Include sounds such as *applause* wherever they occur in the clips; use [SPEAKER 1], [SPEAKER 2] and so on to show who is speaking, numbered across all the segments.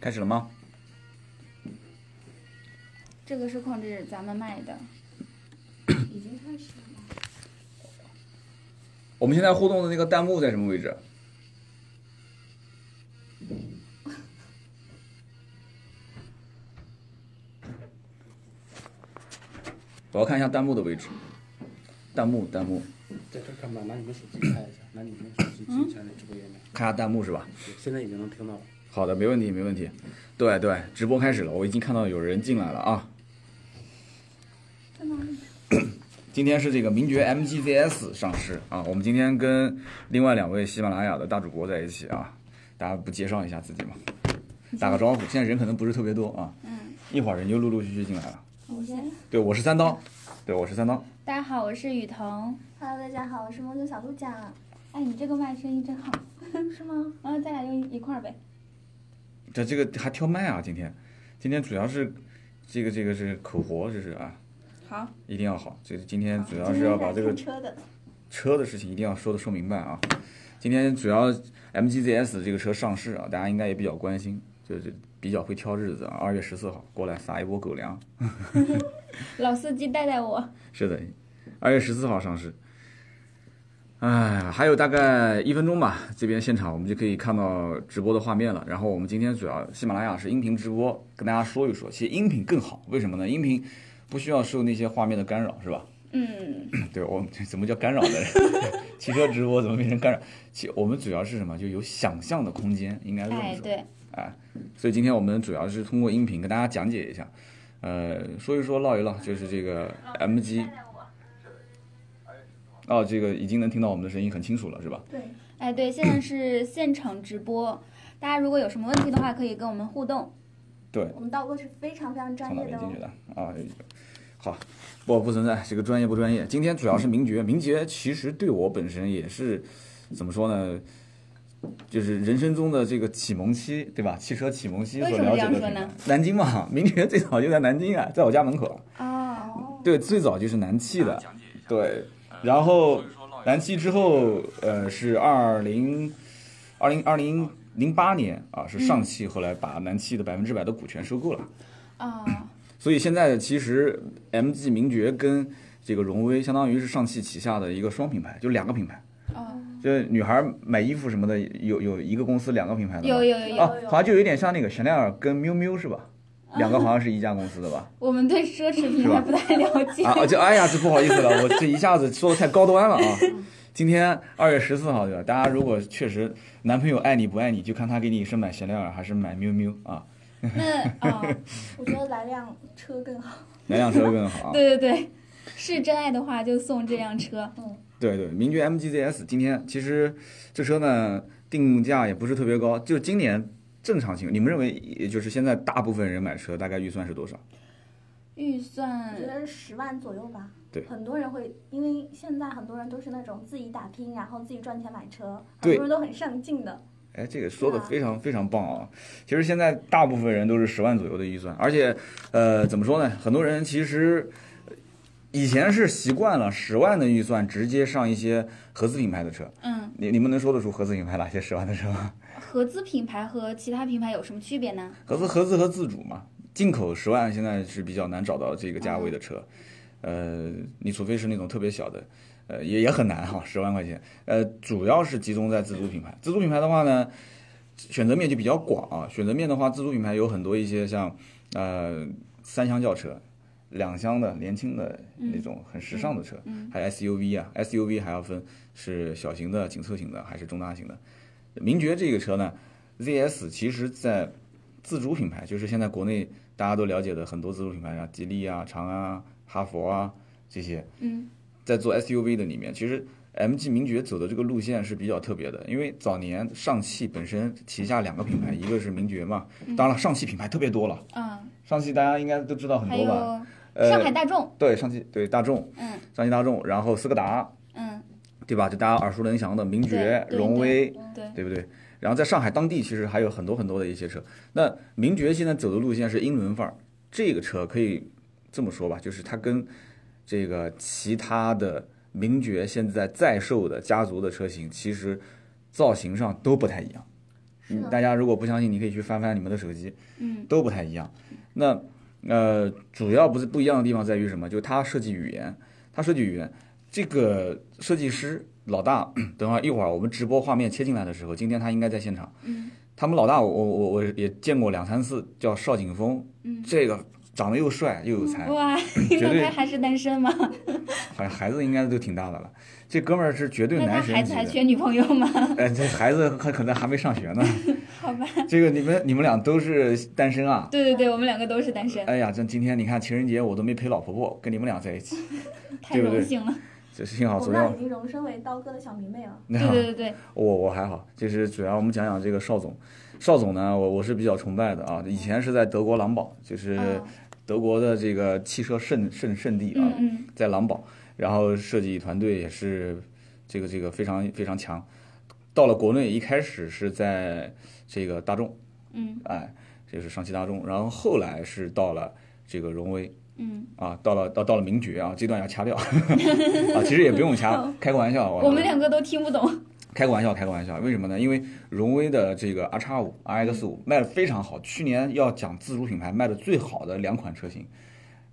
[SPEAKER 1] 开始了吗？
[SPEAKER 2] 这个是控制咱们麦的，
[SPEAKER 3] 已经开始了。
[SPEAKER 1] 我们现在互动的那个弹幕在什么位置？我要看一下弹幕的位置。弹幕，弹幕，
[SPEAKER 4] 在这看不到，拿你们手机看一下，拿你们手机进一下那直播页面，
[SPEAKER 1] 看下弹幕是吧？
[SPEAKER 4] 对现在已经能听到了。
[SPEAKER 1] 好的，没问题，没问题。对对，直播开始了，我已经看到有人进来了啊。
[SPEAKER 2] 在哪里？
[SPEAKER 1] 今天是这个名爵 MGZS 上市啊，我们今天跟另外两位喜马拉雅的大主播在一起啊，大家不介绍一下自己吗？打个招呼，现在人可能不是特别多啊，
[SPEAKER 2] 嗯，
[SPEAKER 1] 一会儿人就陆陆续续进来了。
[SPEAKER 2] 我先。
[SPEAKER 1] 对，我是三刀，对，我是三刀，
[SPEAKER 2] 大家好，我是雨桐。
[SPEAKER 3] Hello，大家好，我是萌宠小鹿酱，啊
[SPEAKER 2] 哎，你这个麦声音真好，
[SPEAKER 3] *laughs* 是吗？
[SPEAKER 2] 然后咱俩用一块儿呗。
[SPEAKER 1] 这这个还挑麦啊，今天，今天主要是这个这个是口活，这是啊，
[SPEAKER 2] 好，
[SPEAKER 1] 一定要好，这今天主要是要把这个
[SPEAKER 3] 今天是来看车的，
[SPEAKER 1] 车的事情一定要说的说明白啊。今天主要 MGZS 这个车上市啊，大家应该也比较关心，就是比较会挑日子啊。二月十四号过来撒一波狗粮，
[SPEAKER 2] 老司机带带我。
[SPEAKER 1] 是的，二月十四号上市。哎，还有大概一分钟吧，这边现场我们就可以看到直播的画面了。然后我们今天主要喜马拉雅是音频直播，跟大家说一说，其实音频更好，为什么呢？音频不需要受那些画面的干扰，是吧？
[SPEAKER 2] 嗯，
[SPEAKER 1] 对我们怎么叫干扰的人？ *laughs* 汽车直播怎么变成干扰？其我们主要是什么？就有想象的空间，应该是这么
[SPEAKER 2] 哎，
[SPEAKER 1] 说。
[SPEAKER 2] 对，
[SPEAKER 1] 所以今天我们主要是通过音频跟大家讲解一下，呃，说一说唠一唠，就是这个 MG。哦，这个已经能听到我们的声音很清楚了，是吧？
[SPEAKER 3] 对，
[SPEAKER 2] 哎，对，现在是现场直播，大家如果有什么问题的话，可以跟我们互动。
[SPEAKER 1] 对，
[SPEAKER 3] 我们道哥是非常非常专
[SPEAKER 1] 从哪
[SPEAKER 3] 业
[SPEAKER 1] 边
[SPEAKER 3] 的
[SPEAKER 1] 进去
[SPEAKER 3] 哦。
[SPEAKER 1] 的啊？好，不不存在这个专业不专业。今天主要是名爵，名爵其实对我本身也是怎么说呢？就是人生中的这个启蒙期，对吧？汽车启蒙期所
[SPEAKER 2] 为什么
[SPEAKER 1] 了解的
[SPEAKER 2] 这样
[SPEAKER 1] 品
[SPEAKER 2] 说
[SPEAKER 1] 牌
[SPEAKER 2] 呢
[SPEAKER 1] 南京嘛，名爵最早就在南京啊，在我家门口。
[SPEAKER 2] 哦，
[SPEAKER 3] 哦，
[SPEAKER 1] 对，最早就是南汽的，对。然后南汽之后，呃，是二零二零二零零八年啊，是
[SPEAKER 2] 嗯
[SPEAKER 1] 上汽后来把南汽的百分之百的股权收购了。
[SPEAKER 2] 哦，
[SPEAKER 1] 所以现在其实 MG 名爵跟这个荣威相当于是上汽旗下的一个双品牌，就两个品牌。
[SPEAKER 2] 哦，
[SPEAKER 1] 就是女孩买衣服什么的，有有一个公司两个品牌的吗。
[SPEAKER 2] 有有有有，
[SPEAKER 1] 哦，好像就有点像那个香奈儿跟 miu miu 是吧？两个好像是一家公司的吧？
[SPEAKER 2] 我们对奢侈品
[SPEAKER 1] 是吧
[SPEAKER 2] 还不太了解。
[SPEAKER 1] 啊，这哎呀，这不好意思了，我这一下子说的太高端了啊。今天二月十四号对吧？大家如果确实男朋友爱你不爱你，就看他给你是买香奈儿还是买 miu miu 啊，
[SPEAKER 2] 那
[SPEAKER 1] *laughs*
[SPEAKER 2] 哦，
[SPEAKER 3] 我觉得来辆车更好。
[SPEAKER 1] 哪辆车更好啊？
[SPEAKER 2] 对对对，是真爱的话就送这辆车。
[SPEAKER 1] 对对，名爵 MGZS 今天其实这车呢定价也不是特别高，就今年正常情况，你们认为也就是现在大部分人买车大概预算是多少？
[SPEAKER 2] 预
[SPEAKER 3] 我觉
[SPEAKER 2] 算
[SPEAKER 3] 得是十万左右吧。
[SPEAKER 1] 对
[SPEAKER 3] 很多人会，因为现在很多人都是那种自己打拼，然后自己赚钱买车，很
[SPEAKER 1] 对
[SPEAKER 3] 多人都很上进的。
[SPEAKER 1] 哎，这个说的
[SPEAKER 3] 哇
[SPEAKER 1] 非常非常棒啊！其实现在大部分人都是十万左右的预算，而且呃怎么说呢，很多人其实。以前是习惯了十万的预算直接上一些合资品牌的车，
[SPEAKER 2] 嗯，
[SPEAKER 1] 你你们能说得出合资品牌哪些十万的车吗？
[SPEAKER 2] 合资品牌和其他品牌有什么区别呢？
[SPEAKER 1] 合资、合资和自主嘛，进口十万现在是比较难找到这个价位的车，呃，你除非是那种特别小的，呃，也也很难哈，十万块钱，呃，主要是集中在自主品牌。自主品牌的话呢，选择面就比较广啊，选择面的话，自主品牌有很多一些像呃三厢轿车。两厢的年轻的那种很时尚的车，
[SPEAKER 2] 嗯
[SPEAKER 1] 还有 SUV 啊，SUV 还要分是小型的紧凑型的还是中大型的。名爵这个车呢，ZS 其实在自主品牌，就是现在国内大家都了解的很多自主品牌啊，吉利啊、长安啊、哈佛啊这些，
[SPEAKER 2] 嗯，
[SPEAKER 1] 在做 SUV 的里面，其实 MG 名爵走的这个路线是比较特别的，因为早年上汽本身旗下两个品牌，一个是名爵嘛，当然了，上汽品牌特别多了，
[SPEAKER 2] 嗯，
[SPEAKER 1] 上汽大家应该都知道很
[SPEAKER 2] 还
[SPEAKER 1] 多
[SPEAKER 2] 有
[SPEAKER 1] 吧？
[SPEAKER 2] 上海
[SPEAKER 1] 呃，
[SPEAKER 2] 大众，
[SPEAKER 1] 对，上汽对大众，
[SPEAKER 2] 嗯
[SPEAKER 1] 上汽大众，然后斯柯达，
[SPEAKER 2] 嗯，
[SPEAKER 1] 对吧？就大家耳熟能详的名爵、
[SPEAKER 2] 对对
[SPEAKER 1] 荣威，
[SPEAKER 3] 嗯
[SPEAKER 2] 对，
[SPEAKER 1] 对不嗯对？然后在上海当地其实还有很多很多的一些车。那名爵现在走的路线是英伦范儿，这个车可以这么说吧，就是它跟这个其他的名爵现在在售的家族的车型，其实造型上都不太一样。嗯
[SPEAKER 3] 是的
[SPEAKER 1] 大家如果不相信，你可以去翻翻你们的手机，
[SPEAKER 2] 嗯
[SPEAKER 1] 都不太一样。那呃，主要不是不一样的地方在于什么？就他设计语言，他设计语言，这个设计师老大， *clears throat* 等会儿一会儿我们直播画面切进来的时候，今天他应该在现场。
[SPEAKER 2] 嗯
[SPEAKER 1] 他们老大我，我我我也见过两三次，叫邵景峰，
[SPEAKER 2] 嗯，
[SPEAKER 1] 这个长得又帅又有才，
[SPEAKER 2] 哇， *laughs* 你
[SPEAKER 1] 哎绝
[SPEAKER 2] 等
[SPEAKER 1] 对
[SPEAKER 2] 他还是单身吗？
[SPEAKER 1] 好像孩子应该都挺大的了。这哥们儿是绝对
[SPEAKER 2] 那他
[SPEAKER 1] 男
[SPEAKER 2] 孩
[SPEAKER 1] 神级
[SPEAKER 2] 子还
[SPEAKER 1] 的，
[SPEAKER 2] 缺女朋友吗？ *laughs*
[SPEAKER 1] 哎，这孩子可可能还没上学呢。
[SPEAKER 2] 好吧，
[SPEAKER 1] 这个你们你们俩都是单身啊？
[SPEAKER 2] 对对对，我们两个都是单身，
[SPEAKER 1] 哎呀，这今天你看情人节我都没陪老婆婆，跟你们俩在一起，
[SPEAKER 2] 太
[SPEAKER 1] 哎对不对
[SPEAKER 2] 荣幸了。
[SPEAKER 1] 这是幸好
[SPEAKER 3] 我
[SPEAKER 1] 昨
[SPEAKER 3] 们
[SPEAKER 1] 天
[SPEAKER 3] 俩
[SPEAKER 1] 我
[SPEAKER 3] 已经荣升为刀哥的小迷妹了。
[SPEAKER 2] 对对对对，
[SPEAKER 1] *laughs* 我我还好，就是主要我们讲讲这个邵总。邵总呢，我我是比较崇拜的啊，以前是在德国狼堡，就是
[SPEAKER 2] 嗯
[SPEAKER 1] 德国的这个汽车圣圣圣地啊，
[SPEAKER 2] 嗯嗯
[SPEAKER 1] 在狼堡，然后设计团队也是这个这个非常非常强。到了国内，一开始是在这个大众，
[SPEAKER 2] 嗯
[SPEAKER 1] 哎，就是上汽大众，然后后来是到了这个荣威
[SPEAKER 2] 嗯，
[SPEAKER 1] 啊，到了到到了名爵啊，这段要掐掉 *laughs* 啊，其实也不用掐，开个玩笑，啊
[SPEAKER 2] 我们两个都听不懂。
[SPEAKER 1] 开个玩笑，开个玩笑，为什么呢？因为荣威的这个 R 叉五、RX 五卖的非常好，去年要讲自主品牌卖的最好的两款车型，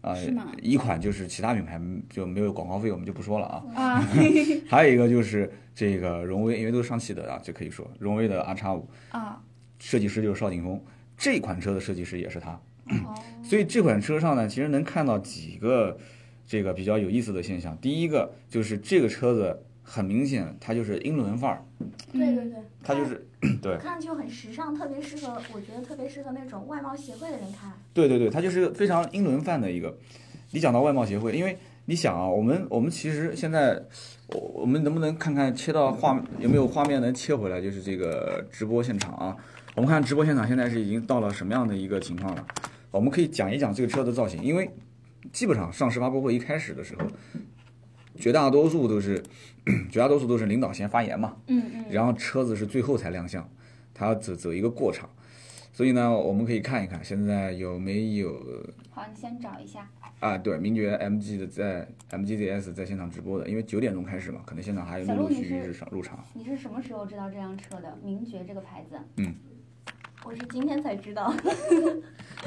[SPEAKER 1] 啊、
[SPEAKER 2] 是吗
[SPEAKER 1] 一款就是其他品牌就没有广告费，我们就不说了啊。
[SPEAKER 2] *laughs* *laughs* 啊，
[SPEAKER 1] 还有一个就是这个荣威，因为都是上汽的啊，就可以说荣威的 R 叉五
[SPEAKER 2] 啊，
[SPEAKER 1] 设计师就是邵景峰，这款车的设计师也是他，
[SPEAKER 3] 哦，
[SPEAKER 1] 嗯所以这款车上呢，其实能看到几个这个比较有意思的现象。第一个就是这个车子很明显，它就是英伦范儿，
[SPEAKER 3] 对对对，
[SPEAKER 1] 它就是对
[SPEAKER 3] 看上去很时尚，特别适合，我觉得特别适合那种外貌协会的人看。
[SPEAKER 1] 对对对，它就是个非常英伦范的一个。你讲到外贸协会，因为你想啊，我们我们其实现在，我我们能不能看看切到画有没有画面能切回来？就是这个直播现场啊，我们看直播现场现在是已经到了什么样的一个情况了？我们可以讲一讲这个车的造型，因为基本上上市发布会一开始的时候，绝大多数都是 *clears throat* 绝大多数都是领导先发言嘛，
[SPEAKER 2] 嗯嗯，
[SPEAKER 1] 然后车子是最后才亮相，它要走走一个过场，所以呢，我们可以看一看现在有没有
[SPEAKER 2] 嗯好，你先找一下。
[SPEAKER 1] 啊？对，名爵 MG 的在 MGZS 在现场直播的，因为九点钟开始嘛，可能现场还有
[SPEAKER 2] 小
[SPEAKER 1] 陆
[SPEAKER 2] 鹿
[SPEAKER 1] 陆续
[SPEAKER 2] 你
[SPEAKER 1] 续
[SPEAKER 2] 是
[SPEAKER 1] 入场入场。
[SPEAKER 2] 你是什么时候知道这辆车的？名爵这个牌子？
[SPEAKER 3] 我是今天才知道，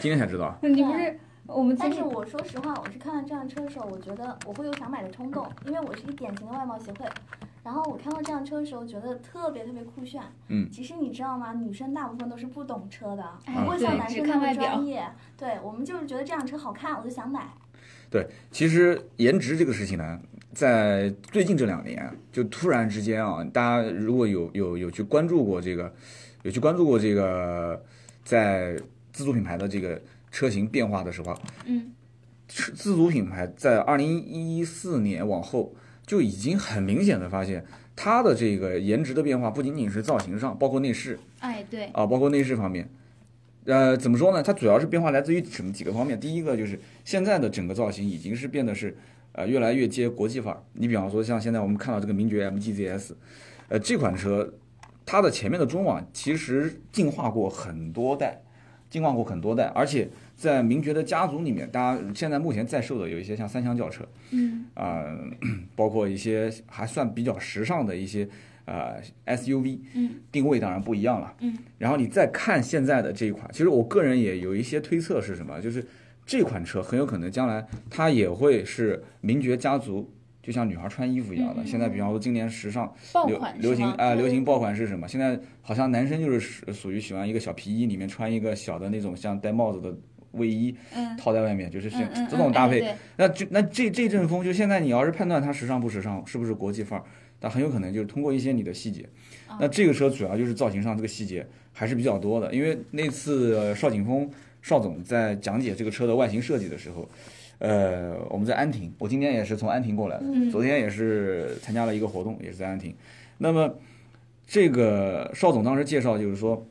[SPEAKER 1] 今天才知道，
[SPEAKER 2] *laughs*
[SPEAKER 1] 啊
[SPEAKER 2] 你不是我们其
[SPEAKER 3] 但
[SPEAKER 2] 实
[SPEAKER 3] 是我说实话，我去看到这辆车的时候，我觉得我会有想买的冲动，因为我是一个典型的外貌协会。然后我看到这辆车的时候，觉得特别特别酷炫。
[SPEAKER 1] 嗯
[SPEAKER 3] 其实你知道吗？女生大部分都是不懂车的，
[SPEAKER 2] 哎
[SPEAKER 3] 不会像
[SPEAKER 2] 对
[SPEAKER 3] 男
[SPEAKER 2] 只
[SPEAKER 3] 生
[SPEAKER 2] 看
[SPEAKER 3] 那
[SPEAKER 2] 外
[SPEAKER 3] 么
[SPEAKER 2] 表
[SPEAKER 3] 专业。对我们就是觉得这辆车好看，我就想买。
[SPEAKER 1] 其实颜值这个事情呢，在最近这两年就突然之间啊，大家如果有有有去关注过这个，有去关注过这个在自主品牌的这个车型变化的时候啊，
[SPEAKER 2] 嗯
[SPEAKER 1] 自自主品牌在二零一四年往后就已经很明显的发现，它的这个颜值的变化不仅仅是造型上，包括内饰
[SPEAKER 2] 哎对
[SPEAKER 1] 啊，包括内饰方面。呃，怎么说呢？它主要是变化来自于什么几个方面？第一个就是现在的整个造型已经是变得是，呃，越来越接国际范儿。你比方说像现在我们看到这个名爵 MGZS，呃，这款车它的前面的中网其实进化过很多代，进化过很多代，而且在名爵的家族里面，大家现在目前在售的有一些像三厢轿车
[SPEAKER 2] 嗯
[SPEAKER 1] 啊、 *clears throat* 包括一些还算比较时尚的一些呃 SUV，
[SPEAKER 2] 嗯
[SPEAKER 1] 定位当然不一样了。
[SPEAKER 2] 嗯，
[SPEAKER 1] 然后你再看现在的这一款，其实我个人也有一些推测是什么，就是这款车很有可能将来它也会是名爵家族。就像女孩穿衣服一样的，
[SPEAKER 2] 嗯嗯
[SPEAKER 1] 现在比方说今年时尚
[SPEAKER 2] 爆
[SPEAKER 1] 流
[SPEAKER 2] 款
[SPEAKER 1] 流
[SPEAKER 2] 是
[SPEAKER 1] 行
[SPEAKER 2] 吗？
[SPEAKER 1] 啊、流行爆款是什么？现在好像男生就是属属于喜欢一个小皮衣，里面穿一个小的那种像戴帽子的卫衣
[SPEAKER 2] 嗯
[SPEAKER 1] 套在外面，就是像
[SPEAKER 2] 嗯嗯，
[SPEAKER 1] 这种搭配，
[SPEAKER 2] 哎
[SPEAKER 1] 那就那这这阵风，就现在你要是判断它时尚不时尚，是不是国际范儿，它很有可能就是通过一些你的细节。
[SPEAKER 2] 啊
[SPEAKER 1] 那这个车主要就是造型上这个细节还是比较多的，因为那次呃邵景峰邵总在讲解这个车的外形设计的时候，呃，我们在安亭，我今天也是从安亭过来的，
[SPEAKER 2] 嗯
[SPEAKER 1] 昨天也是参加了一个活动，也是在安亭。那么这个邵总当时介绍就是说，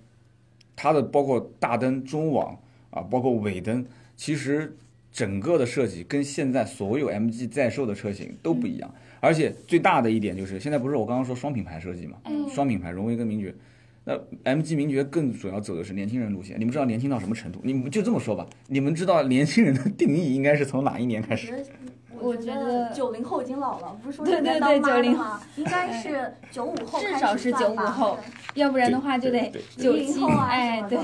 [SPEAKER 1] 它的包括大灯、中网啊，包括尾灯，其实整个的设计跟现在所有 MG 在售的车型都不一样。而且最大的一点就是，现在不是我刚刚说双品牌设计嘛，
[SPEAKER 2] 嗯
[SPEAKER 1] 双品牌荣威跟名爵。那 MG 名爵更主要走的是年轻人路线，你们知道年轻到什么程度？你们就这么说吧，你们知道年轻人的定义应该是从哪一年开
[SPEAKER 3] 我
[SPEAKER 1] 始？
[SPEAKER 3] 觉得，我我
[SPEAKER 2] 我
[SPEAKER 3] 觉
[SPEAKER 2] 觉
[SPEAKER 3] 得
[SPEAKER 2] 得
[SPEAKER 3] 九零后已经老了，不是说
[SPEAKER 2] 对
[SPEAKER 3] 应该
[SPEAKER 2] 对
[SPEAKER 3] 当
[SPEAKER 2] 对
[SPEAKER 3] 妈的
[SPEAKER 2] 90
[SPEAKER 3] 吗？应该是九五后
[SPEAKER 2] 至
[SPEAKER 3] 开
[SPEAKER 2] 少是
[SPEAKER 3] 始算
[SPEAKER 2] 95
[SPEAKER 3] 吧
[SPEAKER 2] 后要不然的话就
[SPEAKER 1] 对
[SPEAKER 2] 得
[SPEAKER 1] 对对
[SPEAKER 2] 九
[SPEAKER 3] 零零
[SPEAKER 2] 七
[SPEAKER 3] 后啊，
[SPEAKER 2] 哎，对，，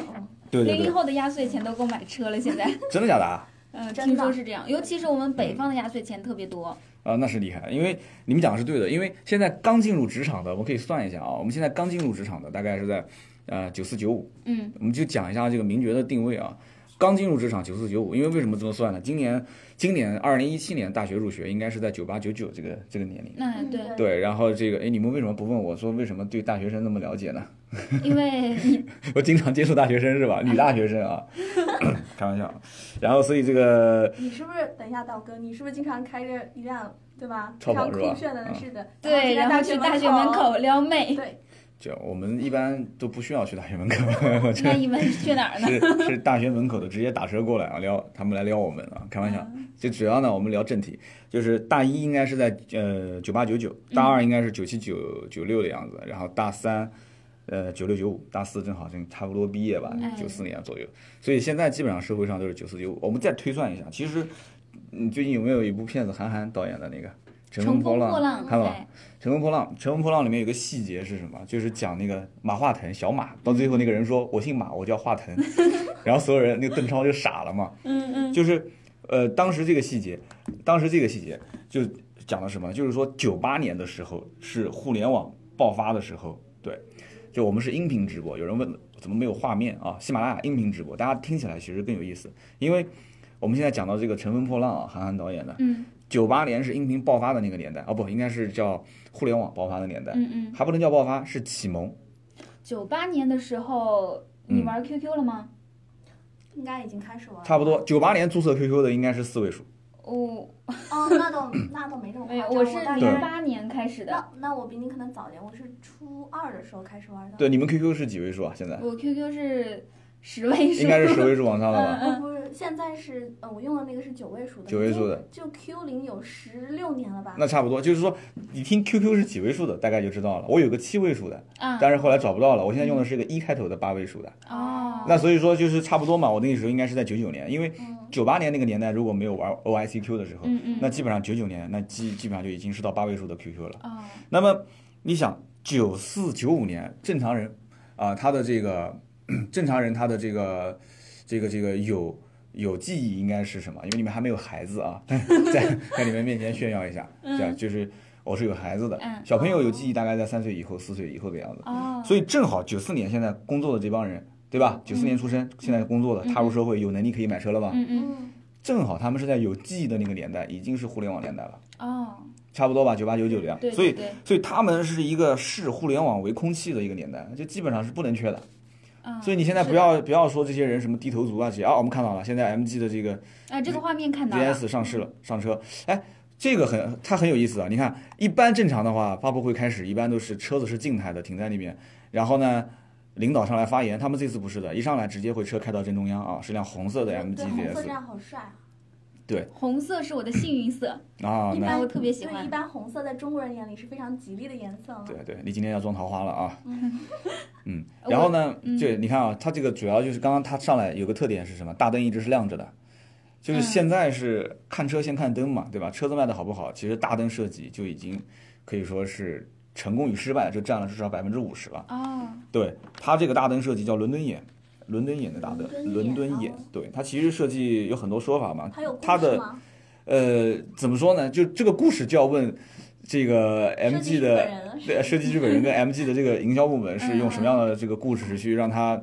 [SPEAKER 1] 对对
[SPEAKER 2] 零零
[SPEAKER 1] 对，
[SPEAKER 2] 后的压岁钱都够买车了，现在，
[SPEAKER 1] 真的假的啊？
[SPEAKER 2] 嗯，
[SPEAKER 3] 真
[SPEAKER 2] 听
[SPEAKER 3] 的
[SPEAKER 2] 说是这样，尤其是我们北方的压岁钱特别多，
[SPEAKER 1] 啊，那是厉害，因为你们讲的是对的，因为现在刚进入职场的，我可以算一下啊，我们现在刚进入职场的大概是在呃九四九五，
[SPEAKER 2] 嗯，
[SPEAKER 1] 我们就讲一下这个名爵的定位啊。刚进入职场九四九五，因为为什么这么算呢？今年今年二零一七年大学入学应该是在九八九九这个这个年龄。
[SPEAKER 2] 那
[SPEAKER 3] 嗯
[SPEAKER 2] 对，
[SPEAKER 3] 对
[SPEAKER 1] 对，然后这个，哎，你们为什么不问我说为什么对大学生那么了解呢？ *laughs*
[SPEAKER 2] 因为 *laughs* 你
[SPEAKER 1] 我经常接触大学生是 *laughs* 吧？女大学生啊， *laughs* 开玩笑。然后所以这个
[SPEAKER 3] 你是不是等一下道哥？你是不是经常开着一辆对吧？
[SPEAKER 1] 超
[SPEAKER 3] 非
[SPEAKER 1] 跑
[SPEAKER 3] 常
[SPEAKER 1] 是
[SPEAKER 3] 酷
[SPEAKER 1] 吧
[SPEAKER 3] 炫的
[SPEAKER 1] 嗯
[SPEAKER 3] 是的，
[SPEAKER 2] 对，然后
[SPEAKER 3] 后
[SPEAKER 2] 去
[SPEAKER 3] 进
[SPEAKER 2] 大学
[SPEAKER 3] 门
[SPEAKER 2] 门口撩 *laughs* 妹，
[SPEAKER 3] 对，
[SPEAKER 1] 就我们一般都不需要去大学门口， *laughs* 我觉得
[SPEAKER 2] 那你们去哪儿呢？
[SPEAKER 1] 是是大学门口的，直接打车过来啊，撩他们来撩我们啊，开玩笑。
[SPEAKER 2] 嗯
[SPEAKER 1] 就主要呢，我们聊正题，就是大一应该是在呃九八九九，
[SPEAKER 2] 嗯
[SPEAKER 1] 大二应该是九七九九六的样子，然后大三。呃，九六九五，大四正好正差不多毕业吧，
[SPEAKER 2] 哎
[SPEAKER 1] 九四年左右，所以现在基本上社会上都是九四九五。我们再推算一下，其实你最近有没有一部片子，韩寒导演的那个《乘风
[SPEAKER 2] 乘
[SPEAKER 1] 破
[SPEAKER 2] 风
[SPEAKER 1] 浪
[SPEAKER 2] 破》浪，
[SPEAKER 1] 看到吧
[SPEAKER 2] 哎
[SPEAKER 1] 乘风破浪》《乘风破浪》里面有个细节是什么？就是讲那个马化腾小马，到最后那个人说：“我姓马，我叫化腾。”然后所有人那个邓超就傻了嘛。
[SPEAKER 2] 嗯嗯，
[SPEAKER 1] 就是呃，当时这个细节，当时这个细节就讲了什么？就是说九八年的时候是互联网爆发的时候，对，就我们是音频直播。有人问怎么没有画面啊？喜马拉雅音频直播，大家听起来其实更有意思，因为我们现在讲到这个《乘风破浪》啊，韩寒导演的，
[SPEAKER 2] 嗯
[SPEAKER 1] 九八年是音频爆发的那个年代啊，不应该是叫互联网爆发的年代，
[SPEAKER 2] 嗯嗯，
[SPEAKER 1] 还不能叫爆发，是启蒙。
[SPEAKER 2] 九八年的时候你
[SPEAKER 1] 嗯
[SPEAKER 2] 玩 QQ 了吗？
[SPEAKER 3] 应该已经开始玩了，
[SPEAKER 1] 差不多，九八年注册 QQ 的应该是四位数，
[SPEAKER 2] 我
[SPEAKER 3] 哦，那倒那倒没这么夸
[SPEAKER 2] 没有，
[SPEAKER 3] 张，
[SPEAKER 2] 我是
[SPEAKER 3] 大
[SPEAKER 1] 对
[SPEAKER 2] 零
[SPEAKER 3] 概
[SPEAKER 2] 八年开始的，
[SPEAKER 3] 那那我比你可能早点，我是初二的时候开始玩的。
[SPEAKER 1] 对，你们 QQ 是几位数啊？现在
[SPEAKER 2] 我 QQ 是十位数，
[SPEAKER 1] 应该是十位数往上了吧？
[SPEAKER 2] 嗯
[SPEAKER 3] 哦，不是，现在是呃，我用的那个是九位数的，
[SPEAKER 1] 九位数的
[SPEAKER 3] 就，就 Q 零有十六年了吧？
[SPEAKER 2] 嗯
[SPEAKER 1] 那差不多，就是说你听 QQ 是几位数的，大概就知道了。我有个七位数的，
[SPEAKER 2] 啊，
[SPEAKER 1] 但是后来找不到了，我现在用的是一个一开头的八位数的。
[SPEAKER 2] 嗯哦，
[SPEAKER 1] 那所以说就是差不多嘛，我那个时候应该是在九九年，因为
[SPEAKER 3] 嗯，
[SPEAKER 1] 九八年那个年代如果没有玩 OICQ 的时候，
[SPEAKER 2] 嗯嗯，
[SPEAKER 1] 那基本上九九年那基基本上就已经是到八位数的 QQ 了。
[SPEAKER 2] 哦，
[SPEAKER 1] 那么你想，九四九五年正常人啊、他的这个 *clears throat* 正常人他的这个这个这个有有记忆应该是什么？因为你们还没有孩子啊， *laughs* 在在你们面前炫耀一下，这样就是我是有孩子的
[SPEAKER 2] 嗯，
[SPEAKER 1] 小朋友有记忆大概在三岁以后、四岁以后的样子，
[SPEAKER 2] 哦，
[SPEAKER 1] 嗯所以正好九四年现在工作的这帮人。对吧？九四年出生，现在工作的，踏入社会，有能力可以买车了吧？
[SPEAKER 2] 嗯嗯，
[SPEAKER 3] 嗯，
[SPEAKER 1] 正好他们是在有记忆的那个年代，已经是互联网年代了，
[SPEAKER 2] 哦，
[SPEAKER 1] 差不多吧，九八九九这样。
[SPEAKER 2] 对
[SPEAKER 1] 啊所以
[SPEAKER 2] 对对，
[SPEAKER 1] 所以他们是一个视互联网为空气的一个年代，就基本上是不能缺的。
[SPEAKER 2] 啊，
[SPEAKER 1] 所以你现在不要不要说这些人什么低头族啊这些啊，我们看到了，现在 MG 的这个
[SPEAKER 2] 啊，这个画面
[SPEAKER 3] 嗯
[SPEAKER 2] 看到了，
[SPEAKER 1] VS 上市了，上车，哎。这个很，它很有意思啊！你看，一般正常的话，发布会开始一般都是车子是静态的，停在那边，然后呢，领导上来发言。他们这次不是的，一上来直接会车开到正中央啊，是辆红色的
[SPEAKER 3] 对
[SPEAKER 1] MG
[SPEAKER 3] 红色
[SPEAKER 1] VS
[SPEAKER 3] 这样好帅啊！
[SPEAKER 2] 红色是我的幸运色，
[SPEAKER 1] 啊，
[SPEAKER 3] 一
[SPEAKER 1] 那
[SPEAKER 3] 般
[SPEAKER 2] 我特别喜
[SPEAKER 3] 对
[SPEAKER 2] 欢
[SPEAKER 3] 一般红色在中国人眼里是非常吉利的颜色嘛。
[SPEAKER 1] 对对，你今天要装桃花了
[SPEAKER 3] *laughs*
[SPEAKER 1] 啊。嗯，
[SPEAKER 2] 我
[SPEAKER 1] 然后呢，
[SPEAKER 2] 嗯
[SPEAKER 1] 对，你看啊，它这个主要就是刚刚它上来有个特点是什么？大灯一直是亮着的，就是
[SPEAKER 2] 嗯
[SPEAKER 1] 现在是看车先看灯嘛，对吧？车子卖的好不好，其实大灯设计就已经可以说是成功与失败就占了至少百分之五十了。
[SPEAKER 2] 哦，
[SPEAKER 1] 对，它这个大灯设计叫伦敦眼。伦敦眼的大灯，伦
[SPEAKER 3] 伦敦眼
[SPEAKER 1] 敦眼
[SPEAKER 3] 哦，
[SPEAKER 1] 对它其实设计有很多说法嘛
[SPEAKER 3] 还有故，
[SPEAKER 1] 它
[SPEAKER 3] 事
[SPEAKER 1] 的
[SPEAKER 3] 吗？
[SPEAKER 1] 呃怎么说呢？就这个故事就要问这个
[SPEAKER 3] 设计
[SPEAKER 1] MG
[SPEAKER 3] 日
[SPEAKER 1] 的
[SPEAKER 3] 本人
[SPEAKER 1] 对，设计日本人
[SPEAKER 2] *laughs*
[SPEAKER 1] 跟 MG 的这个营销部门是用什么样
[SPEAKER 2] 嗯
[SPEAKER 1] 的这个故事去让它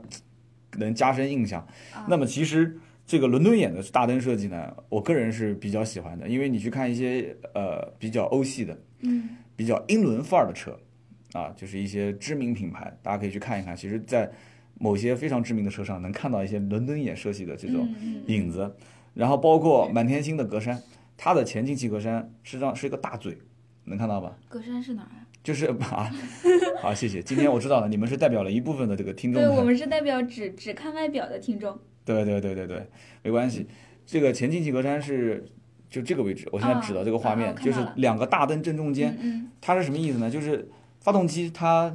[SPEAKER 1] 能加深印象？
[SPEAKER 2] 啊
[SPEAKER 1] 那么其实这个伦敦眼的大灯设计呢，我个人是比较喜欢的，因为你去看一些呃比较欧系的、
[SPEAKER 2] 嗯，
[SPEAKER 1] 比较英伦范儿的车啊，就是一些知名品牌，大家可以去看一看。其实，在某些非常知名的车上，能看到一些伦敦眼设计的这种
[SPEAKER 2] 嗯
[SPEAKER 1] 影子，然后包括满天星的格栅，它的前进气格栅是让是一个大嘴，能看到吧？
[SPEAKER 2] 嗯，格栅是哪儿啊？
[SPEAKER 1] 就是 *laughs* 啊，好，谢谢。今天我知道了，你们是代表了一部分的这个听众
[SPEAKER 2] 对我
[SPEAKER 1] 的，
[SPEAKER 2] 们是代表只只看外表的听众，
[SPEAKER 1] 对对对对对，没关系。这个前进气格栅是就这个位置，我现在
[SPEAKER 2] 啊
[SPEAKER 1] 指的这个画
[SPEAKER 2] 啊
[SPEAKER 1] 面，
[SPEAKER 2] 我看
[SPEAKER 1] 就
[SPEAKER 2] 到
[SPEAKER 1] 是
[SPEAKER 2] 了
[SPEAKER 1] 两个大灯正中间，
[SPEAKER 2] 嗯嗯，
[SPEAKER 1] 它是什么意思呢？就是发动机它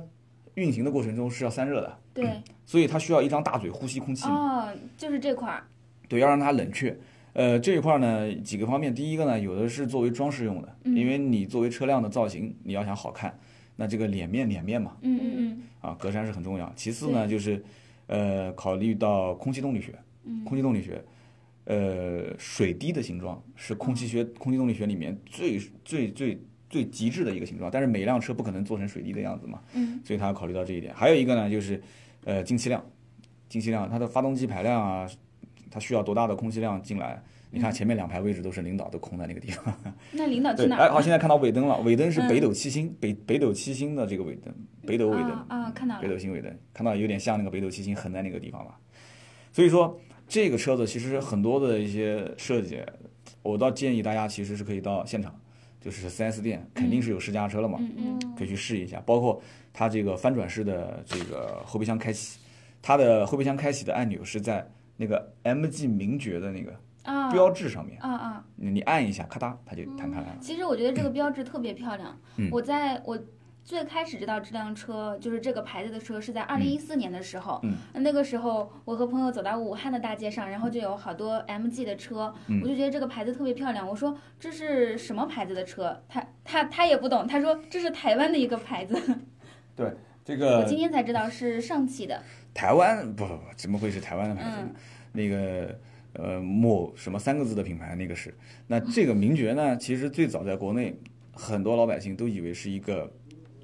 [SPEAKER 1] 运行的过程中是要散热的，
[SPEAKER 2] 对，哦
[SPEAKER 1] 所以它需要一张大嘴呼吸空气嘛，
[SPEAKER 2] 哦，就是这块儿，
[SPEAKER 1] 对，要让它冷却。呃，这一块儿呢，几个方面，第一个呢，有的是作为装饰用的，
[SPEAKER 2] 嗯
[SPEAKER 1] 因为你作为车辆的造型，你要想好看，那这个脸面脸面嘛，
[SPEAKER 2] 嗯嗯嗯，
[SPEAKER 1] 啊，格栅是很重要。其次呢，就是呃，考虑到空气动力学，
[SPEAKER 2] 嗯
[SPEAKER 1] 空气动力学，呃，水滴的形状是空气
[SPEAKER 2] 哦
[SPEAKER 1] 学、空气动力学里面最最最最极致的一个形状，但是每辆车不可能做成水滴的样子嘛，
[SPEAKER 2] 嗯，
[SPEAKER 1] 所以它要考虑到这一点。还有一个呢，就是呃，进气量，进气量，它的发动机排量啊，它需要多大的空气量进来？你看前面两排位置都是领导都空在那个地方，
[SPEAKER 2] 嗯那领导去
[SPEAKER 1] 对，
[SPEAKER 2] 哪
[SPEAKER 1] 哎，
[SPEAKER 2] 儿啊
[SPEAKER 1] 好，
[SPEAKER 2] 了？
[SPEAKER 1] 现在看到尾灯了，尾灯是北
[SPEAKER 2] 嗯
[SPEAKER 1] 斗七星，北北斗七星的这个尾灯，北斗尾灯
[SPEAKER 2] 啊啊看到了
[SPEAKER 1] 北斗星尾灯，看到有点像那个北斗七星横在那个地方吧。所以说，这个车子其实很多的一些设计，我倒建议大家其实是可以到现场，就是 4S 店肯定是有试驾车了嘛，
[SPEAKER 2] 嗯嗯，
[SPEAKER 1] 可以去试一下。包括它这个翻转式的这个后备箱开启，它的后备箱开启的按钮是在那个 MG 名爵的那个
[SPEAKER 2] 啊
[SPEAKER 1] 标志上面，
[SPEAKER 2] 啊啊！
[SPEAKER 1] 你你按一下，咔嗒它就弹开来了。
[SPEAKER 2] 其实我觉得这个标志特别漂亮。
[SPEAKER 1] 嗯
[SPEAKER 2] 我在我最开始知道这辆车就是这个牌子的车是在二零一四年的时候，
[SPEAKER 1] 嗯
[SPEAKER 2] 那个时候我和朋友走到武汉的大街上，然后就有好多 MG 的车，
[SPEAKER 1] 嗯
[SPEAKER 2] 我就觉得这个牌子特别漂亮。我说这是什么牌子的车？他他他也不懂，他说这是台湾的一个牌子。
[SPEAKER 1] 这
[SPEAKER 2] 我
[SPEAKER 1] 个
[SPEAKER 2] 今天才知道是上汽的。
[SPEAKER 1] 台湾不不不，怎么会是台湾的牌子呢？那个呃某什么三个字的品牌，那个是。那这个名爵呢，其实最早在国内很多老百姓都以为是一个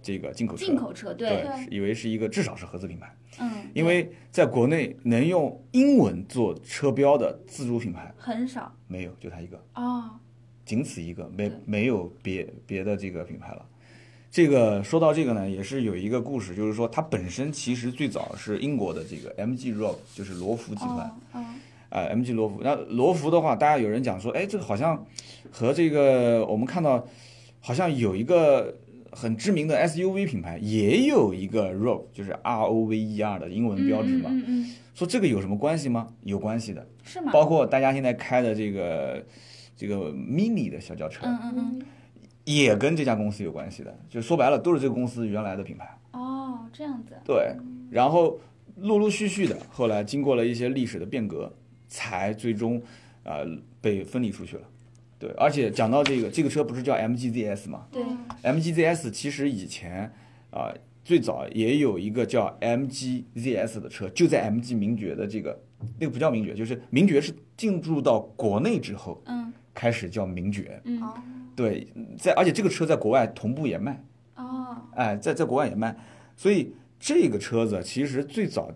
[SPEAKER 1] 这个进口车，
[SPEAKER 2] 进口车，
[SPEAKER 1] 对，
[SPEAKER 2] 对，
[SPEAKER 1] 是以为是一个至少是合资品牌，
[SPEAKER 2] 嗯，
[SPEAKER 1] 因为在国内能用英文做车标的自主品牌
[SPEAKER 2] 很少
[SPEAKER 1] 没有，就它一个。
[SPEAKER 2] 哦，
[SPEAKER 1] 仅此一个，没
[SPEAKER 2] 对
[SPEAKER 1] 没有别别的这个品牌了。这个说到这个呢，也是有一个故事，就是说它本身其实最早是英国的这个 MG Rob，就是罗孚集团，
[SPEAKER 2] 哦，哦，
[SPEAKER 1] 呃，MG 罗孚。那罗孚的话，大家有人讲说，哎，这个好像和这个我们看到好像有一个很知名的 SUV 品牌也有一个 Rob，就是 R O V E R 的英文标志嘛，
[SPEAKER 2] 嗯嗯嗯
[SPEAKER 1] 说这个有什么关系吗？有关系的，
[SPEAKER 2] 嗯，是吗？
[SPEAKER 1] 包括大家现在开的这个这个 Mini 的小轿车，
[SPEAKER 2] 嗯嗯
[SPEAKER 1] 也跟这家公司有关系的，就说白了都是这个公司原来的品牌。
[SPEAKER 2] 嗯，哦，这样子，
[SPEAKER 1] 对，然后陆陆续续的，后来经过了一些历史的变革，才最终呃被分离出去了。对，而且讲到这个，这个车不是叫 MGZS 吗
[SPEAKER 2] 对，
[SPEAKER 1] ？MGZS 其实以前啊、呃最早也有一个叫 MGZS 的车，就在 MG 名爵的这个那个不叫名爵，就是名爵是进驻到国内之后
[SPEAKER 2] 嗯
[SPEAKER 1] 开始叫名爵。
[SPEAKER 2] 嗯，
[SPEAKER 3] 哦，
[SPEAKER 1] 对，在而且这个车在国外同步也卖。
[SPEAKER 2] 哦，
[SPEAKER 1] 哎，在在国外也卖，所以这个车子其实最早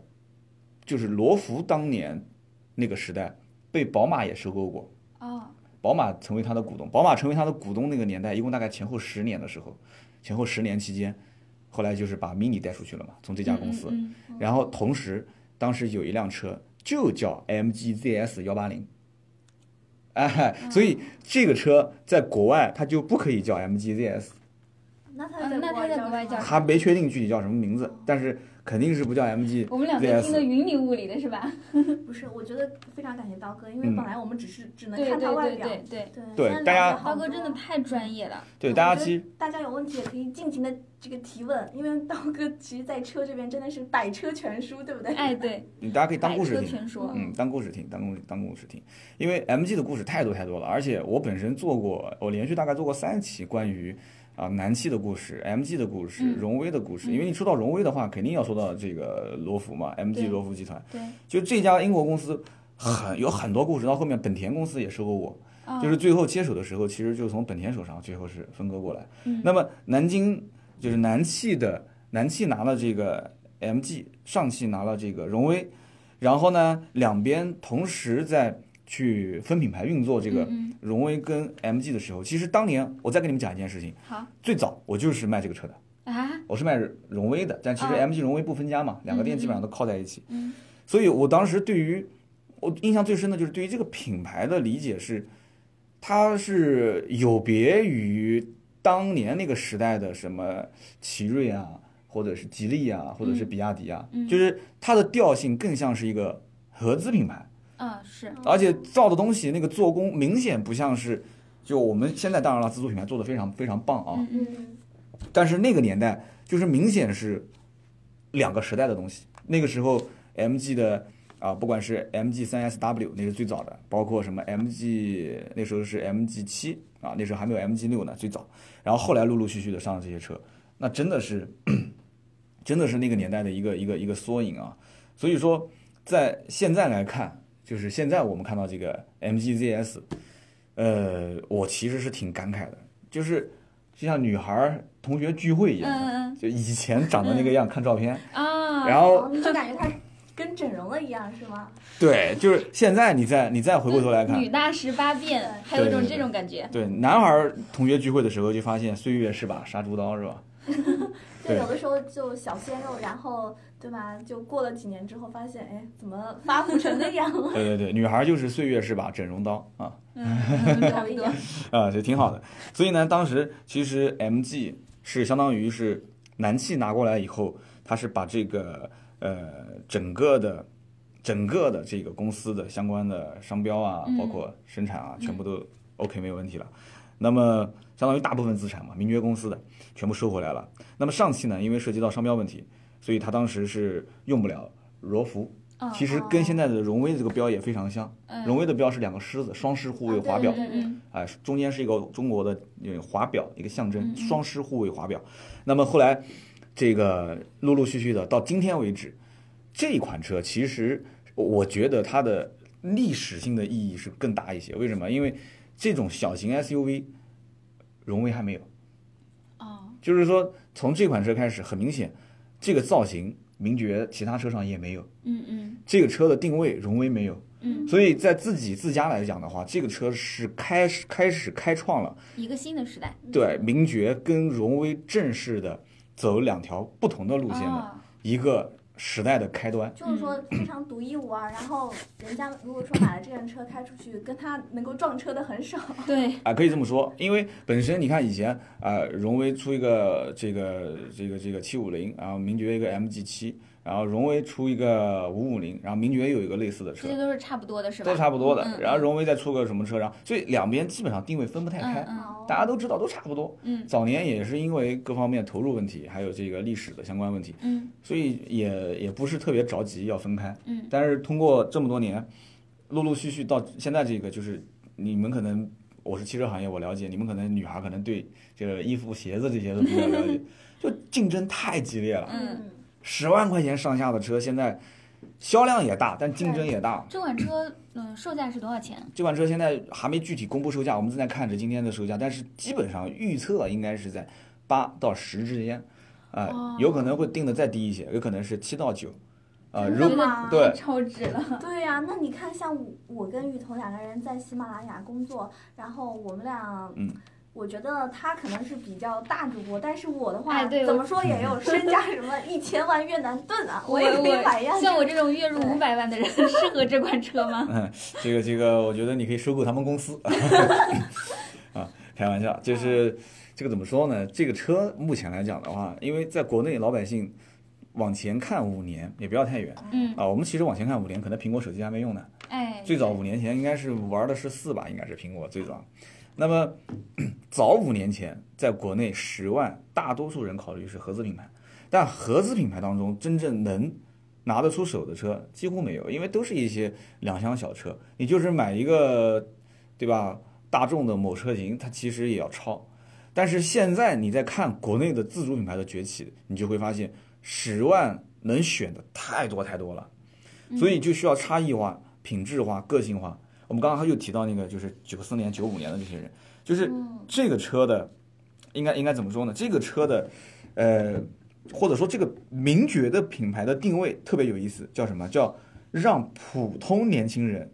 [SPEAKER 1] 就是罗孚当年那个时代被宝马也收购过，
[SPEAKER 2] 哦，
[SPEAKER 1] 宝马成为它的股东，宝马成为它的股东那个年代，一共大概前后十年的时候，前后十年期间，后来就是把 MINI 带出去了嘛，从这
[SPEAKER 2] 这
[SPEAKER 1] 家公司，
[SPEAKER 2] 嗯
[SPEAKER 1] 然后同时当时有一辆车就叫 MG ZS 幺八零。哎，
[SPEAKER 2] 嗯
[SPEAKER 1] 所以这个车在国外它就不可以叫 MG ZS，
[SPEAKER 3] 那他
[SPEAKER 2] 嗯
[SPEAKER 3] 在
[SPEAKER 2] 那
[SPEAKER 3] 国
[SPEAKER 2] 他在国外
[SPEAKER 3] 叫
[SPEAKER 2] 叫
[SPEAKER 3] 什么
[SPEAKER 1] 还没确定具体叫什么名字，但是肯定是不叫 MG
[SPEAKER 2] 嗯我们两个听得云里雾里的是吧？
[SPEAKER 3] 不是，我觉得非常感谢刀哥，因为
[SPEAKER 1] 嗯
[SPEAKER 3] 本来我们只是只能
[SPEAKER 2] 对
[SPEAKER 3] 看
[SPEAKER 2] 对
[SPEAKER 3] 他外
[SPEAKER 2] 对
[SPEAKER 3] 表。
[SPEAKER 2] 对对，
[SPEAKER 3] 对
[SPEAKER 1] 对
[SPEAKER 3] 现在
[SPEAKER 1] 大家
[SPEAKER 3] 了解好
[SPEAKER 2] 刀哥
[SPEAKER 3] 多
[SPEAKER 2] 真的太专业了，
[SPEAKER 1] 对，
[SPEAKER 3] 我
[SPEAKER 1] 大家
[SPEAKER 3] 觉得
[SPEAKER 1] 其实
[SPEAKER 3] 大家有问题也可以尽情的这个提问，因为刀哥其实在车这边真的是百车全书，对不对？
[SPEAKER 2] 哎，
[SPEAKER 1] *laughs*
[SPEAKER 2] 对，哎
[SPEAKER 1] 你大家可以当
[SPEAKER 2] 百
[SPEAKER 1] 故事
[SPEAKER 2] 科
[SPEAKER 1] 听，
[SPEAKER 2] 全说，
[SPEAKER 1] 嗯，当故事听，当故事当故事听，因为 MG 的故事太多太多了，而且我本身做过，我连续大概做过三期关于啊、南汽的故事、MG 的故事、
[SPEAKER 2] 嗯
[SPEAKER 1] 荣威的故事，
[SPEAKER 2] 嗯
[SPEAKER 1] 因为你说到荣威的话，肯定要说到这个罗孚嘛
[SPEAKER 2] 对
[SPEAKER 1] ，MG 罗孚集团，
[SPEAKER 2] 对，
[SPEAKER 1] 就这家英国公司很有很多故事，到后面本田公司也收购过，
[SPEAKER 2] 哦
[SPEAKER 1] 就是最后接手的时候，其实就是从本田手上最后是分割过来。
[SPEAKER 2] 嗯
[SPEAKER 1] 那么南京就是南汽的，南汽拿了这个 MG，上汽拿了这个荣威，然后呢，两边同时在去分品牌运作这个
[SPEAKER 2] 嗯
[SPEAKER 1] 荣威跟 MG 的时候，其实当年我再跟你们讲一件事情，
[SPEAKER 2] 嗯好
[SPEAKER 1] 最早我就是卖这个车的，
[SPEAKER 2] 啊，
[SPEAKER 1] 我是卖荣威的，但其实
[SPEAKER 2] 哦
[SPEAKER 1] MG 荣威不分家嘛，两个店基本上都靠在一起，
[SPEAKER 2] 嗯
[SPEAKER 1] 所以我当时对于我印象最深的就是对于这个品牌的理解是，它是有别于当年那个时代的什么奇瑞啊，或者是吉利啊，或者是比亚迪啊，
[SPEAKER 2] 嗯
[SPEAKER 1] 就是它的调性更像是一个合资品牌，
[SPEAKER 2] 啊是，
[SPEAKER 3] 嗯
[SPEAKER 1] 而且造的东西那个做工明显不像是。就我们现在当然了，自主品牌做的非常非常棒啊，
[SPEAKER 2] 嗯嗯
[SPEAKER 3] 嗯，
[SPEAKER 1] 但是那个年代就是明显是两个时代的东西。那个时候，MG 的啊，不管是 MG 三 SW 那是最早的，包括什么 MG 那时候是 MG 七啊，那时候还没有 MG 六呢，最早，然后后来陆陆续续的上了这些车，那真的是 *clears throat* 真的是那个年代的一个一个一个缩影啊。所以说，在现在来看，就是现在我们看到这个 MG ZS，呃，我其实是挺感慨的，就是就像女孩儿同学聚会一样的，
[SPEAKER 2] 嗯嗯
[SPEAKER 1] 就以前长得那个样，看照片，
[SPEAKER 2] 嗯啊，
[SPEAKER 1] 然后
[SPEAKER 3] 哦，你就感觉它跟整容了一样，是
[SPEAKER 1] *laughs*
[SPEAKER 3] 吗？
[SPEAKER 1] 对，就是现在你再你再回过头来看
[SPEAKER 2] 女，大十八
[SPEAKER 3] 嗯
[SPEAKER 2] 变，还有一种这种感觉。
[SPEAKER 1] 对男孩儿同学聚会的时候就发现岁月是把杀猪刀是吧？
[SPEAKER 3] 就
[SPEAKER 1] 对
[SPEAKER 3] 有的时候就小鲜肉，然后对吧？就过了几年之后，发现哎，怎么发福成那样了？
[SPEAKER 1] 对对对，女孩儿就是岁月是把整容刀啊
[SPEAKER 2] 嗯， *laughs* 嗯差不多。
[SPEAKER 1] 啊，就挺好的。所以呢，当时其实 MG 是相当于是南汽拿过来以后，它是把这个呃整个的整个的这个公司的相关的商标啊，包
[SPEAKER 2] 嗯
[SPEAKER 1] 括生产啊，全部都 OK 没有问题了。那么相当于大部分资产嘛，名爵公司的全部收回来了。那么上汽呢，因为涉及到商标问题，所以它当时是用不了罗孚。
[SPEAKER 2] 哦
[SPEAKER 1] 其实跟现在的荣威这个标也非常像，荣威的标是两个狮子，双狮护卫
[SPEAKER 3] 啊对
[SPEAKER 1] 华
[SPEAKER 3] 对
[SPEAKER 1] 表，
[SPEAKER 2] 嗯嗯
[SPEAKER 1] 啊，中间是一个中国的呃华表一个象
[SPEAKER 2] 嗯
[SPEAKER 1] 征，
[SPEAKER 2] 嗯
[SPEAKER 1] 双狮护卫华表。那么后来这个陆陆续续的到今天为止，这款车其实我觉得它的历史性的意义是更大一些。为什么？因为这种小型 SUV，荣威还没有。
[SPEAKER 2] 嗯哦，
[SPEAKER 1] 就是说，从这款车开始，很明显，这个造型名爵其他车上也没有，
[SPEAKER 2] 嗯嗯
[SPEAKER 1] 这个车的定位荣威没有。
[SPEAKER 2] 嗯，
[SPEAKER 1] 所以在自己自家来讲的话，这个车是开始开始开创了。
[SPEAKER 2] 一个新的时代
[SPEAKER 1] 对名爵跟荣威正式的走两条不同的路线的
[SPEAKER 2] 啊，
[SPEAKER 1] 一个时代的开端。
[SPEAKER 3] 就是说
[SPEAKER 2] 嗯
[SPEAKER 3] 非常独一无二。然后人家如果说买了这辆车开出去，跟它能够撞车的很少。
[SPEAKER 2] 对，
[SPEAKER 1] 啊，可以这么说，因为本身你看以前啊、荣威出一个这个这个这个七五零，然后名爵一个 MG 七，然后荣威出一个五五零，然后名爵有一个类似的车
[SPEAKER 2] 这些，都是差不多的，是吧？
[SPEAKER 1] 都差不多的。
[SPEAKER 2] 嗯
[SPEAKER 1] 然后荣威再出个什么车，然后所以两边基本上定位分不太开，
[SPEAKER 2] 嗯
[SPEAKER 3] 哦
[SPEAKER 1] 大家都知道都差不多。
[SPEAKER 2] 嗯
[SPEAKER 1] 早年也是因为各方面投入问题，还有这个历史的相关问题，
[SPEAKER 2] 嗯
[SPEAKER 1] 所以也也不是特别着急要分开。
[SPEAKER 2] 嗯
[SPEAKER 1] 但是通过这么多年，陆陆续续到现在这个，就是你们可能我是汽车行业，我了解，你们可能女孩可能对这个衣服、鞋子这些都比较了解，就竞争太激烈了。
[SPEAKER 2] 嗯，
[SPEAKER 3] 嗯，
[SPEAKER 1] 十万块钱上下的车，现在销量也大，但竞争也大。
[SPEAKER 2] 这款车嗯售价是多少钱？
[SPEAKER 1] 这款车现在还没具体公布售价，我们正在看着今天的售价，但是基本上预测应该是在八到十之间，啊、
[SPEAKER 2] 哦
[SPEAKER 1] 有可能会定的再低一些，有可能是七到九，啊、
[SPEAKER 3] 真
[SPEAKER 1] 如
[SPEAKER 3] 的
[SPEAKER 1] 果
[SPEAKER 3] 吗
[SPEAKER 1] 对
[SPEAKER 2] 超值了。
[SPEAKER 3] 嗯对呀、那你看，像我我跟雨桐两个人在喜马拉雅工作，然后我们俩，
[SPEAKER 1] 嗯
[SPEAKER 3] 我觉得他可能是比较大主播，但是我的话，
[SPEAKER 2] 哎对
[SPEAKER 3] 怎
[SPEAKER 2] 我
[SPEAKER 3] 么说也有身价什么一千万越南盾啊，
[SPEAKER 2] 我
[SPEAKER 3] 也可以买呀
[SPEAKER 2] 我。像我这种月入
[SPEAKER 3] 对
[SPEAKER 2] 五百万的人， *laughs* 适合这款车吗？
[SPEAKER 1] 这个这个，我觉得你可以收购他们公司。啊，开玩笑，就是这个怎么说呢？这个车目前来讲的话，因为在国内老百姓往前看五年，也不要太远
[SPEAKER 2] 嗯，
[SPEAKER 1] 啊。我们其实往前看五年，可能苹果手机还没用呢。
[SPEAKER 2] 哎，
[SPEAKER 1] 最早五年前应该是玩的是四吧，应该是苹果最早。那么早五年前，在国内十万，大多数人考虑是合资品牌，但合资品牌当中真正能拿得出手的车几乎没有，因为都是一些两厢小车，你就是买一个，对吧？大众的某车型，它其实也要超。但是现在你在看国内的自主品牌的崛起，你就会发现十万能选的太多太多了。所以就需要差异化、品质化、个性化。我们刚刚又提到那个，就是九四年、九五年的这些人，就是
[SPEAKER 3] 嗯，
[SPEAKER 1] 这个车的，应该应该怎么说呢？这个车的，呃，或者说这个名爵的品牌的定位特别有意思，叫什么？叫让普通年轻人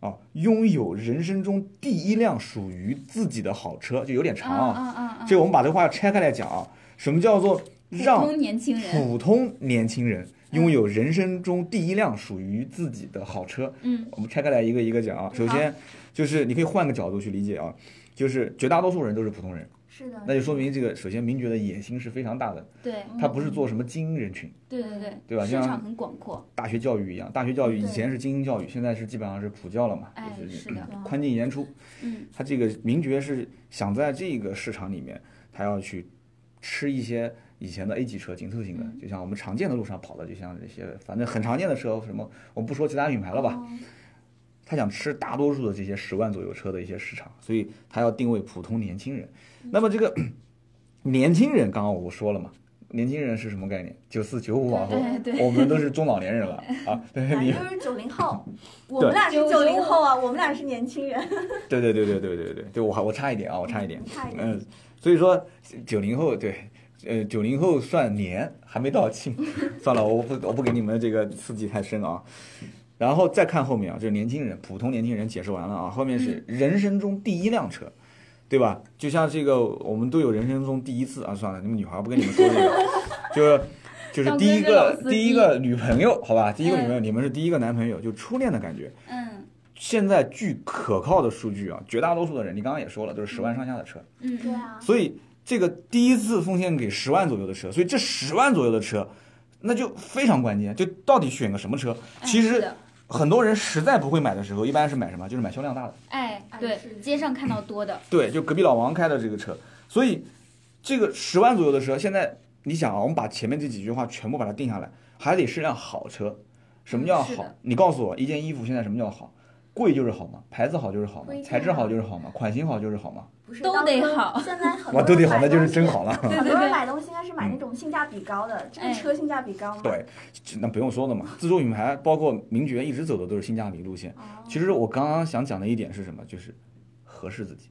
[SPEAKER 1] 啊拥有人生中第一辆属于自己的好车，就有点长
[SPEAKER 2] 啊
[SPEAKER 1] 啊。
[SPEAKER 2] 啊啊啊！
[SPEAKER 1] 这个我们把这话拆开来讲啊，什么叫做让
[SPEAKER 2] 普通年轻人，
[SPEAKER 1] 普通年轻人拥有人生中第一辆属于自己的好车。
[SPEAKER 2] 嗯
[SPEAKER 1] 我们拆开来一个一个讲啊。首先，就是你可以换个角度去理解啊，就是绝大多数人都是普通人，
[SPEAKER 3] 是的，嗯
[SPEAKER 1] 那就说明这个首先名爵的野心是非常大的，
[SPEAKER 2] 对
[SPEAKER 1] 他不是做什么精英人群，
[SPEAKER 2] 对对对，
[SPEAKER 1] 对吧
[SPEAKER 2] 嗯市
[SPEAKER 1] 像
[SPEAKER 2] 场很广阔，
[SPEAKER 1] 大学教育一样，大学教育以
[SPEAKER 3] 对
[SPEAKER 1] 前是精英教育，现在是基本上是普教了嘛，
[SPEAKER 2] 哎
[SPEAKER 1] 就是
[SPEAKER 2] 的
[SPEAKER 3] 啊
[SPEAKER 1] 宽进严出。
[SPEAKER 2] 嗯
[SPEAKER 1] 他这个名爵是想在这个市场里面，他要去吃一些以前的 A 级车紧凑型的，
[SPEAKER 2] 嗯
[SPEAKER 1] 就像我们常见的路上跑的，就像这些反正很常见的车，什么我们不说其他品牌了吧，
[SPEAKER 3] 哦
[SPEAKER 1] 他想吃大多数的这些十万左右车的一些市场，所以他要定位普通年轻人。那么这个 *clears throat* 年轻人，刚刚我说了嘛，年轻人是什么概念？九四九五往后
[SPEAKER 2] 嗯对对，
[SPEAKER 1] 我们都是中老年人了啊！ *laughs* 对
[SPEAKER 3] 反
[SPEAKER 1] 你
[SPEAKER 3] 正就是九零
[SPEAKER 1] *laughs*
[SPEAKER 3] 后，我
[SPEAKER 1] 对
[SPEAKER 3] 们俩是
[SPEAKER 2] 95
[SPEAKER 3] 九零后啊，我们俩是年轻人，
[SPEAKER 1] 对对对对对对对，对我还我差一点啊，我差一点，
[SPEAKER 3] *laughs* 差一点
[SPEAKER 1] 嗯，所以说九零后对，呃，九零后算年还没到庆，算了，我不我不给你们这个刺激太深啊。然后再看后面啊，就是年轻人，普通年轻人解释完了啊，后面是
[SPEAKER 2] 嗯
[SPEAKER 1] 人生中第一辆车，对吧？就像这个我们都有人生中第一次啊，算了，你们女孩不跟你们说这个，就是就是
[SPEAKER 2] 当
[SPEAKER 1] 第一
[SPEAKER 2] 哥哥老
[SPEAKER 1] 个
[SPEAKER 2] 司机
[SPEAKER 1] 第一个女朋友，好吧，第一个女朋友，你们是第一个男朋友，就初恋的感觉。
[SPEAKER 2] 嗯
[SPEAKER 1] 现在据可靠的数据啊，绝大多数的人，你刚刚也说了，都是十万上下的车，
[SPEAKER 2] 嗯，
[SPEAKER 3] 对啊，
[SPEAKER 1] 所以这个第一次奉献给十万左右的车，所以这十万左右的车，那就非常关键，就到底选个什么车？
[SPEAKER 2] 哎
[SPEAKER 1] 其
[SPEAKER 2] 是
[SPEAKER 1] 实
[SPEAKER 2] 的
[SPEAKER 1] 很多人实在不会买的时候，一般是买什么？就是买销量大的，
[SPEAKER 2] 哎
[SPEAKER 3] 哎
[SPEAKER 2] 对
[SPEAKER 3] 是，
[SPEAKER 2] 街上看到多的，
[SPEAKER 1] 对，就隔壁老王开的这个车，所以这个十万左右的车，现在你想啊，我们把前面这几句话全部把它定下来，还得是辆好车。什么叫
[SPEAKER 2] 嗯是
[SPEAKER 1] 好
[SPEAKER 2] 的？
[SPEAKER 1] 你告诉我，一件衣服现在什么叫好？贵就是好嘛，牌子好就是好嘛
[SPEAKER 3] 不一，定
[SPEAKER 1] 材质好
[SPEAKER 3] 啊
[SPEAKER 1] 就是好嘛，款型好就是好嘛。
[SPEAKER 3] 不是
[SPEAKER 2] 都
[SPEAKER 3] 当
[SPEAKER 2] 得
[SPEAKER 3] 哥
[SPEAKER 2] 好
[SPEAKER 3] 现在很多
[SPEAKER 1] 哇，
[SPEAKER 3] 人
[SPEAKER 1] 都得好，
[SPEAKER 3] 买
[SPEAKER 1] 那就是
[SPEAKER 3] 东西
[SPEAKER 1] 真好了。
[SPEAKER 2] 对
[SPEAKER 3] 很
[SPEAKER 2] 对
[SPEAKER 3] 多人
[SPEAKER 2] 对，
[SPEAKER 3] 买东西应该是买那种性价比高的，这
[SPEAKER 2] 哎
[SPEAKER 3] 个车性价比高嘛。
[SPEAKER 1] 对，那不用说了嘛，自主品牌包括名爵一直走的都是性价比路线。
[SPEAKER 3] 哦，
[SPEAKER 1] 其实我刚刚想讲的一点是什么，就是合适自己，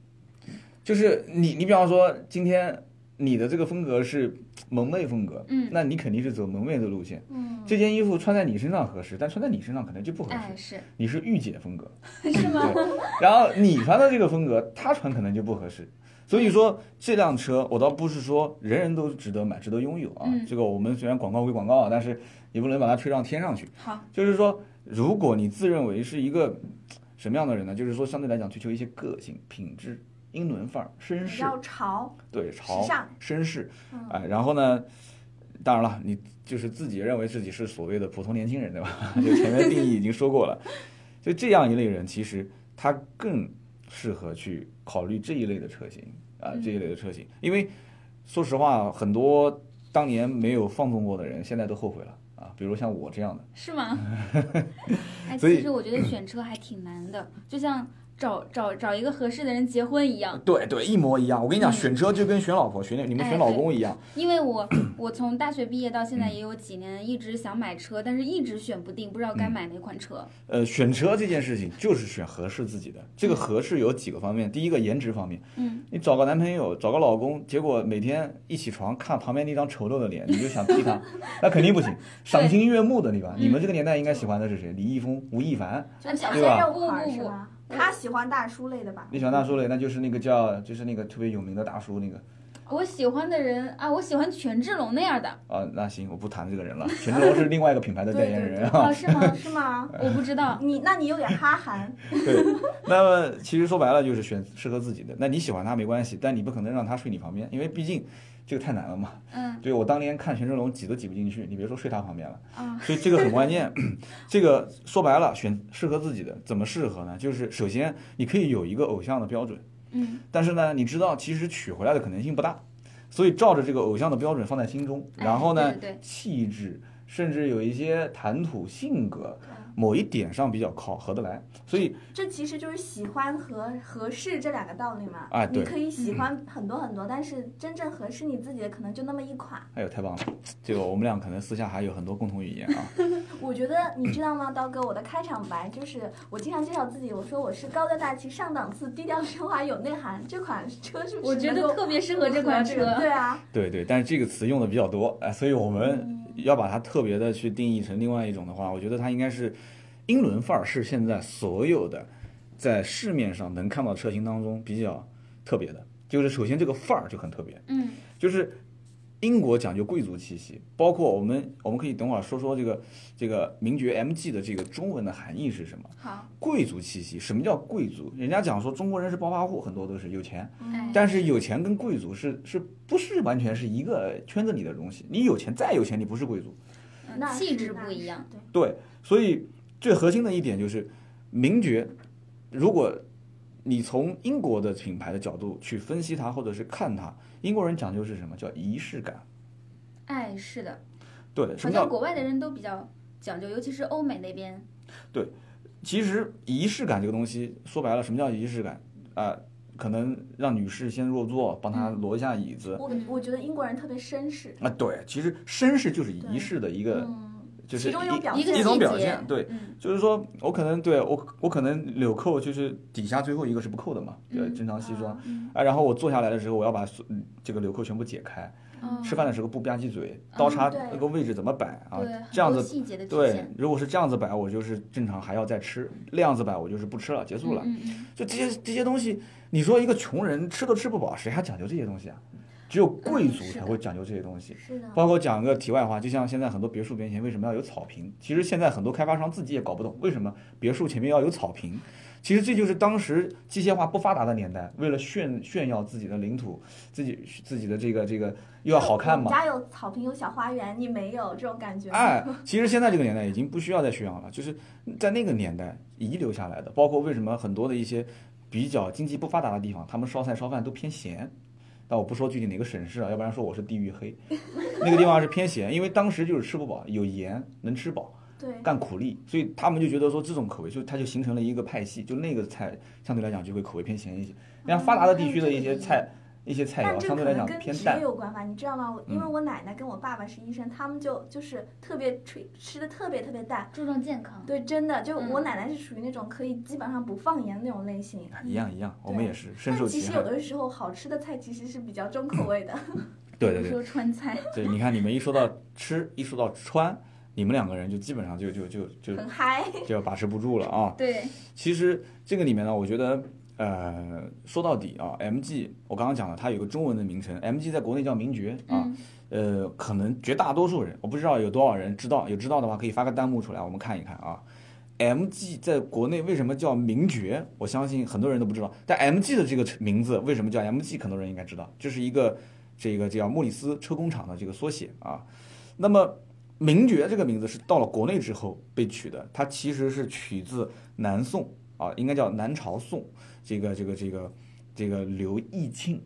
[SPEAKER 1] 就是你你比方说今天你的这个风格是萌妹风格，
[SPEAKER 2] 嗯
[SPEAKER 1] 那你肯定是走萌妹的路线。
[SPEAKER 3] 嗯，
[SPEAKER 1] 这件衣服穿在你身上合适，但穿在你身上可能就不合
[SPEAKER 2] 哎
[SPEAKER 1] 适。
[SPEAKER 2] 是
[SPEAKER 1] 你是御姐风格，
[SPEAKER 2] *laughs* 是吗？
[SPEAKER 1] 对，然后你穿的这个风格，他穿可能就不合适。所以说这辆车，我倒不是说人人都值得买、值得拥有啊。
[SPEAKER 2] 嗯
[SPEAKER 1] 这个我们虽然广告归广告啊，但是也不能把它吹上天上去。
[SPEAKER 2] 好，
[SPEAKER 1] 就是说，如果你自认为是一个什么样的人呢？就是说，相对来讲追求一些个性、品质、英伦范儿、绅
[SPEAKER 3] 比
[SPEAKER 1] 士，
[SPEAKER 3] 较潮，
[SPEAKER 1] 对，潮
[SPEAKER 3] 时尚、
[SPEAKER 1] 绅士，
[SPEAKER 3] 嗯
[SPEAKER 1] 哎，然后呢，当然了，你就是自己认为自己是所谓的普通年轻人，对吧？ *laughs* 就前面定义已经说过了，就这样一类人，其实他更适合去考虑这一类的车型啊，这一
[SPEAKER 3] 嗯
[SPEAKER 1] 类的车型，因为说实话，很多当年没有放纵过的人，现在都后悔了啊，比如像我这样的，
[SPEAKER 2] 是
[SPEAKER 1] *laughs*
[SPEAKER 2] 吗？哎，
[SPEAKER 1] 所以
[SPEAKER 2] 其实我觉得选车还挺难的，就像找找找一个合适的人结婚一样。
[SPEAKER 1] 对对，一模一样。我跟你讲，
[SPEAKER 2] 嗯
[SPEAKER 1] 选车就跟选老婆、选你们选
[SPEAKER 2] 哎
[SPEAKER 1] 老
[SPEAKER 2] 对
[SPEAKER 1] 公一样，
[SPEAKER 2] 因
[SPEAKER 1] *clears throat*
[SPEAKER 2] 为我我从大学毕业到现在
[SPEAKER 1] 嗯
[SPEAKER 2] 也有几年一直想买车，但是一直选不定，不知道该
[SPEAKER 1] 嗯
[SPEAKER 2] 买哪款车。
[SPEAKER 1] 呃，选车这件事情就是选合适自己的。这个合适有几个方面，第一个颜值方面，
[SPEAKER 2] 嗯，
[SPEAKER 1] 你找个男朋友，找个老公，结果每天一起床看旁边那张丑陋的脸，你就想
[SPEAKER 2] *laughs*
[SPEAKER 1] 劈他，那肯定不行。赏心悦目的，对吧？
[SPEAKER 2] 嗯哦
[SPEAKER 1] 你们这个年代应该喜欢的是谁？李易峰、吴亦凡。
[SPEAKER 2] 哎
[SPEAKER 3] 就是小
[SPEAKER 1] 对
[SPEAKER 3] 鲜
[SPEAKER 1] 吧
[SPEAKER 3] 肉款
[SPEAKER 2] 不
[SPEAKER 3] 是
[SPEAKER 2] 不
[SPEAKER 3] 吧？他喜欢大叔类的吧？
[SPEAKER 1] 你喜欢大叔嘞？那就是那个叫，就是那个特别有名的大叔那个
[SPEAKER 2] 我喜欢的人啊，我喜欢权志龙那样的
[SPEAKER 1] 啊。那行，我不谈这个人了。权志龙是另外一个品牌的代言人啊。
[SPEAKER 3] 哦，是吗？是吗？
[SPEAKER 2] 我不知道。
[SPEAKER 3] 你那你有点哈韩，
[SPEAKER 1] 对， *laughs* 那么其实说白了就是选适合自己的。那你喜欢他没关系，但你不可能让他睡你旁边，因为毕竟这个太难了嘛。
[SPEAKER 2] 嗯
[SPEAKER 1] 对我当年看权志龙挤都挤不进去，你别说睡他旁边了。
[SPEAKER 2] 啊，
[SPEAKER 1] 所以这个很关
[SPEAKER 2] *laughs*
[SPEAKER 1] 键。这个说白了，选适合自己的，怎么适合呢？就是首先你可以有一个偶像的标准，
[SPEAKER 2] 嗯，
[SPEAKER 1] 但是呢，你知道其实娶回来的可能性不大，所以照着这个偶像的标准放在心中，
[SPEAKER 2] 哎
[SPEAKER 1] *laughs* 然后呢，
[SPEAKER 2] 对对对
[SPEAKER 1] 气质。甚至有一些谈吐、性格，某一点上比较靠合得来，所以
[SPEAKER 3] 这其实就是喜欢和合适这两个道理嘛。
[SPEAKER 1] 哎对
[SPEAKER 3] 你可以
[SPEAKER 2] 嗯
[SPEAKER 3] 喜欢很多很多，但是真正合适你自己的可能就那么一款。
[SPEAKER 1] 哎呦太棒了！这个我们俩可能私下还有很多共同语言啊。 *laughs*
[SPEAKER 3] 我觉得你知道吗，刀哥，我的开场白就是我经常介绍自己，我说我是高调大气、上档次、低调奢华、有内涵。这款车是不是
[SPEAKER 2] 我觉
[SPEAKER 3] 能
[SPEAKER 2] 得
[SPEAKER 3] 够
[SPEAKER 2] 特别适合这款
[SPEAKER 3] 符合这个
[SPEAKER 2] 车。
[SPEAKER 3] 对啊，
[SPEAKER 1] 对对，但是这个词用的比较多，哎，所以我们要把它特别的去定义成另外一种的话，我觉得它应该是英伦范儿，是现在所有的在市面上能看到车型当中比较特别的，就是首先这个范儿就很特别，
[SPEAKER 2] 嗯，
[SPEAKER 1] 就是英国讲究贵族气息，包括我们我们可以等会儿说说这个这个名爵 MG 的这个中文的含义是什么，
[SPEAKER 2] 好，
[SPEAKER 1] 贵族气息，什么叫贵族？人家讲说中国人是暴发户，很多都是有钱，
[SPEAKER 3] 嗯
[SPEAKER 2] 哎，
[SPEAKER 1] 但是有钱跟贵族是是不是完全是一个圈子里的东西？你有钱再有钱，你不是贵族。
[SPEAKER 2] 嗯
[SPEAKER 3] 那
[SPEAKER 2] 气
[SPEAKER 3] 是
[SPEAKER 2] 质
[SPEAKER 3] 那
[SPEAKER 2] 不一
[SPEAKER 3] 是
[SPEAKER 2] 样。
[SPEAKER 3] 对，
[SPEAKER 1] 对，所以最核心的一点就是，名爵如果你从英国的品牌的角度去分析它，或者是看它，英国人讲究是什么叫仪式感？
[SPEAKER 2] 哎，是的，
[SPEAKER 1] 对，什
[SPEAKER 2] 好
[SPEAKER 1] 么叫
[SPEAKER 2] 像国外的人都比较讲究，尤其是欧美那边。
[SPEAKER 1] 其实仪式感这个东西，说白了，什么叫仪式感啊、可能让女士先入座，帮她挪一下椅子
[SPEAKER 3] 我
[SPEAKER 2] 嗯
[SPEAKER 3] 我觉得英国人特别绅士，
[SPEAKER 1] 啊、对，其实绅士就是仪式的一个，
[SPEAKER 3] 嗯，
[SPEAKER 1] 就是
[SPEAKER 3] 其中一种表
[SPEAKER 1] 一
[SPEAKER 2] 现
[SPEAKER 1] 一种表
[SPEAKER 2] 一个细节
[SPEAKER 1] 现。对，
[SPEAKER 2] 嗯，
[SPEAKER 1] 就是说我可能对我我可能纽扣就是底下最后一个是不扣的嘛，呃，
[SPEAKER 2] 嗯
[SPEAKER 1] 正常西装
[SPEAKER 3] 啊
[SPEAKER 2] 嗯
[SPEAKER 1] 啊，然后我坐下来的时候，我要把所嗯这个纽扣全部解开，
[SPEAKER 2] 哦
[SPEAKER 1] 吃饭的时候不吧唧嘴，刀叉
[SPEAKER 3] 对
[SPEAKER 1] 那个位置怎么摆啊
[SPEAKER 2] 嗯对，很，
[SPEAKER 1] 这样
[SPEAKER 2] 多
[SPEAKER 1] 子。
[SPEAKER 2] 细节的体
[SPEAKER 1] 对
[SPEAKER 2] 现，
[SPEAKER 1] 如果是这样子摆，我就是正常还要再吃；那样子摆，我就是不吃了，结束了。
[SPEAKER 2] 嗯嗯
[SPEAKER 1] 就这些这些东西，你说一个穷人吃都吃不饱，谁还讲究这些东西啊？只有贵
[SPEAKER 2] 嗯
[SPEAKER 1] 族才会讲究这些东西。
[SPEAKER 3] 是的，
[SPEAKER 1] 包括讲个题外话，就像现在很多别墅边前为什么要有草坪？其实现在很多开发商自己也搞不懂为什么别墅前面要有草坪。其实这就是当时机械化不发达的年代，为了炫炫耀自己的领土，自己自己的这个这个又要好看
[SPEAKER 3] 我们
[SPEAKER 1] 嘛。
[SPEAKER 3] 家有草坪，有小花园，你没有这种感觉吗？
[SPEAKER 1] 哎，其实现在这个年代已经不需要再宣扬了，就是在那个年代遗留下来的，包括为什么很多的一些比较经济不发达的地方，他们烧菜烧饭都偏咸。但我不说具体哪个省市啊，要不然说我是地域黑。 *laughs* 那个地方是偏咸，因为当时就是吃不饱，有盐能吃饱，
[SPEAKER 3] 对，
[SPEAKER 1] 干苦力，所以他们就觉得说这种口味，就它就形成了一个派系，就那个菜相对来讲就会口味偏咸一些。像发达的地区的一些菜，一些菜
[SPEAKER 3] 但
[SPEAKER 1] 肴
[SPEAKER 3] 这
[SPEAKER 1] 相
[SPEAKER 3] 可
[SPEAKER 1] 对来讲
[SPEAKER 3] 能跟
[SPEAKER 1] 偏
[SPEAKER 3] 职
[SPEAKER 1] 淡
[SPEAKER 3] 业。有关吧，你知道吗？我因为
[SPEAKER 1] 嗯
[SPEAKER 3] 我奶奶跟我爸爸是医生，他们就就是特别吃吃的特别特别淡。
[SPEAKER 2] 注重健康。
[SPEAKER 3] 对，真的，就我
[SPEAKER 2] 嗯
[SPEAKER 3] 奶奶是属于那种可以基本上不放盐的那种类型。
[SPEAKER 1] 哎一样一样，我们
[SPEAKER 3] 对
[SPEAKER 1] 也是深
[SPEAKER 3] 但
[SPEAKER 1] 受
[SPEAKER 3] 其
[SPEAKER 1] 其
[SPEAKER 3] 实
[SPEAKER 1] 害嗯
[SPEAKER 3] 有。的时候好吃的菜其实是比较重口味的。
[SPEAKER 1] 对对
[SPEAKER 2] 比
[SPEAKER 1] 对
[SPEAKER 2] 如。说川菜，
[SPEAKER 1] 对，你看你们一说到吃，一说到穿，你们两个人就基本上就就就就
[SPEAKER 3] 很嗨，
[SPEAKER 1] 就要把持不住了啊。
[SPEAKER 2] 对，
[SPEAKER 1] 其实这个里面呢，我觉得呃，说到底啊，MG 我刚刚讲了，它有个中文的名称，MG 在国内叫名爵啊。
[SPEAKER 2] 嗯，
[SPEAKER 1] 呃，可能绝大多数人，我不知道有多少人知道，有知道的话可以发个弹幕出来，我们看一看啊。MG 在国内为什么叫名爵？我相信很多人都不知道。但 MG 的这个名字为什么叫 MG？很多人应该知道，这是一个这个叫莫里斯车工厂的这个缩写啊。那么名爵这个名字是到了国内之后被取的，它其实是取自南宋啊，应该叫南朝宋这个这个这个这个刘义庆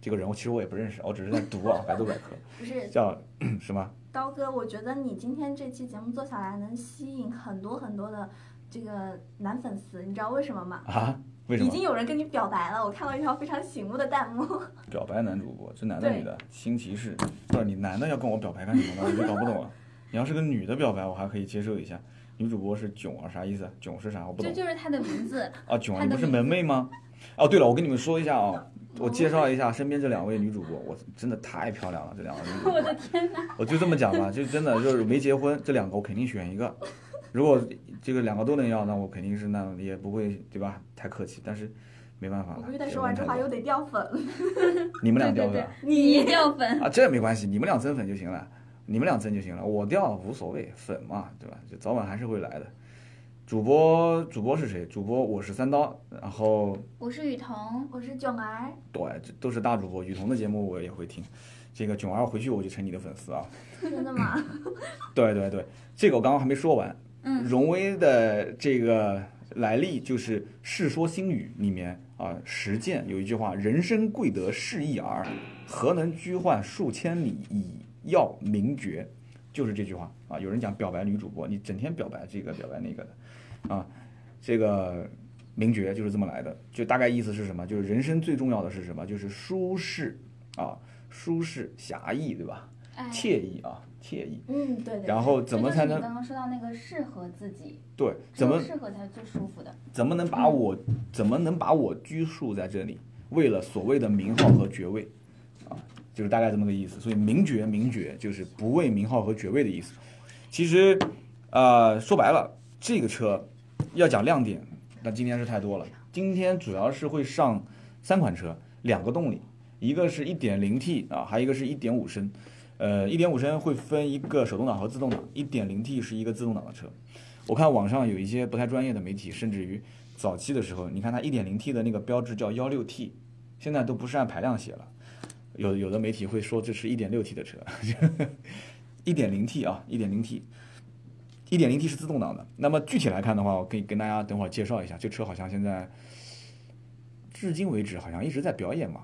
[SPEAKER 1] 这个人物，其实我也不认识，我只是在读啊，百度百科。
[SPEAKER 3] 不是
[SPEAKER 1] 叫 *clears throat* 什么？
[SPEAKER 3] 刀哥，我觉得你今天这期节目做下来，能吸引很多很多的这个男粉丝，你知道为什么吗？
[SPEAKER 1] 啊？为什
[SPEAKER 3] 已
[SPEAKER 1] 么
[SPEAKER 3] 经有人跟你表白了，我看到一条非常醒目的弹幕。
[SPEAKER 1] 表白男主播？这男的
[SPEAKER 3] 对
[SPEAKER 1] 女的？新奇士不是你男的要跟我表白干什么呢？我就搞不懂了。啊你要是个女的表白，我还可以接受一下。女主播是囧啊，啥意思啊？囧是啥？我不
[SPEAKER 2] 这
[SPEAKER 1] 懂
[SPEAKER 2] 就是它的名字。
[SPEAKER 3] *laughs*
[SPEAKER 1] 啊。囧啊，
[SPEAKER 2] 她
[SPEAKER 1] 你
[SPEAKER 2] 的
[SPEAKER 1] 不是
[SPEAKER 2] 名字
[SPEAKER 1] 门妹吗？哦，对了，我跟你们说一下啊，我介绍一下身边这两位女主播，我真的太漂亮了，这两个女主播。
[SPEAKER 2] 我的天哪！
[SPEAKER 1] 我就这么讲吧，就真的就是没结婚，这两个我肯定选一个。如果这个两个都能要，那我肯定是那也不会对吧？太客气，但是没办法了。
[SPEAKER 3] 我估计他
[SPEAKER 1] 这
[SPEAKER 3] 说
[SPEAKER 1] 个
[SPEAKER 3] 完这
[SPEAKER 1] 太
[SPEAKER 3] 话
[SPEAKER 1] 多
[SPEAKER 3] 又得掉粉了。
[SPEAKER 1] *laughs* 你们俩
[SPEAKER 2] 对
[SPEAKER 1] 掉
[SPEAKER 2] 对
[SPEAKER 1] 粉
[SPEAKER 2] 对，你掉粉，
[SPEAKER 1] 啊，这没关系，你们俩增粉就行了，你们俩增就行了，我掉无所谓，粉嘛，对吧？就早晚还是会来的。主播主播是谁？主播我是三刀，然后
[SPEAKER 2] 我是雨桐，
[SPEAKER 3] *laughs* 我是囧儿，
[SPEAKER 1] 对，这都是大主播，雨桐的节目我也会听。这个囧儿回去我就成你的粉丝啊！
[SPEAKER 3] 真的
[SPEAKER 1] *laughs*
[SPEAKER 3] 吗？
[SPEAKER 1] 对对对，这个我刚刚还没说完。
[SPEAKER 2] 嗯，
[SPEAKER 1] 荣威的这个来历就是《世说新语》里面啊，实践有一句话：“人生贵得是一耳，何能居患数千里以要名爵。”就是这句话啊。有人讲表白女主播，你整天表白这个表白那个的啊，这个名爵就是这么来的。就大概意思是什么？就是人生最重要的是什么？就是舒适啊，舒适侠义对吧？
[SPEAKER 2] 哎，
[SPEAKER 1] 惬意啊，惬意。
[SPEAKER 3] 嗯，对对。
[SPEAKER 1] 然后怎么
[SPEAKER 2] 这就是
[SPEAKER 1] 才
[SPEAKER 2] 你
[SPEAKER 1] 能
[SPEAKER 2] 刚刚说到那个适合自己，
[SPEAKER 1] 对？
[SPEAKER 2] 只
[SPEAKER 1] 怎么
[SPEAKER 2] 有适合才是最舒服的？
[SPEAKER 1] 怎么能把我怎么能把我拘束在这里？为了所谓的名号和爵位，啊，就是大概这么个意思。所以名爵，名爵就是不为名号和爵位的意思。其实，呃，说白了，这个车要讲亮点，那今天是太多了。今天主要是会上三款车，两个动力，一个是一点零 T 啊，还有一个是一点五升。呃，一点五升会分一个手动挡和自动挡，一点零 T 是一个自动挡的车。我看网上有一些不太专业的媒体，甚至于早期的时候，你看它一点零 T 的那个标志叫幺六 T，现在都不是按排量写了。有有的媒体会说这是一点六 T 的车， *laughs* 一点零 T 啊，一点零 T，一点零 T 是自动挡的。那么具体来看的话，我可以跟大家等会儿介绍一下，这车好像现在至今为止好像一直在表演嘛。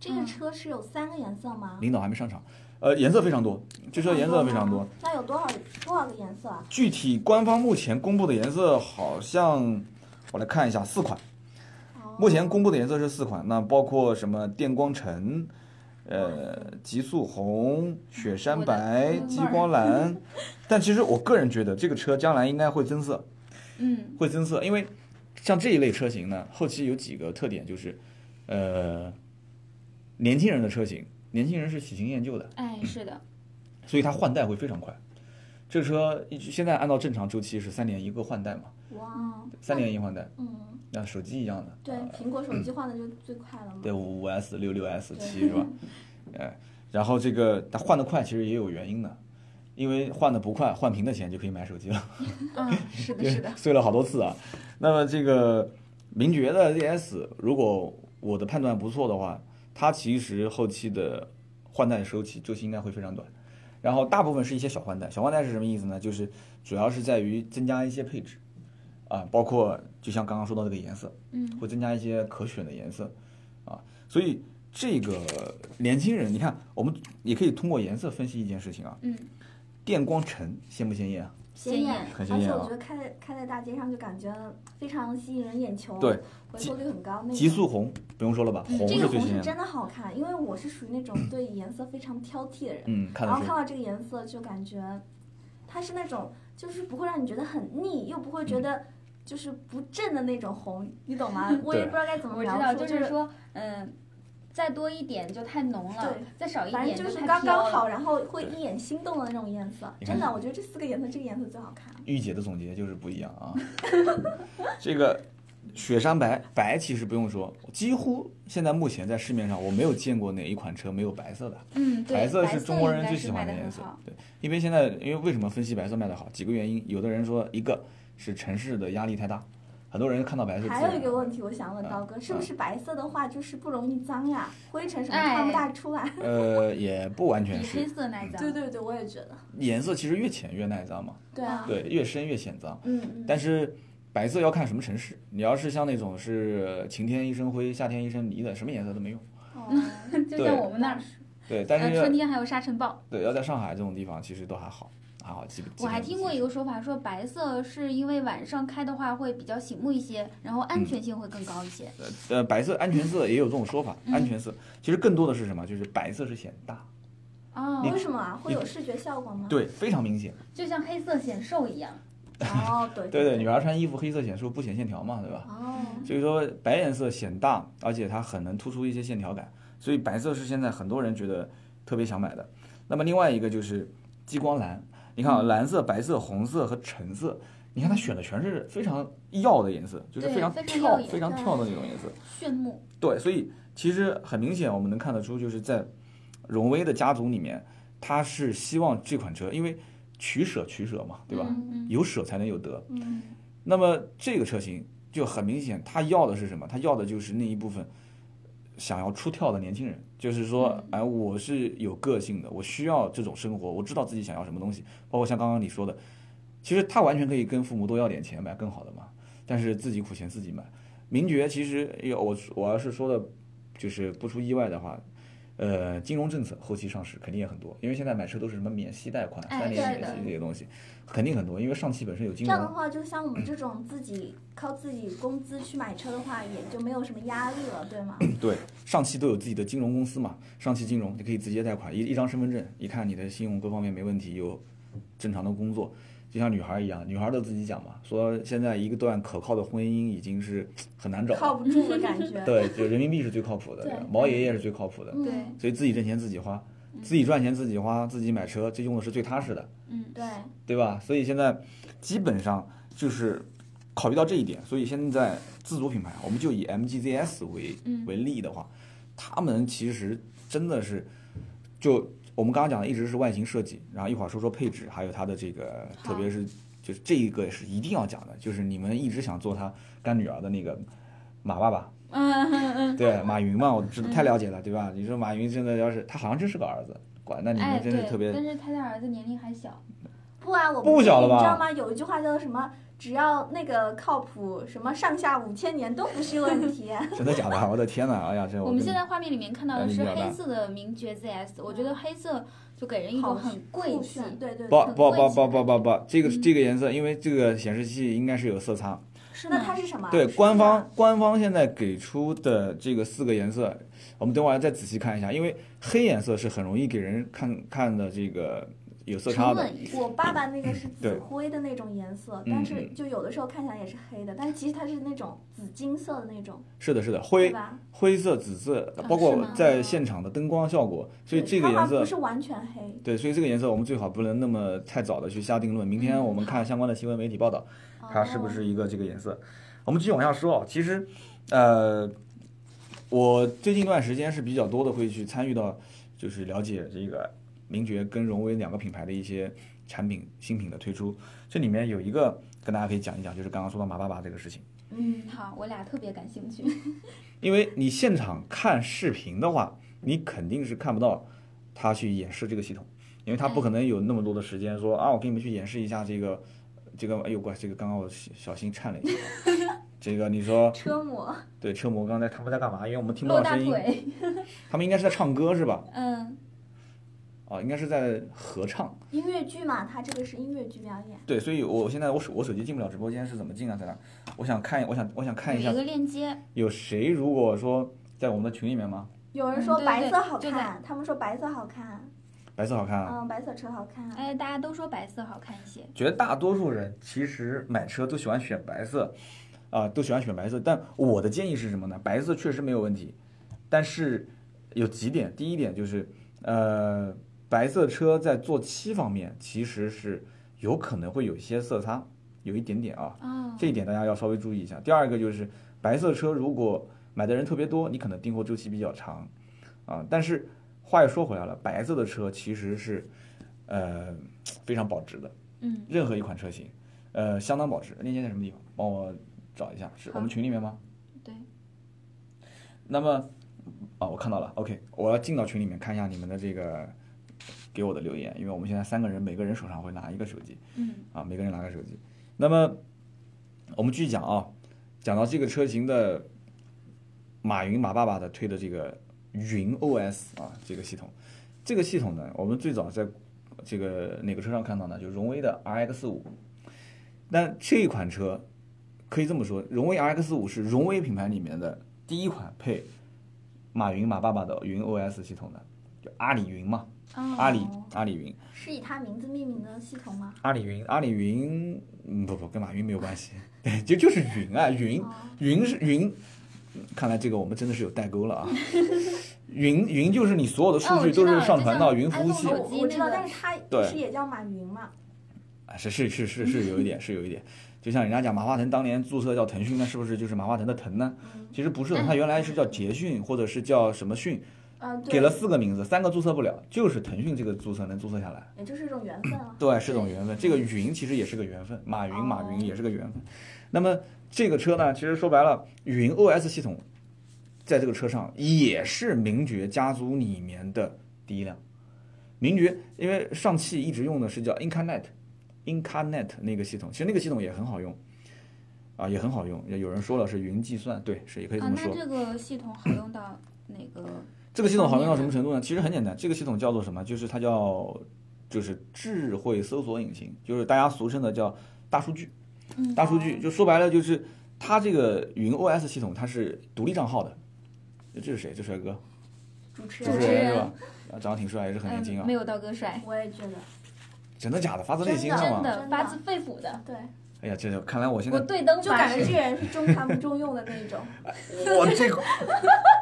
[SPEAKER 3] 这个车是有三个颜色吗？
[SPEAKER 1] 领导还没上场，呃，颜色非常多，据说颜色非常多。。
[SPEAKER 3] 哦那有多少多少个颜色啊？
[SPEAKER 1] 具体官方目前公布的颜色好像，我来看一下，四款。
[SPEAKER 3] 哦
[SPEAKER 1] 目前公布的颜色是四款，那包括什么电光橙，呃，极速红、雪山白
[SPEAKER 2] 我、的
[SPEAKER 1] 激光蓝。但其实我个人觉得，这个车将来应该会增色，
[SPEAKER 2] 嗯
[SPEAKER 1] 会增色，因为像这一类车型呢，后期有几个特点就是，呃，年轻人的车型，年轻人是喜新厌旧的，
[SPEAKER 2] 哎是的，
[SPEAKER 1] 所以它换代会非常快。这个车一直现在按照正常周期是三年一个换代嘛，
[SPEAKER 3] 哇，哦
[SPEAKER 1] 三年一换代，
[SPEAKER 3] 嗯，
[SPEAKER 1] 像手机一样的。
[SPEAKER 3] 对，苹果手机换的就最快了嘛。
[SPEAKER 1] 对，五五 S、六六 S、七是吧？哎，然后这个它换的快，其实也有原因的，因为换的不快，换屏的钱就可以买手机了，
[SPEAKER 2] 嗯是的是 *laughs* 的，
[SPEAKER 1] *laughs* 碎了好多次啊。那么这个名爵的 ZS，如果我的判断不错的话，它其实后期的换代周期周期应该会非常短。然后大部分是一些小换代，小换代是什么意思呢？就是主要是在于增加一些配置，啊，包括就像刚刚说到这个颜色，
[SPEAKER 2] 嗯
[SPEAKER 1] 会增加一些可选的颜色啊。所以这个年轻人，你看，我们也可以通过颜色分析一件事情啊。
[SPEAKER 2] 嗯
[SPEAKER 1] 电光橙鲜不鲜艳啊？
[SPEAKER 3] 鲜艳，
[SPEAKER 1] 很鲜
[SPEAKER 3] 而且
[SPEAKER 1] 艳
[SPEAKER 3] 我
[SPEAKER 1] 啊
[SPEAKER 3] 觉得开在开在大街上就感觉非常吸引人眼球，
[SPEAKER 1] 对，
[SPEAKER 3] 回
[SPEAKER 1] 极
[SPEAKER 3] 头率很高。那
[SPEAKER 1] 极
[SPEAKER 3] 种
[SPEAKER 1] 速红不用说了吧，
[SPEAKER 2] 嗯
[SPEAKER 1] 红
[SPEAKER 3] 这
[SPEAKER 1] 是
[SPEAKER 3] 个
[SPEAKER 1] 最鲜
[SPEAKER 3] 红是
[SPEAKER 1] 艳的。
[SPEAKER 3] 真的好看，因为我是属于那种对颜色非常挑剔的人，
[SPEAKER 1] 嗯，看
[SPEAKER 3] 然后
[SPEAKER 1] 得
[SPEAKER 3] 看
[SPEAKER 1] 出。
[SPEAKER 3] 到这个颜色就感觉它是那种就是不会让你觉得很腻，又不会觉
[SPEAKER 1] 嗯
[SPEAKER 3] 得就是不正的那种红，你懂吗？我也不知道该怎么
[SPEAKER 2] 我知
[SPEAKER 3] 描
[SPEAKER 2] 道，
[SPEAKER 3] 述，
[SPEAKER 2] 就是是说嗯，再多一点就太浓了
[SPEAKER 3] 对，
[SPEAKER 2] 再少一
[SPEAKER 3] 反正
[SPEAKER 2] 点
[SPEAKER 3] 就是
[SPEAKER 2] 太
[SPEAKER 3] 刚
[SPEAKER 2] 飘
[SPEAKER 3] 刚
[SPEAKER 2] 了。
[SPEAKER 3] 好，然后会一眼心动的那种颜色。
[SPEAKER 1] 你看
[SPEAKER 3] 真的，我觉得这四个颜色，这个颜色最好看。
[SPEAKER 1] 御姐的总结就是不一样啊。 *laughs* 这个雪山白白其实不用说，几乎现在目前在市面上我没有见过哪一款车没有白色的。
[SPEAKER 2] 嗯，对，
[SPEAKER 1] 白色是中国人
[SPEAKER 2] 应该
[SPEAKER 1] 最
[SPEAKER 2] 是
[SPEAKER 1] 喜欢的
[SPEAKER 2] 卖
[SPEAKER 1] 颜
[SPEAKER 2] 得很
[SPEAKER 1] 色
[SPEAKER 2] 好。
[SPEAKER 1] 对，因为现在因为为什么分析白色卖得好？几个原因，有的人说一个是城市的压力太大，很多人看到白色自
[SPEAKER 3] 还有一个
[SPEAKER 1] 然。
[SPEAKER 3] 问题，我想问
[SPEAKER 1] 嗯
[SPEAKER 3] 刀哥，是
[SPEAKER 1] 嗯
[SPEAKER 3] 不是白色的话就是不容易脏呀？灰尘什么
[SPEAKER 2] 哎
[SPEAKER 3] 看不大出来。
[SPEAKER 1] 呃，也不完全
[SPEAKER 2] 比黑
[SPEAKER 1] 是，
[SPEAKER 2] 色耐脏。
[SPEAKER 3] 对对对，我也觉得。
[SPEAKER 1] 颜色其实越浅越耐脏嘛，
[SPEAKER 3] 对啊。
[SPEAKER 1] 对，越深越显脏。
[SPEAKER 3] 嗯嗯。
[SPEAKER 1] 但是白色要看什么城市，你要是像那种是晴天一身灰，夏天一身泥的，什么颜色都没用。
[SPEAKER 3] *laughs* 哦，
[SPEAKER 2] 就
[SPEAKER 1] 对
[SPEAKER 2] 像我们那儿，
[SPEAKER 1] 对，但
[SPEAKER 2] 呃，
[SPEAKER 1] 是
[SPEAKER 2] 春
[SPEAKER 1] 要
[SPEAKER 2] 天还有沙尘暴。
[SPEAKER 1] 对要在上海这种地方，其实都还好，还好基本。
[SPEAKER 2] 我还听过一
[SPEAKER 1] 个，
[SPEAKER 2] 个说法，说白色是因为晚上开的话会比较醒目一些，然后安全性会更高一些。
[SPEAKER 1] 呃，白色安全色也有这种说法，
[SPEAKER 2] 嗯
[SPEAKER 1] 安全色其实更多的是什么？就是白色是显大，
[SPEAKER 2] 哦，
[SPEAKER 3] 为什么啊？会有视觉效果吗？。
[SPEAKER 1] 对，非常明显。
[SPEAKER 2] 就像黑色显瘦一样。
[SPEAKER 3] 哦，对
[SPEAKER 1] 对对，
[SPEAKER 3] 对
[SPEAKER 1] 女。孩穿衣服黑色显瘦不显线条嘛，对吧？
[SPEAKER 3] 哦，
[SPEAKER 1] 所以说白颜色显大，而且它很能突出一些线条感，所以白色是现在很多人觉得特别想买的。那么另外一个就是激光蓝，你看啊，蓝色、白色、红色和橙色，你看它选的全是非常耀的颜色，就是
[SPEAKER 2] 对
[SPEAKER 1] 非常
[SPEAKER 2] 非常
[SPEAKER 1] 跳、
[SPEAKER 2] 耀眼嗯
[SPEAKER 1] 非常跳的那种颜色。
[SPEAKER 2] 炫目，
[SPEAKER 1] 对，所以其实很明显，我们能看得出，就是在荣威的家族里面，他是希望这款车，因为取舍取舍嘛，对吧？
[SPEAKER 2] 嗯嗯
[SPEAKER 1] 有舍才能有得。
[SPEAKER 3] 嗯，
[SPEAKER 1] 那么这个车型就很明显，它要的是什么？它要的就是那一部分想要出跳的年轻人，就是说
[SPEAKER 2] 嗯，
[SPEAKER 1] 哎，我是有个性的，我需要这种生活，我知道自己想要什么东西。包括像刚刚你说的，其实他完全可以跟父母多要点钱买更好的嘛，但是自己苦钱自己买。名爵其实有我我要是说的，就是不出意外的话。呃，金融政策后期上市肯定也很多，因为现在买车都是什么免息贷款、
[SPEAKER 2] 哎
[SPEAKER 1] 三年
[SPEAKER 3] 对
[SPEAKER 1] 免
[SPEAKER 3] 的
[SPEAKER 1] 息这些东西，肯定很多。因为上汽本身有
[SPEAKER 3] 这
[SPEAKER 1] 金融
[SPEAKER 3] 样的，话，就像我们这种自己靠自己工资去买车的话，也就没有什么压力了，对吗？
[SPEAKER 1] 对，上汽都有自己的金融公司嘛，上汽金融你可以直接贷款，一一张身份证，一看你的信用各方面没问题，有正常的工作，就像女孩一样，女孩都自己讲嘛，说现在一个段可靠的婚姻已经是很难找
[SPEAKER 3] 靠
[SPEAKER 1] 了，
[SPEAKER 3] 不住的感觉。
[SPEAKER 1] *laughs* 对，就人民币是最靠谱的
[SPEAKER 3] 对，
[SPEAKER 1] 毛爷爷是最靠谱的，
[SPEAKER 3] 嗯
[SPEAKER 2] 对
[SPEAKER 1] 所以自己挣钱自己花，自己赚钱自己花，自己买车，这用的是最踏实的。
[SPEAKER 2] 嗯，
[SPEAKER 3] 对，
[SPEAKER 1] 对吧？所以现在基本上就是考虑到这一点，所以现在自主品牌，我们就以 MGZS 为
[SPEAKER 2] 嗯
[SPEAKER 1] 为例的话，他们其实真的是就我们刚刚讲的，一直是外形设计，然后一会儿说说配置，还有它的这个，
[SPEAKER 2] 好
[SPEAKER 1] 特别是就是这一个是一定要讲的，就是你们一直想做他干女儿的那个马爸爸，
[SPEAKER 2] 嗯，
[SPEAKER 1] 对马云嘛，我知道太了解了，对吧？你说马云现在要是他好像真是个儿子，管那你
[SPEAKER 2] 哎，
[SPEAKER 1] 们真是
[SPEAKER 2] 对，
[SPEAKER 1] 特别
[SPEAKER 2] 但是他的儿子年龄还小，
[SPEAKER 3] 不啊，我
[SPEAKER 1] 不小了吧
[SPEAKER 3] 你知道吗？有一句话叫做什么？只要那个靠谱，什么上下五千年都不是问题。
[SPEAKER 1] *laughs* 真的假的？我的天哪！哎呀，这
[SPEAKER 2] 我
[SPEAKER 1] 跟
[SPEAKER 2] 们现在画面里面看到的
[SPEAKER 1] 压
[SPEAKER 2] 是
[SPEAKER 1] 力比较大
[SPEAKER 2] 黑色的名爵 ZS，我觉得黑色就给人一种很贵
[SPEAKER 3] 酷
[SPEAKER 2] 气
[SPEAKER 3] 炫，对
[SPEAKER 1] 不
[SPEAKER 3] 对对，
[SPEAKER 1] 不
[SPEAKER 2] 很贵
[SPEAKER 1] 不
[SPEAKER 2] 气
[SPEAKER 1] 不不不不，这个
[SPEAKER 2] 嗯
[SPEAKER 1] 这个颜色，因为这个显示器应该是有色差。
[SPEAKER 2] 是
[SPEAKER 3] 那
[SPEAKER 2] 吗
[SPEAKER 3] 它是什么？
[SPEAKER 1] 对，
[SPEAKER 3] 啊是
[SPEAKER 1] 官
[SPEAKER 3] 什么
[SPEAKER 1] 方官方现在给出的这个四个颜色，我们等会儿再仔细看一下，因为黑颜色是很容易给人看看的这个有色差
[SPEAKER 2] 沉
[SPEAKER 1] 的。
[SPEAKER 2] 稳一些。
[SPEAKER 3] 我爸爸那个是
[SPEAKER 1] 对
[SPEAKER 3] 紫灰的那种颜色，
[SPEAKER 1] 嗯
[SPEAKER 3] 但是
[SPEAKER 1] 嗯
[SPEAKER 3] 就有的时候看起来也是黑的，但是其实它是那种紫金色的那种，
[SPEAKER 1] 是的，是的，
[SPEAKER 3] 对
[SPEAKER 1] 灰
[SPEAKER 3] 吧？
[SPEAKER 1] 灰色、紫色
[SPEAKER 2] 啊，
[SPEAKER 1] 包
[SPEAKER 2] 是
[SPEAKER 1] 括
[SPEAKER 2] 吗
[SPEAKER 1] 在现场的灯光效果，所以
[SPEAKER 3] 对
[SPEAKER 1] 这个
[SPEAKER 3] 它好
[SPEAKER 1] 颜
[SPEAKER 3] 像
[SPEAKER 1] 色
[SPEAKER 3] 不是完全黑。
[SPEAKER 1] 对，所以这个颜色我们最好不能那么太早的去下定论。明
[SPEAKER 3] 嗯
[SPEAKER 1] 天我们看相关的新闻媒体报道，
[SPEAKER 2] 哦
[SPEAKER 1] 它是不
[SPEAKER 3] 哦
[SPEAKER 1] 是一个这个颜色。我们继续往下说啊，其实，呃，我最近一段时间是比较多的会去参与到，就是了解这个名爵跟荣威两个品牌的一些产品新品的推出。这里面有一个跟大家可以讲一讲，就是刚刚说到马爸爸这个事情。
[SPEAKER 3] 嗯，
[SPEAKER 2] 好，我俩特别感兴趣。
[SPEAKER 1] 因为你现场看视频的话，你肯定是看不到他去演示这个系统，因为他不可能有那么多的时间说啊，我给你们去演示一下这个，这个哎呦乖，这个刚刚我小心颤了一下，这个你说
[SPEAKER 3] 车模，
[SPEAKER 1] 对车模刚才他们在干嘛？因为我们听不
[SPEAKER 2] 露
[SPEAKER 1] 到
[SPEAKER 2] 大
[SPEAKER 1] 声音，
[SPEAKER 2] 腿，
[SPEAKER 1] 他们应该是在唱歌是吧？
[SPEAKER 2] 嗯，
[SPEAKER 1] 啊，应该是在合唱。
[SPEAKER 3] 音乐剧嘛，它这个是音乐剧表演。
[SPEAKER 1] 对，所以我现在我手我手机进不了直播间是怎么进啊？在哪？我想看，我想我想看
[SPEAKER 2] 有
[SPEAKER 1] 一
[SPEAKER 2] 一
[SPEAKER 1] 下
[SPEAKER 2] 个链接，
[SPEAKER 1] 有谁如果说在我们的群里面吗？
[SPEAKER 3] 有人
[SPEAKER 2] 嗯
[SPEAKER 3] 说
[SPEAKER 2] 对
[SPEAKER 3] 白色
[SPEAKER 2] 对
[SPEAKER 3] 好
[SPEAKER 2] 就
[SPEAKER 3] 看，他们说白色好看，
[SPEAKER 1] 白色好看啊。
[SPEAKER 3] 嗯，白色车好看。
[SPEAKER 2] 哎，大家都说白色好看一些，
[SPEAKER 1] 绝大多数人其实买车都喜欢选白色，啊、都喜欢选白色。但我的建议是什么呢？白色确实没有问题，但是有几点。第一点就是，呃，白色车在坐漆方面其实是有可能会有一些色差，有一点点啊，
[SPEAKER 3] 哦
[SPEAKER 2] 啊，
[SPEAKER 1] 这一点大家要稍微注意一下。第二个就是，白色车如果买的人特别多，你可能订货周期比较长，啊，但是话又说回来了，白色的车其实是，呃，非常保值的。
[SPEAKER 2] 嗯，
[SPEAKER 1] 任何一款车型，呃，相当保值。链接在什么地方？帮我找一下，是我
[SPEAKER 2] 好
[SPEAKER 1] 们群里面吗？
[SPEAKER 2] 对，
[SPEAKER 1] 那么，啊，我看到了，OK，我要进到群里面看一下你们的这个给我的留言，因为我们现在三个人，每个人手上会拿一个手机，
[SPEAKER 2] 嗯，
[SPEAKER 1] 啊，每个人拿个手机。那么，我们继续讲啊，讲到这个车型的马云马爸爸的推的这个云 OS 啊，这个系统，这个系统呢，我们最早在这个哪个车上看到呢？就是荣威的 RX 五。那这款车可以这么说，荣威 RX 五是荣威品牌里面的第一款配马云马爸爸的云 OS 系统的，就阿里云嘛，
[SPEAKER 2] 啊，
[SPEAKER 1] 阿里阿里云。
[SPEAKER 3] 是以它名字命名的系统吗？
[SPEAKER 1] 阿里云，阿里云，嗯，不不，跟马云没有关系，对，就就是云啊，云，
[SPEAKER 2] 哦
[SPEAKER 1] 云是云，嗯看来这个我们真的是有代沟
[SPEAKER 2] *laughs*
[SPEAKER 1] 了啊。云云就是你所有的数
[SPEAKER 2] 哦我
[SPEAKER 1] 据
[SPEAKER 2] 知
[SPEAKER 1] 都
[SPEAKER 2] 道
[SPEAKER 1] 是
[SPEAKER 2] 了
[SPEAKER 1] 上
[SPEAKER 2] 就
[SPEAKER 1] 传
[SPEAKER 2] 像
[SPEAKER 1] 到云服务
[SPEAKER 2] iPhone
[SPEAKER 1] 器
[SPEAKER 2] 手
[SPEAKER 3] 我
[SPEAKER 2] 机
[SPEAKER 3] 我知道，
[SPEAKER 2] 那个
[SPEAKER 3] 但是它
[SPEAKER 1] 对
[SPEAKER 3] 不是也叫马云嘛？
[SPEAKER 1] 啊，是是是是是有一点是有一点，就像人家讲马化腾当年注册叫腾讯，那是不是就是马化腾的腾呢？
[SPEAKER 3] 嗯，
[SPEAKER 1] 其实不是的，他原来是叫捷讯或者是叫什么讯，
[SPEAKER 3] 啊，对，
[SPEAKER 1] 给了四个名字，三个注册不了，就是腾讯这个注册能注册下来。
[SPEAKER 3] 也就是一种缘分啊。
[SPEAKER 1] 对，是种缘分。这个云其实也是个缘分，马云，马云
[SPEAKER 3] 哦
[SPEAKER 1] 也是个缘分。那么这个车呢，其实说白了，云 OS 系统在这个车上也是名爵家族里面的第一辆。名爵因为上汽一直用的是叫 Incarnet，Incarnet 那个系统，其实那个系统也很好用，啊，也很好用。也有人说了是云计算，对，是也可以这
[SPEAKER 2] 啊，
[SPEAKER 1] 么说。
[SPEAKER 2] 那这个系统好用到哪
[SPEAKER 1] *clears throat*
[SPEAKER 2] 个？
[SPEAKER 1] 这个系统好用到什么程度呢？其实很简单，这个系统叫做什么？就是它叫，就是智慧搜索引擎，就是大家俗称的叫大数据。
[SPEAKER 2] 嗯
[SPEAKER 1] 大数据就说白了就是它这个云 OS 系统它是独立账号的。这是谁？这帅哥，
[SPEAKER 3] 主持
[SPEAKER 1] 主
[SPEAKER 3] 人，
[SPEAKER 1] 持人是吧？啊长得挺帅，也是很年轻啊
[SPEAKER 2] 嗯，没。有道哥帅，
[SPEAKER 3] 我也觉得，
[SPEAKER 1] 真的假的？发自内心
[SPEAKER 3] 真
[SPEAKER 1] 吗
[SPEAKER 2] 真？的
[SPEAKER 3] 真的
[SPEAKER 2] 发自肺腑的，
[SPEAKER 3] 对，
[SPEAKER 1] 哎呀，这就看来我现在
[SPEAKER 2] 我对灯
[SPEAKER 3] 就
[SPEAKER 2] 发
[SPEAKER 3] 感觉
[SPEAKER 2] 誓
[SPEAKER 3] 这个人是中看不中用的那
[SPEAKER 1] *laughs*
[SPEAKER 3] 种。
[SPEAKER 1] 我这个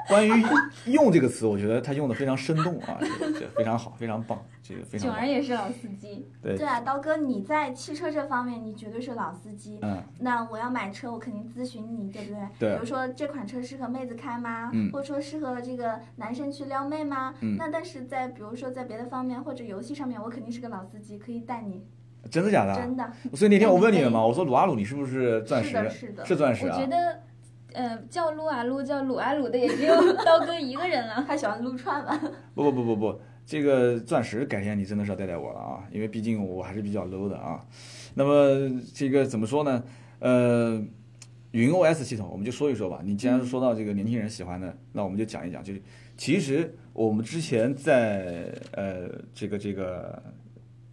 [SPEAKER 1] 关于“用”这个词，我觉得他用的非常生动啊，这这非常好，非常棒，这个非常
[SPEAKER 2] 囧儿
[SPEAKER 1] 棒。
[SPEAKER 2] 也是老司机，
[SPEAKER 1] 对
[SPEAKER 3] 对啊，刀哥，你在汽车这方面你绝对是老司机。
[SPEAKER 1] 嗯，
[SPEAKER 3] 那我要买车，我肯定咨询你，对不对？
[SPEAKER 1] 对
[SPEAKER 3] 比如说这款车适合妹子开吗？
[SPEAKER 1] 嗯
[SPEAKER 3] 或者说适合这个男生去撩妹吗？
[SPEAKER 1] 嗯
[SPEAKER 3] 那但是在比如说在别的方面或者游戏上面，我肯定是个老司机，可以带你。
[SPEAKER 1] 真的假啊的？*laughs*
[SPEAKER 3] 真的，
[SPEAKER 1] 所以那天我问你了嘛，我说鲁阿鲁你是不是钻石？
[SPEAKER 3] 是的，是的。
[SPEAKER 1] 是钻石
[SPEAKER 2] 我
[SPEAKER 1] 啊
[SPEAKER 2] 觉？得，呃，叫撸啊撸叫鲁啊鲁的也只有 *laughs* 刀哥一个人了。
[SPEAKER 3] 他喜欢撸串吧？
[SPEAKER 1] 不不不不不，这个钻石改天你真的是要带带我了啊，因为毕竟我还是比较 low 的啊。那么这个怎么说呢？呃，云 OS 系统，我们就说一说吧。你既
[SPEAKER 3] 嗯
[SPEAKER 1] 然说到这个年轻人喜欢的，那我们就讲一讲。就是其实我们之前在呃这个这个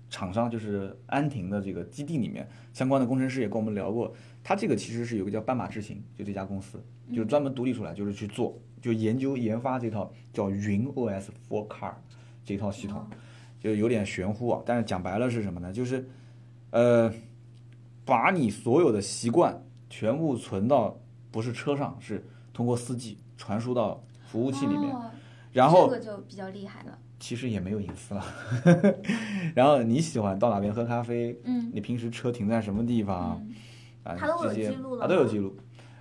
[SPEAKER 1] 厂商，就是安亭的这个基地里面，相关的工程师也跟我们聊过，他这个其实是有一个叫斑马之行，就这家公司，就是专门独立出来，就是去做，就研究研发这套叫云 OS for Car 这套系统，就有点玄乎啊。但是讲白了是什么呢？就是呃，把你所有的习惯全部存到不是车上，是通过四 G 传输到服务器里面，
[SPEAKER 2] 哦
[SPEAKER 1] 然后
[SPEAKER 2] 这个就比较厉害了。
[SPEAKER 1] 其实也没有隐私了。 *laughs* 然后你喜欢到哪边喝咖啡，
[SPEAKER 2] 嗯，
[SPEAKER 1] 你平时车停在什么地方，
[SPEAKER 2] 嗯
[SPEAKER 1] 啊，
[SPEAKER 3] 它都有
[SPEAKER 1] 这些
[SPEAKER 3] 记录了
[SPEAKER 1] 啊，都有记录。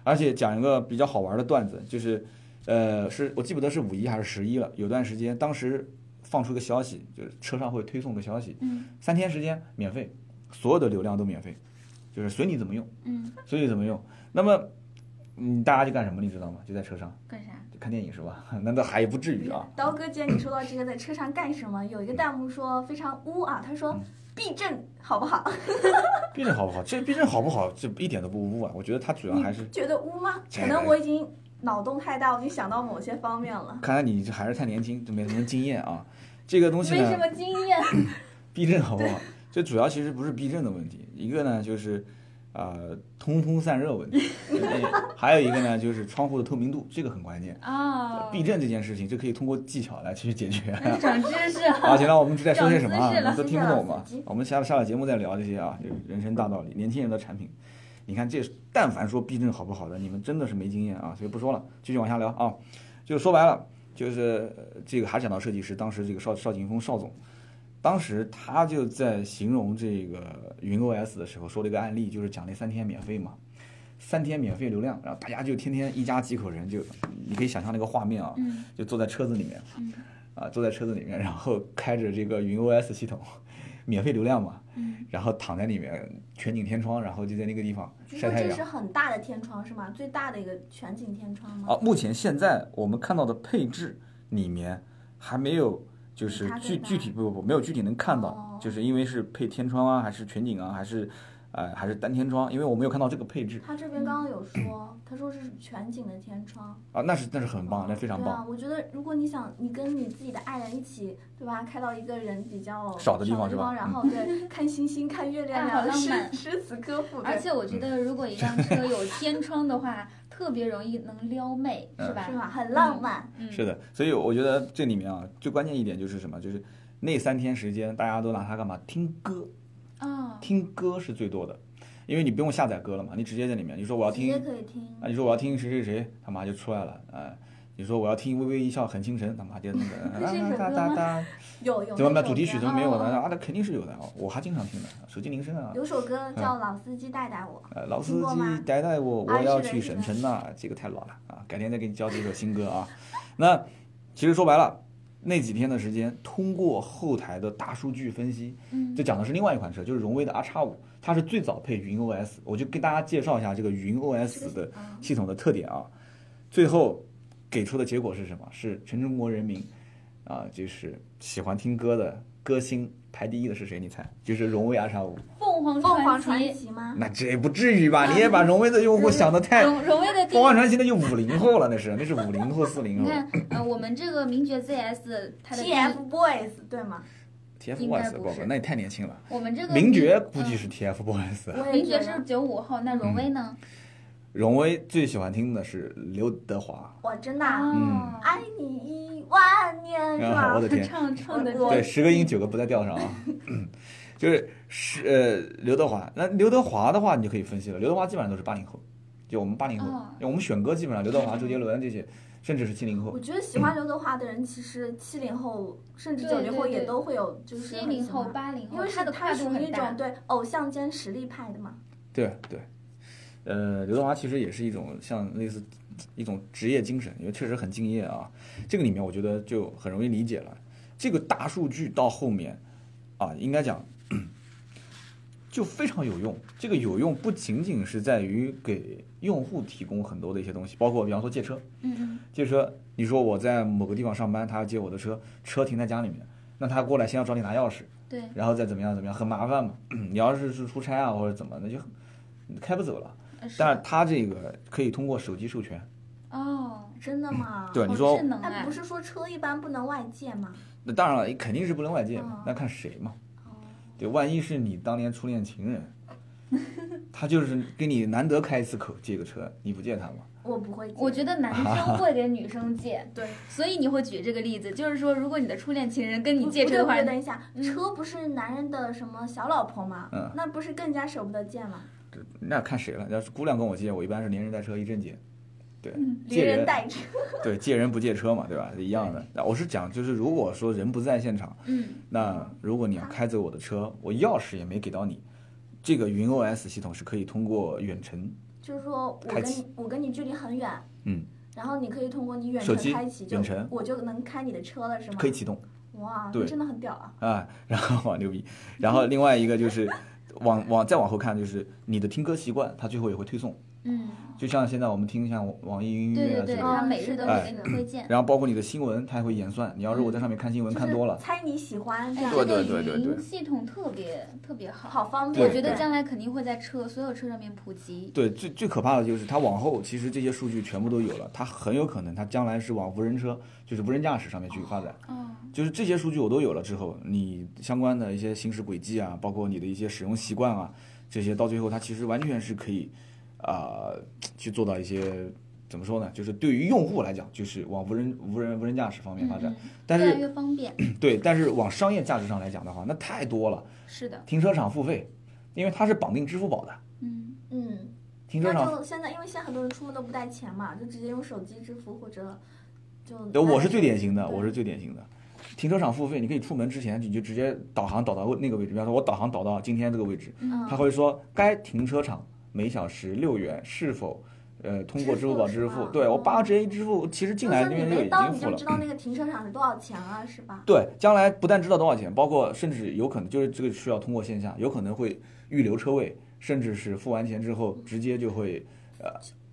[SPEAKER 1] 而且讲一个比较好玩的段子，就是，呃，是我记不得是五一还是十一了，有段时间当时放出个消息，就是车上会推送个消息，
[SPEAKER 2] 嗯
[SPEAKER 1] 三天时间免费，所有的流量都免费，就是随你怎么用，
[SPEAKER 2] 嗯，
[SPEAKER 1] 随你怎么用。那么，嗯，大家就干什么，你知道吗？就在车上
[SPEAKER 2] 干啥？
[SPEAKER 1] 就看电影是吧？ *laughs* 那倒还不至于啊。
[SPEAKER 3] 刀哥，既然你说到这个，在车上干什么？有一个弹幕说非常污啊，他说
[SPEAKER 1] 嗯
[SPEAKER 3] 避震好不好？
[SPEAKER 1] 避震好不好？这避震好不好？这一点都不污啊！我觉得它主要还是
[SPEAKER 2] 嗯
[SPEAKER 3] 你觉得污吗？
[SPEAKER 1] 这
[SPEAKER 3] 可
[SPEAKER 1] 个
[SPEAKER 3] 能我已经脑洞太大，我已经想到某些方面了。
[SPEAKER 1] 看来你这还是太年轻，就没什么经验啊。这个东西
[SPEAKER 2] 没什
[SPEAKER 1] 呢，
[SPEAKER 2] 么经
[SPEAKER 1] *laughs*
[SPEAKER 2] 验。
[SPEAKER 1] 避震好不好？这主要其实不是避震的问题，一个呢就是，呃，通风散热
[SPEAKER 2] *laughs*
[SPEAKER 1] 问题，还有一个呢就是窗户的透明度，这个很关键。
[SPEAKER 2] 哦，
[SPEAKER 1] 避震这件事情，这可以通过技巧来去解决。
[SPEAKER 2] 长知
[SPEAKER 1] *laughs*
[SPEAKER 2] 识啊！
[SPEAKER 1] 啊，行了，我们是在说些什么啊？你
[SPEAKER 2] 长姿势了
[SPEAKER 1] 们都听不懂嘛
[SPEAKER 3] 谢谢老司机？
[SPEAKER 1] 我们下了下了节目再聊这些啊，就是人生大道理，年轻人的产品。你看这，但凡说避震好不好的，你们真的是没经验啊，所以不说了，继续往下聊啊。就说白了，就是呃这个还讲到设计师，当时这个邵邵劲峰邵总，当时他就在形容这个云 OS 的时候说了一个案例，就是讲那三天免费嘛，三天免费流量，然后大家就天天一家几口人就，你可以想象那个画面啊，
[SPEAKER 2] 嗯
[SPEAKER 1] 就坐在车子里面，
[SPEAKER 2] 嗯
[SPEAKER 1] 啊，坐在车子里面，然后开着这个云 OS 系统，免费流量嘛，
[SPEAKER 2] 嗯
[SPEAKER 1] 然后躺在里面全景天窗，然后就在那个地方
[SPEAKER 3] 据
[SPEAKER 1] 晒
[SPEAKER 3] 说
[SPEAKER 1] 太
[SPEAKER 3] 这
[SPEAKER 1] 阳
[SPEAKER 3] 是。很大的天窗是吗？最大的一个全景天窗吗？
[SPEAKER 1] 啊，目前现在我们看到的配置里面还没有，就是
[SPEAKER 3] 比它
[SPEAKER 1] 具
[SPEAKER 3] 更大
[SPEAKER 1] 具体不不不，没有具体能看到
[SPEAKER 3] 哦，
[SPEAKER 1] 就是因为是配天窗啊，还是全景啊，还是呃还是单天窗，因为我没有看到这个配置
[SPEAKER 3] 他这边刚刚有说，他说是全景的天窗，
[SPEAKER 1] 啊，那是那是很棒，那非常
[SPEAKER 3] 对
[SPEAKER 1] 棒。
[SPEAKER 3] 啊，我觉得如果你想，你跟你自己的爱人一起，对吧？开到一个人比较
[SPEAKER 1] 少的地
[SPEAKER 3] 地
[SPEAKER 1] 方是吧嗯
[SPEAKER 3] 然后对，看星星、看月亮，
[SPEAKER 2] 哎好
[SPEAKER 3] 然后
[SPEAKER 2] *laughs* 浪漫
[SPEAKER 3] 诗诗词歌赋，对
[SPEAKER 2] 而且我觉得，如果一辆车有天窗的话，特别容易能撩妹，是吧
[SPEAKER 3] 是？吧？很浪漫。
[SPEAKER 2] 嗯，
[SPEAKER 1] 是的，所以我觉得这里面啊，最关键一点就是什么，就是那三天时间大家都拿它干嘛？听歌。
[SPEAKER 2] 啊，
[SPEAKER 1] 听歌是最多的，因为你不用下载歌了嘛，你直接在里面，你说我要
[SPEAKER 3] 直
[SPEAKER 1] 听
[SPEAKER 3] 接可以听
[SPEAKER 1] 啊，你说我要听谁谁谁，他妈就出来了，哎、你说我要听《微微一笑很倾城》，他妈就那
[SPEAKER 3] *laughs*
[SPEAKER 1] 个啊
[SPEAKER 2] 这是一首歌
[SPEAKER 1] 哒哒哒，
[SPEAKER 3] 有有
[SPEAKER 1] 怎么
[SPEAKER 3] 那
[SPEAKER 1] 把
[SPEAKER 3] 首
[SPEAKER 1] 主题曲
[SPEAKER 3] 歌
[SPEAKER 1] 都没有呢？
[SPEAKER 2] 哦
[SPEAKER 1] 啊，那肯定是有的，我还经常听的，手机铃声啊，
[SPEAKER 3] 有首歌叫《老司机带带我》，
[SPEAKER 1] 呃，老司
[SPEAKER 3] 听过吗
[SPEAKER 1] 机带带我，我
[SPEAKER 3] 啊
[SPEAKER 1] 要
[SPEAKER 3] 是的
[SPEAKER 1] 去
[SPEAKER 3] 是
[SPEAKER 1] 省
[SPEAKER 3] 的
[SPEAKER 1] 城呐、这个太老了啊，改天再给你教几首新歌啊。那其实说白了，那几天的时间，通过后台的大数据分析，
[SPEAKER 2] 嗯
[SPEAKER 1] 这讲的是另外一款车，就是荣威的 R 叉五，它是最早配云 OS。我就跟大家介绍一下这个云 OS 的
[SPEAKER 3] 啊
[SPEAKER 1] 系统的特点啊。最后给出的结果是什么？是全中国人民啊、就是喜欢听歌的歌星排第一的是谁？你猜？就是荣威 R 叉五。
[SPEAKER 2] 凤凰
[SPEAKER 3] 凤凰
[SPEAKER 2] 嗯传
[SPEAKER 3] 传
[SPEAKER 2] 奇，
[SPEAKER 3] 奇吗？
[SPEAKER 1] 那这也不至于吧？你也把荣威的用户想得太……
[SPEAKER 2] 荣荣威的第
[SPEAKER 1] 凤
[SPEAKER 2] 一
[SPEAKER 1] 凰传奇那就五零后了，那是那是五零后四零
[SPEAKER 2] 你
[SPEAKER 1] 后。
[SPEAKER 2] 看，呃，我们这个名爵 ZS 它的第一
[SPEAKER 3] TFBOYS 对吗？
[SPEAKER 2] 应该
[SPEAKER 1] TFBOYS
[SPEAKER 2] 不
[SPEAKER 1] 不
[SPEAKER 2] 是
[SPEAKER 1] 不，那也太年轻了。
[SPEAKER 2] 我们这个嗯
[SPEAKER 1] 名爵估计是 TFBOYS。
[SPEAKER 3] 我也
[SPEAKER 2] 名爵
[SPEAKER 3] 觉得
[SPEAKER 2] 是九五后，那
[SPEAKER 1] 嗯
[SPEAKER 2] 荣威呢？
[SPEAKER 1] *laughs* 荣威最喜欢听的是刘德华。
[SPEAKER 3] 我真的啊
[SPEAKER 2] 哦，
[SPEAKER 3] 爱你一万年是
[SPEAKER 1] 啊，
[SPEAKER 3] 吧
[SPEAKER 1] 我？的
[SPEAKER 2] *laughs*
[SPEAKER 1] 天！
[SPEAKER 2] 唱唱的
[SPEAKER 3] 我
[SPEAKER 1] 对，十个音九个不在调上啊， *clears throat* 就是是呃刘德华。那刘德华的话，你就可以分析了，刘德华基本上都是八零后，就我们八零后，
[SPEAKER 2] 哦
[SPEAKER 1] 因为我们选歌基本上刘德华、周杰伦这些，甚至是七零后
[SPEAKER 3] 我。觉得喜欢刘德华的人，其实七零后甚至
[SPEAKER 2] 对
[SPEAKER 3] 九
[SPEAKER 2] 对
[SPEAKER 3] 零后也
[SPEAKER 2] 对
[SPEAKER 3] 都会有，就是
[SPEAKER 2] 七
[SPEAKER 3] 很
[SPEAKER 2] 零
[SPEAKER 3] 喜
[SPEAKER 2] 后、
[SPEAKER 3] 欢，
[SPEAKER 2] 八零后，
[SPEAKER 3] 因为
[SPEAKER 2] 它
[SPEAKER 3] 是
[SPEAKER 2] 的
[SPEAKER 3] 他
[SPEAKER 2] 跨
[SPEAKER 3] 属
[SPEAKER 2] 度
[SPEAKER 3] 于
[SPEAKER 2] 很
[SPEAKER 3] 一种
[SPEAKER 2] 大。
[SPEAKER 3] 对偶像兼实力派的嘛。
[SPEAKER 1] 对对，呃，刘德华其实也是一种像类似一种职业精神，因为确实很敬业啊。这个里面我觉得就很容易理解了。这个大数据到后面啊，应该讲就非常有用。这个有用不仅仅是在于给用户提供很多的一些东西，包括比方说借车，
[SPEAKER 2] 嗯
[SPEAKER 1] 借车，你说我在某个地方上班，他要借我的车，车停在家里面，那他过来先要找你拿钥匙，
[SPEAKER 2] 对，
[SPEAKER 1] 然后再怎么样怎么样，很麻烦嘛。 *clears throat* 你要是是出差啊或者怎么的，就很开不走了。
[SPEAKER 2] 呃是
[SPEAKER 1] 但是它这个可以通过手机授权，
[SPEAKER 2] 哦，
[SPEAKER 3] 真的吗？
[SPEAKER 1] 对，
[SPEAKER 2] 好
[SPEAKER 1] 你说
[SPEAKER 2] 智能
[SPEAKER 3] 哎，
[SPEAKER 2] 哎
[SPEAKER 3] 不，是说车一般不能外借吗？
[SPEAKER 1] 那当然了，肯定是不能外借嘛
[SPEAKER 3] 嗯，
[SPEAKER 1] 那看谁嘛。
[SPEAKER 3] 哦，
[SPEAKER 1] 对，万一是你当年初恋情人，
[SPEAKER 3] *laughs*
[SPEAKER 1] 他就是给你难得开一次口借个车，你不借他吗？
[SPEAKER 3] 我不会借。
[SPEAKER 2] 我觉得男
[SPEAKER 1] 啊
[SPEAKER 2] 生会给女生借，
[SPEAKER 3] *laughs* 对，
[SPEAKER 2] 所以你会举这个例子，就是说，如果你的初恋情人跟你
[SPEAKER 3] 不
[SPEAKER 2] 借
[SPEAKER 3] 不
[SPEAKER 2] 车
[SPEAKER 3] 对
[SPEAKER 2] 的
[SPEAKER 3] 不
[SPEAKER 2] 话
[SPEAKER 3] 对，等一下，
[SPEAKER 2] 嗯
[SPEAKER 3] 车不是男人的什么小老婆吗？
[SPEAKER 1] 嗯
[SPEAKER 3] 那不是更加舍不得见吗？
[SPEAKER 1] 这那看谁了。要是姑娘跟我借，我一般是连人带车一阵借。对，
[SPEAKER 3] 嗯连
[SPEAKER 1] 借
[SPEAKER 3] 人
[SPEAKER 1] 人
[SPEAKER 3] 带车。
[SPEAKER 1] 对借人不借车嘛，对吧？一样的。那我是讲，就是如果说人不在现场，
[SPEAKER 2] 嗯，
[SPEAKER 1] 那如果你要开走我的车，我钥匙也没给到你，这个云 OS 系统是可以通过远程
[SPEAKER 3] 就是说我
[SPEAKER 1] 开
[SPEAKER 3] 跟
[SPEAKER 1] 启
[SPEAKER 3] 你我跟你距离很远，
[SPEAKER 1] 嗯，
[SPEAKER 3] 然后你可以通过你远
[SPEAKER 1] 手
[SPEAKER 3] 程
[SPEAKER 1] 机
[SPEAKER 3] 开启，就
[SPEAKER 1] 远程
[SPEAKER 3] 我就能开你的车了，是吗？
[SPEAKER 1] 可以启动
[SPEAKER 3] 哇，
[SPEAKER 1] 对
[SPEAKER 3] 你真的很屌啊！
[SPEAKER 1] 啊，然后哇牛逼。然后另外一个就是 *laughs* 往往再往后看，就是你的听歌习惯，它最后也会推送。
[SPEAKER 2] 嗯，
[SPEAKER 1] 就像现在我们听像网易云音
[SPEAKER 2] 对
[SPEAKER 1] 乐啊
[SPEAKER 2] 对
[SPEAKER 1] 之
[SPEAKER 2] 对，
[SPEAKER 1] 类
[SPEAKER 3] 哦
[SPEAKER 1] 的，
[SPEAKER 2] 他每日
[SPEAKER 3] 是
[SPEAKER 2] 都
[SPEAKER 3] 的
[SPEAKER 2] 会给
[SPEAKER 3] 是
[SPEAKER 2] 你
[SPEAKER 3] 的
[SPEAKER 2] 推荐，
[SPEAKER 1] 然后包括你的新闻，它也会演算。你要是我在上面看新闻看多了
[SPEAKER 3] 就，是猜你喜欢这
[SPEAKER 2] 哎
[SPEAKER 3] 样，
[SPEAKER 1] 对
[SPEAKER 2] 这个
[SPEAKER 1] 对对对对
[SPEAKER 2] 云系统特别特别好，
[SPEAKER 3] 好方便。
[SPEAKER 2] 我
[SPEAKER 1] 对
[SPEAKER 2] 觉得
[SPEAKER 3] 对
[SPEAKER 2] 将来肯定会在车所有车上面普及。
[SPEAKER 1] 对，最最可怕的就是它往后，其实这些数据全部都有了，它很有可能它将来是往无人车，就是无人驾驶上面去发展。
[SPEAKER 2] 哦，
[SPEAKER 1] 就是这些数据我都有了之后，你相关的一些行驶轨迹啊，包括你的一些使用习惯啊，这些到最后它其实完全是可以，啊、去做到一些怎么说呢？就是对于用户来讲，就是往无人无人无人驾驶方面
[SPEAKER 2] 嗯
[SPEAKER 1] 发展。
[SPEAKER 2] 嗯
[SPEAKER 1] 但
[SPEAKER 2] 越来
[SPEAKER 1] 是
[SPEAKER 2] 越方便，
[SPEAKER 1] 对，但是往商业价值上来讲的话，那太多了。
[SPEAKER 2] 是的，
[SPEAKER 1] 停车场付费，因为它是绑定支付宝的，
[SPEAKER 2] 嗯，
[SPEAKER 3] 嗯，
[SPEAKER 1] 停车
[SPEAKER 3] 那
[SPEAKER 1] 场。
[SPEAKER 3] 就现在，因为现在很多人出门都不带钱嘛，就直接用手机支付或者就。
[SPEAKER 1] 对，我是最典型的，
[SPEAKER 3] 对
[SPEAKER 1] 我是最典型的。停车场付费，你可以出门之前你就直接导航导到那个位置，比方说我导航导到今天这个位置，
[SPEAKER 3] 嗯
[SPEAKER 1] 他会说该停车场每小时六元，是否呃通过
[SPEAKER 3] 支
[SPEAKER 1] 支付
[SPEAKER 3] 付
[SPEAKER 1] 宝
[SPEAKER 3] 是
[SPEAKER 1] 支
[SPEAKER 3] 吧
[SPEAKER 1] 付？对我
[SPEAKER 3] 嗯
[SPEAKER 1] 八折一支付，其实进来
[SPEAKER 3] 就
[SPEAKER 1] 那
[SPEAKER 3] 是你
[SPEAKER 1] 边就
[SPEAKER 3] 没
[SPEAKER 1] 已
[SPEAKER 3] 到
[SPEAKER 1] 经
[SPEAKER 3] 你
[SPEAKER 1] 付
[SPEAKER 3] 就
[SPEAKER 1] 了
[SPEAKER 3] 知。道那个停车场是多少钱了，是吧？
[SPEAKER 1] 对，将来不但知道多少钱，包括甚至有可能就是这个需要通过线下，有可能会预留车位，甚至是付完钱之后直接就会，呃，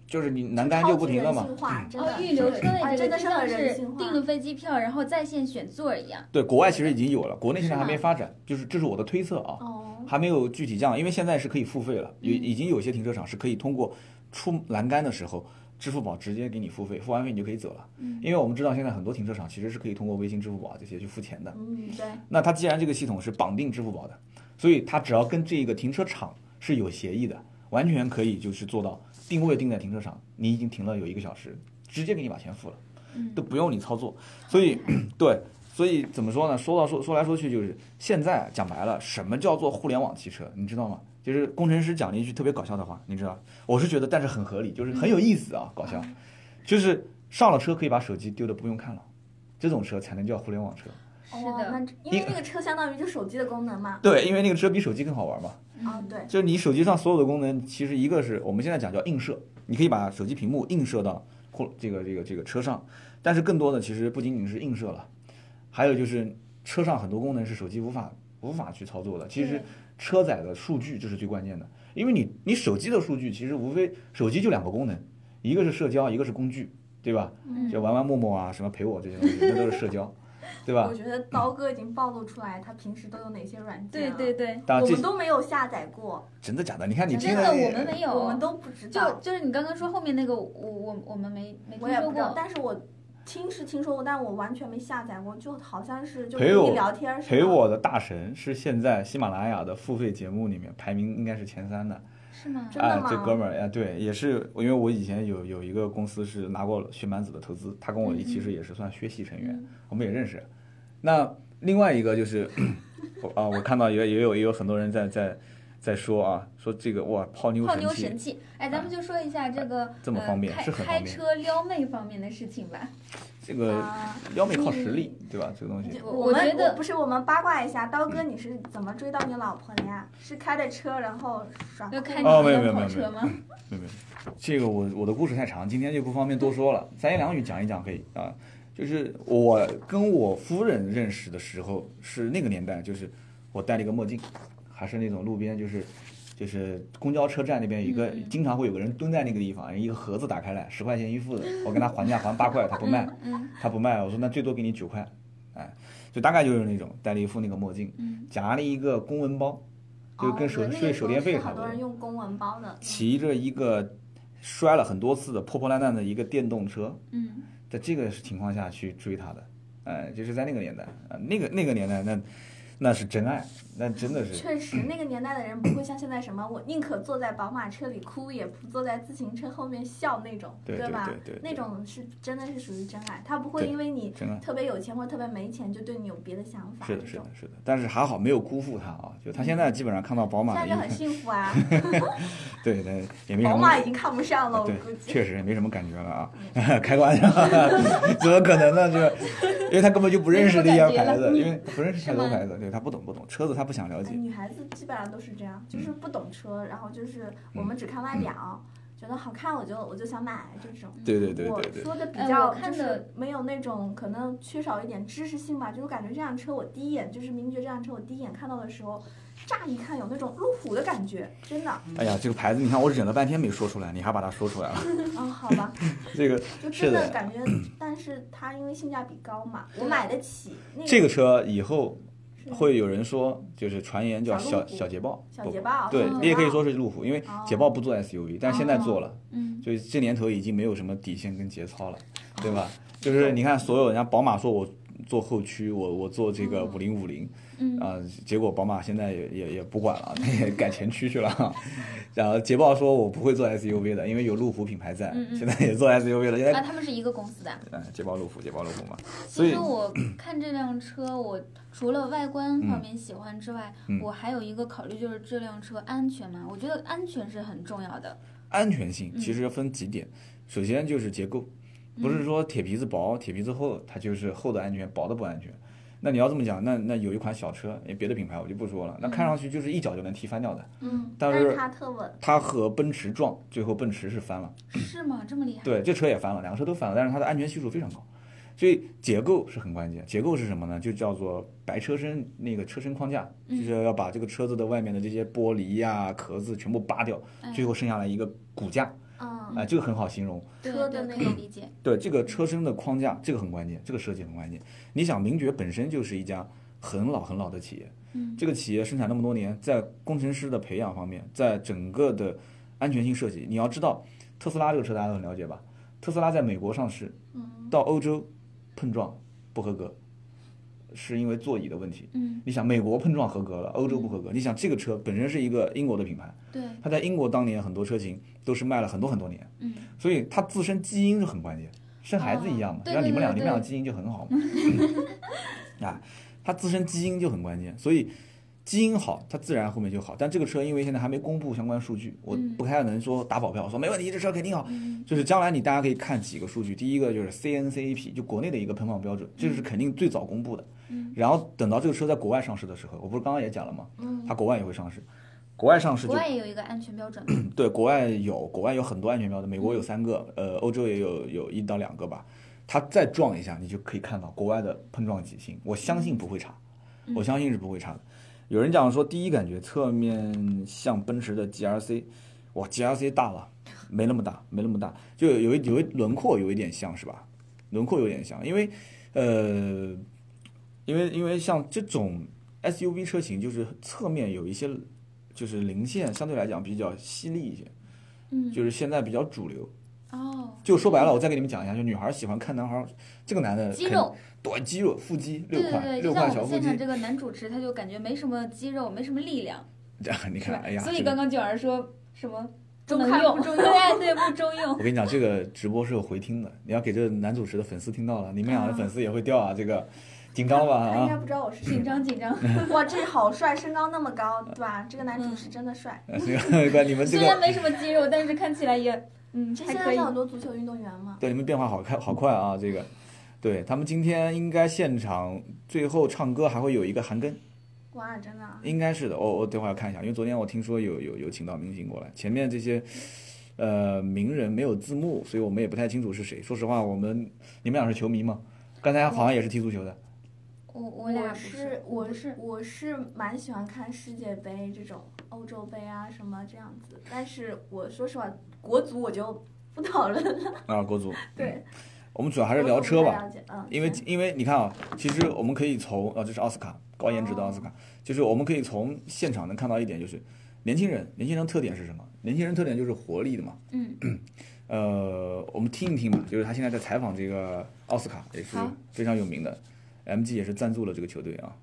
[SPEAKER 1] 就是你男单就不停了嘛
[SPEAKER 3] 超级。人性化，真
[SPEAKER 2] 哦，
[SPEAKER 3] 的
[SPEAKER 2] 预留车
[SPEAKER 3] 啊
[SPEAKER 2] 位这
[SPEAKER 3] 真
[SPEAKER 2] 个
[SPEAKER 3] 的
[SPEAKER 2] 就是像
[SPEAKER 3] 很
[SPEAKER 2] 是
[SPEAKER 3] 人性化
[SPEAKER 2] 订了飞机票，然后在线选座儿一样。
[SPEAKER 1] 对，国外其实已经有了，国内现在
[SPEAKER 3] 是
[SPEAKER 1] 还没
[SPEAKER 3] 吗
[SPEAKER 1] 发展，就是这是我的推测啊，
[SPEAKER 3] 哦，
[SPEAKER 1] 还没有具体降，因为现在是可以付费了，有
[SPEAKER 2] 嗯
[SPEAKER 1] 已经有些停车场是可以通过出栏杆的时候，支付宝直接给你付费，付完费你就可以走了。
[SPEAKER 2] 嗯
[SPEAKER 1] 因为我们知道现在很多停车场其实是可以通过微信、支付宝这些去付钱的。
[SPEAKER 3] 嗯，对，
[SPEAKER 1] 那它既然这个系统是绑定支付宝的，所以它只要跟这个停车场是有协议的，完全可以就是做到定位定在停车场，你已经停了有一个小时，直接给你把钱付了，
[SPEAKER 2] 嗯
[SPEAKER 1] 都，不用你操作。所以 *clears throat*
[SPEAKER 2] 好厉害
[SPEAKER 1] 对，所以怎么说呢？说到说说来说去，就是现在讲白了，什么叫做互联网汽车？你知道吗？就是工程师讲了一句特别搞笑的话，你知道？我是觉得，但是很合理，就是很有意思啊，搞笑。就是上了车可以把手机丢的不用看了，这种车才能叫互联网车。
[SPEAKER 2] 是
[SPEAKER 3] 哦
[SPEAKER 2] 的，
[SPEAKER 3] 那这因为那个车相当于就手机的功能嘛。
[SPEAKER 1] 对，因为那个车比手机更好玩嘛。
[SPEAKER 3] 啊、
[SPEAKER 2] 嗯，
[SPEAKER 3] 对，
[SPEAKER 1] 就是你手机上所有的功能，其实一个是我们现在讲叫映射，你可以把手机屏幕映射到或这个这个这个车上，但是更多的其实不仅仅是映射了，还有就是车上很多功能是手机无法无法去操作的。其实
[SPEAKER 3] 对
[SPEAKER 1] 车载的数据这是最关键的，因为你你手机的数据其实无非手机就两个功能，一个是社交，一个是工具，对吧？
[SPEAKER 2] 嗯
[SPEAKER 1] 就玩玩陌陌啊，什么陪我这些东西，那都是社交，对吧
[SPEAKER 3] 我？觉得刀哥已经暴露出来他平时都有哪些软件
[SPEAKER 2] 对
[SPEAKER 3] 了。
[SPEAKER 2] 对对，
[SPEAKER 1] 当然
[SPEAKER 3] 我
[SPEAKER 1] 这
[SPEAKER 3] 们都没有下载过，
[SPEAKER 1] 真的假的？你看你听
[SPEAKER 2] 真的
[SPEAKER 1] 了
[SPEAKER 2] 我们没有，
[SPEAKER 3] 我们都不知
[SPEAKER 2] 就
[SPEAKER 3] 道，
[SPEAKER 2] 就是你刚刚说后面那个，我我我们没没
[SPEAKER 3] 我
[SPEAKER 2] 听
[SPEAKER 3] 也
[SPEAKER 2] 说
[SPEAKER 3] 不知道。
[SPEAKER 2] 过。
[SPEAKER 3] 但是我听是听说过，但我完全没下载过，就好像是就
[SPEAKER 1] 陪
[SPEAKER 3] 跟
[SPEAKER 1] 我
[SPEAKER 3] 你聊天似的。
[SPEAKER 1] 陪我的大神是现在喜马拉雅的付费节目里面排名应该是前三的，
[SPEAKER 2] 是吗？
[SPEAKER 3] 真的
[SPEAKER 1] 哎
[SPEAKER 3] 吗，
[SPEAKER 1] 这哥们儿哎，对，也是因为我以前有有一个公司是拿过薛蛮子的投资，他跟我
[SPEAKER 2] 嗯嗯
[SPEAKER 1] 其实也是算学习成员，
[SPEAKER 2] 嗯
[SPEAKER 1] 我们也认识。那另外一个就是， *coughs* 我啊，我看到也也有也有很多人在在在说啊，说这个哇泡妞
[SPEAKER 2] 泡妞
[SPEAKER 1] 器
[SPEAKER 2] 神器，哎，咱们就说一下这个
[SPEAKER 1] 这么
[SPEAKER 2] 呃
[SPEAKER 1] 方便
[SPEAKER 2] 开
[SPEAKER 1] 是很
[SPEAKER 2] 开
[SPEAKER 1] 方便
[SPEAKER 2] 车撩妹方面的事情吧。
[SPEAKER 1] 这个
[SPEAKER 3] 啊，
[SPEAKER 1] 撩妹靠实力，对吧？这个东西
[SPEAKER 3] 你
[SPEAKER 2] 我
[SPEAKER 3] 我
[SPEAKER 2] 我
[SPEAKER 3] 们
[SPEAKER 2] 觉得
[SPEAKER 3] 不是我们八卦一下，刀哥你是怎么追到你老婆的呀？是开着车然后耍酷
[SPEAKER 2] 要看你
[SPEAKER 1] 哦没有
[SPEAKER 2] 能
[SPEAKER 1] 没有没有
[SPEAKER 2] 跑车吗？
[SPEAKER 1] 没有没有，这个我我的故事太长，今天就不方便多说了，三言两语讲一讲可以啊。就是我跟我夫人认识的时候是那个年代，就是我戴了一个墨镜，还是那种路边就是就是公交车站那边有一个、
[SPEAKER 2] 嗯嗯
[SPEAKER 1] 经常会有个人蹲在那个地方，一个盒子打开来十块钱一副的，我跟他还价还八块，他不卖，
[SPEAKER 2] 嗯，
[SPEAKER 1] 他不卖，我说那最多给你九块，哎，就大概就是那种戴了一副那个墨镜，
[SPEAKER 2] 嗯
[SPEAKER 1] 夹了一个公文包，就
[SPEAKER 3] 哦
[SPEAKER 1] 跟手
[SPEAKER 3] 我那
[SPEAKER 1] 睡
[SPEAKER 3] 个
[SPEAKER 1] 手
[SPEAKER 3] 时候
[SPEAKER 1] 电
[SPEAKER 3] 是
[SPEAKER 1] 费差
[SPEAKER 3] 好
[SPEAKER 1] 不
[SPEAKER 3] 多
[SPEAKER 1] 多
[SPEAKER 3] 人用公文包的，
[SPEAKER 1] 骑着一个摔了很多次的破破烂烂的一个电动车，
[SPEAKER 2] 嗯，
[SPEAKER 1] 在这个情况下去追她的，呃，就是在那个年代啊、呃那个那个年代那那是真爱，那真的是
[SPEAKER 3] 确实，那个年代的人不会像现在什么，我宁可坐在宝马车里哭，也不坐在自行车后面笑那种，
[SPEAKER 1] 对对
[SPEAKER 3] 吧？
[SPEAKER 1] 对对
[SPEAKER 3] 那种是真的是属于真爱，他不会
[SPEAKER 1] 对
[SPEAKER 3] 因为你
[SPEAKER 1] 真爱。
[SPEAKER 3] 特别有钱或特别没钱就对你有别的想法。
[SPEAKER 1] 是的，
[SPEAKER 3] 这
[SPEAKER 1] 是的
[SPEAKER 3] 种，
[SPEAKER 1] 是的，但是还好没有辜负她啊！就她现在基本上看到宝马
[SPEAKER 3] 现在
[SPEAKER 1] 一
[SPEAKER 3] 就很幸福
[SPEAKER 1] *laughs*
[SPEAKER 3] 啊，
[SPEAKER 1] 对对，也没什么。啊
[SPEAKER 3] 宝马已经看不上了，我
[SPEAKER 1] 对
[SPEAKER 3] 估，计。嗯
[SPEAKER 1] 确实也没什么感觉了啊， *laughs* 开玩笑，怎么可能呢？就，因为他根本就不认识那些牌子，因为不认识太多牌子，对他不懂不懂，车子他不想了
[SPEAKER 3] 哎
[SPEAKER 1] 解。嗯
[SPEAKER 3] 女孩子基本上都是这样，就是不懂车，然后就是我们只看外表，觉得好看我就我就想买这种。
[SPEAKER 1] 对对对
[SPEAKER 3] 我
[SPEAKER 1] 对对，
[SPEAKER 3] 说的比
[SPEAKER 2] 哎
[SPEAKER 3] 较
[SPEAKER 2] 我看
[SPEAKER 3] 就是
[SPEAKER 2] 的
[SPEAKER 3] 没有那种可能缺少一点知识性吧，就是感觉这辆车我第一眼就是名爵这辆车我第一眼看到的时候，乍一看有那种路虎的感觉，真的啊、
[SPEAKER 1] 哎呀，这个牌子你看我忍了半天没说出来，你还把它说出来了，
[SPEAKER 2] 嗯
[SPEAKER 3] 哦好吧，
[SPEAKER 1] 这个
[SPEAKER 3] 就是真的
[SPEAKER 1] 的
[SPEAKER 3] 感觉，但是它因为性价比高嘛，我买得起。那
[SPEAKER 1] 这个车以后
[SPEAKER 3] 是
[SPEAKER 1] 会有人说，就是传言叫
[SPEAKER 3] 小路
[SPEAKER 1] 小
[SPEAKER 3] 虎
[SPEAKER 1] 小捷豹，
[SPEAKER 3] 小
[SPEAKER 1] 不
[SPEAKER 3] 捷豹，啊
[SPEAKER 1] 对
[SPEAKER 3] 小捷
[SPEAKER 1] 你也可以
[SPEAKER 3] 豹
[SPEAKER 1] 说是路虎，因为
[SPEAKER 3] 哦
[SPEAKER 1] 捷豹不做 SUV，但是现在做了，
[SPEAKER 2] 嗯，
[SPEAKER 1] 就是这年头已经没有什么底线跟节操了，对
[SPEAKER 3] 哦
[SPEAKER 1] 吧？就是你看，所有人家宝马说我做后驱，我我做这个五零五零，
[SPEAKER 2] 嗯
[SPEAKER 1] 啊，结果宝马现在也也也不管了， *laughs* 也改前驱去
[SPEAKER 3] *laughs*
[SPEAKER 1] 了。然后捷豹说我不会做 SUV 的，因为有路虎品牌在
[SPEAKER 2] 嗯，嗯
[SPEAKER 1] 现在也做 SUV 了，现在。
[SPEAKER 2] 啊，他们是一个公司的。
[SPEAKER 1] 嗯，捷豹路虎，捷豹路虎嘛，所
[SPEAKER 2] 其
[SPEAKER 1] 以
[SPEAKER 2] 实我看这辆车，我除了外观方面喜欢之外，
[SPEAKER 1] 嗯
[SPEAKER 2] 我还有一个考虑就是这辆车安全嘛，我觉得安全是很重要的。
[SPEAKER 1] 安全性
[SPEAKER 2] 嗯
[SPEAKER 1] 其实分几点，首先就是结构，不是说铁皮子薄、铁皮子厚，它就是厚的安全，薄的不安全。那你要这么讲，那那有一款小车，也别的品牌我就不说了，那看上去就是一脚就能踢翻掉的，
[SPEAKER 3] 嗯，
[SPEAKER 1] 但
[SPEAKER 3] 但
[SPEAKER 1] 是
[SPEAKER 3] 它特稳，
[SPEAKER 1] 它和奔驰撞，最后奔驰是翻了，
[SPEAKER 2] 是吗？这么厉害？
[SPEAKER 1] 对，这车也翻了，两个车都翻了，但是它的安全系数非常高，所以结构是很关键。结构是什么呢？就叫做白车身那个车身框架，就是要把这个车子的外面的这些玻璃呀、壳子全部扒掉，
[SPEAKER 2] 哎
[SPEAKER 1] 最后剩下来一个骨架，
[SPEAKER 3] 嗯，
[SPEAKER 1] 啊，这个很好形容。
[SPEAKER 2] 对
[SPEAKER 3] 车
[SPEAKER 2] 对
[SPEAKER 3] 的那
[SPEAKER 2] 可以
[SPEAKER 3] 个
[SPEAKER 2] 理解。
[SPEAKER 1] 对这个车身的框架，这个很关键，这个设计很关键。你想，名爵本身就是一家很老很老的企业，
[SPEAKER 2] 嗯，
[SPEAKER 1] 这个企业生产那么多年，在工程师的培养方面，在整个的安全性设计，你要知道，特斯拉这个车大家都很了解吧？特斯拉在美国上市，
[SPEAKER 3] 嗯，
[SPEAKER 1] 到欧洲碰撞不合格，是因为座椅的问题。
[SPEAKER 2] 嗯，
[SPEAKER 1] 你想，美国碰撞合格了，欧洲不合格。你想，这个车本身是一个英国的品牌，
[SPEAKER 2] 对，
[SPEAKER 1] 它在英国当年很多车型都是卖了很多很多年。
[SPEAKER 2] 嗯，
[SPEAKER 1] 所以它自身基因是很关键，生孩子一样嘛，
[SPEAKER 2] 哦对
[SPEAKER 1] 像你们俩，
[SPEAKER 2] 对对
[SPEAKER 1] 你们俩基因就很好嘛， *laughs* 啊，它自身基因就很关键，所以基因好，它自然后面就好。但这个车因为现在还没公布相关数据，我
[SPEAKER 2] 嗯
[SPEAKER 1] 不太能说打保票，说没问题，这车肯定好。
[SPEAKER 2] 嗯
[SPEAKER 1] 就是将来你大家可以看几个数据，第一个就是 CNCAP，就国内的一个喷放标准，这是肯定最早公布的。
[SPEAKER 2] 嗯，
[SPEAKER 1] 然后等到这个车在国外上市的时候，我不是刚刚也讲了吗？
[SPEAKER 3] 嗯
[SPEAKER 1] 它国外也会上市，国外上市就
[SPEAKER 2] 国外也有一个安全标准
[SPEAKER 1] *clears throat*
[SPEAKER 2] 嘛。
[SPEAKER 1] 嗯对，国外有，国外有很多安全标准，美国有三个，呃，欧洲也有有一到两个吧。它再撞一下，你就可以看到国外的碰撞几星，我相信不会差，我相信是不会差的。有人讲说，第一感觉侧面像奔驰的 GRC，哇，GRC 大了，没那么大，没那么大，就有有一有一轮廓有一点像是吧？轮廓有点像，因为呃，因为因为像这种 SUV 车型，就是侧面有一些就是零线相对来讲比较犀利一些，
[SPEAKER 2] 嗯，
[SPEAKER 1] 就是现在比较主流。
[SPEAKER 2] 哦，
[SPEAKER 1] 就说白了，我再给你们讲一下，就女孩喜欢看男孩儿，这个男的
[SPEAKER 2] 肌
[SPEAKER 1] 肯
[SPEAKER 2] 肉，
[SPEAKER 1] 对肌肉腹肌
[SPEAKER 2] 对
[SPEAKER 1] 呃六
[SPEAKER 2] 对
[SPEAKER 1] 块
[SPEAKER 2] 对，
[SPEAKER 1] 六
[SPEAKER 2] 就像
[SPEAKER 1] 块
[SPEAKER 2] 我
[SPEAKER 1] 小
[SPEAKER 2] 们
[SPEAKER 1] 腹
[SPEAKER 2] 现场
[SPEAKER 1] 肌，
[SPEAKER 2] 这个男主持，他就感觉没什么肌肉，没什么力量，
[SPEAKER 1] *laughs* 你
[SPEAKER 2] 是
[SPEAKER 1] 看
[SPEAKER 2] 吧？
[SPEAKER 1] 哎呀，
[SPEAKER 2] 所以
[SPEAKER 1] 这
[SPEAKER 2] 刚
[SPEAKER 1] 个
[SPEAKER 2] 刚九儿说什么不
[SPEAKER 3] 中
[SPEAKER 2] 能
[SPEAKER 3] 看
[SPEAKER 2] 用，*laughs*
[SPEAKER 3] 不中用
[SPEAKER 2] 对对，不中用。
[SPEAKER 1] 我跟你讲，这个直播是有回听的，你要给这男主持的粉丝听到了，你们俩的粉丝也会掉啊，这个紧张吧
[SPEAKER 2] 哎
[SPEAKER 3] 他应该
[SPEAKER 1] 啊，
[SPEAKER 3] 不知道我是谁
[SPEAKER 2] *laughs* 紧。张紧张，
[SPEAKER 3] 哇，这好帅，身高那么高，对吧？这个男
[SPEAKER 2] 嗯
[SPEAKER 3] 主持真的帅。
[SPEAKER 1] 啊
[SPEAKER 2] *laughs*
[SPEAKER 1] 这个你们 *laughs* 这
[SPEAKER 2] 虽
[SPEAKER 1] 个
[SPEAKER 2] 然没什么肌肉，但是看起来也嗯
[SPEAKER 3] 这
[SPEAKER 2] 还
[SPEAKER 3] 现
[SPEAKER 2] 可
[SPEAKER 3] 在
[SPEAKER 2] 以
[SPEAKER 3] 是。很多足球运动员嘛，
[SPEAKER 1] 对你们变化好快好快啊，这个。对他们今天应该现场最后唱歌还会有一个韩庚，
[SPEAKER 3] 哇，真的啊，
[SPEAKER 1] 应该是的，我我等会儿要看一下，因为昨天我听说有有有请到明星过来，前面这些，呃，名人没有字幕，所以我们也不太清楚是谁。说实话，我们你们俩是球迷吗？刚才好像也是踢足球的，
[SPEAKER 2] 我我
[SPEAKER 3] 我
[SPEAKER 2] 俩不
[SPEAKER 3] 是
[SPEAKER 2] 我
[SPEAKER 3] 我
[SPEAKER 2] 不是，
[SPEAKER 3] 我是蛮喜欢看世界杯这种欧洲杯啊什么这样子，但是我说实话，国足我就不讨论了。
[SPEAKER 1] 啊，国足。
[SPEAKER 3] 对，
[SPEAKER 1] 我们主要还是聊车吧。
[SPEAKER 3] 了解，嗯，
[SPEAKER 1] 因为因为你看啊，其实我们可以从啊，这是奥斯卡高颜值的奥斯卡，就是我们可以从现场能看到一点，就是年轻人，年轻人特点是什么？年轻人特点就是活力的嘛。
[SPEAKER 2] 嗯，
[SPEAKER 1] *clears throat* 呃，我们听一听吧，就是他现在在采访这个奥斯卡，也是
[SPEAKER 2] 好
[SPEAKER 1] 非常有名的，MG 也是赞助了这个球队啊。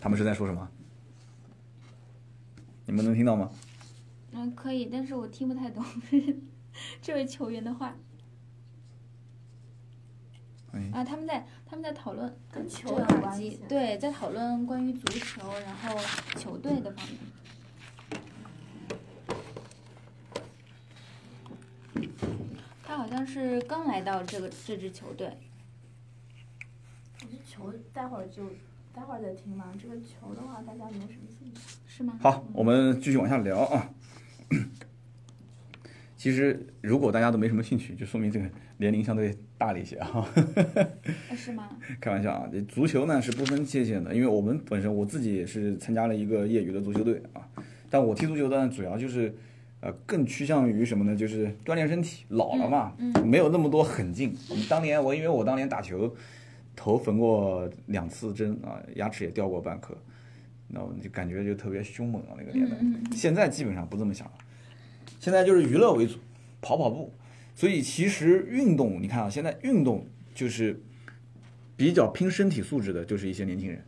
[SPEAKER 1] 他们是在说什么？你们能听到吗？
[SPEAKER 2] 嗯，可以，但是我听不太懂 *laughs* 这位球员的话。
[SPEAKER 1] 哎
[SPEAKER 2] 啊，他们在他们在讨论
[SPEAKER 3] 跟球
[SPEAKER 2] 这
[SPEAKER 3] 有
[SPEAKER 2] 个
[SPEAKER 3] 关
[SPEAKER 2] 耳
[SPEAKER 3] 系
[SPEAKER 2] 机，，对，在讨论关于足球，然后球队的方面。他好像是刚来到这个这支球队，
[SPEAKER 3] 我觉得球待会儿就待会儿再听吧。这个球的话，大家没有什么兴趣。
[SPEAKER 2] 是吗？
[SPEAKER 1] 好，我们继续往下聊啊。 *coughs* 其实，如果大家都没什么兴趣，就说明这个年龄相对大了一些啊。 *laughs*
[SPEAKER 2] 呃是吗？
[SPEAKER 1] 开玩笑啊，这足球呢是不分界限的，因为我们本身我自己也是参加了一个业余的足球队啊，但我踢足球呢主要就是，呃，更趋向于什么呢？就是锻炼身体，老了嘛，
[SPEAKER 2] 嗯
[SPEAKER 1] 没有那么多狠劲。我们当年我因为我当年打球，头缝过两次针啊，牙齿也掉过半颗，那我就感觉就特别凶猛啊那个年代。
[SPEAKER 2] 嗯嗯
[SPEAKER 1] 现在基本上不这么想了，现在就是娱乐为主，跑跑步。所以其实运动，你看啊，现在运动就是比较拼身体素质的，就是一些年轻人。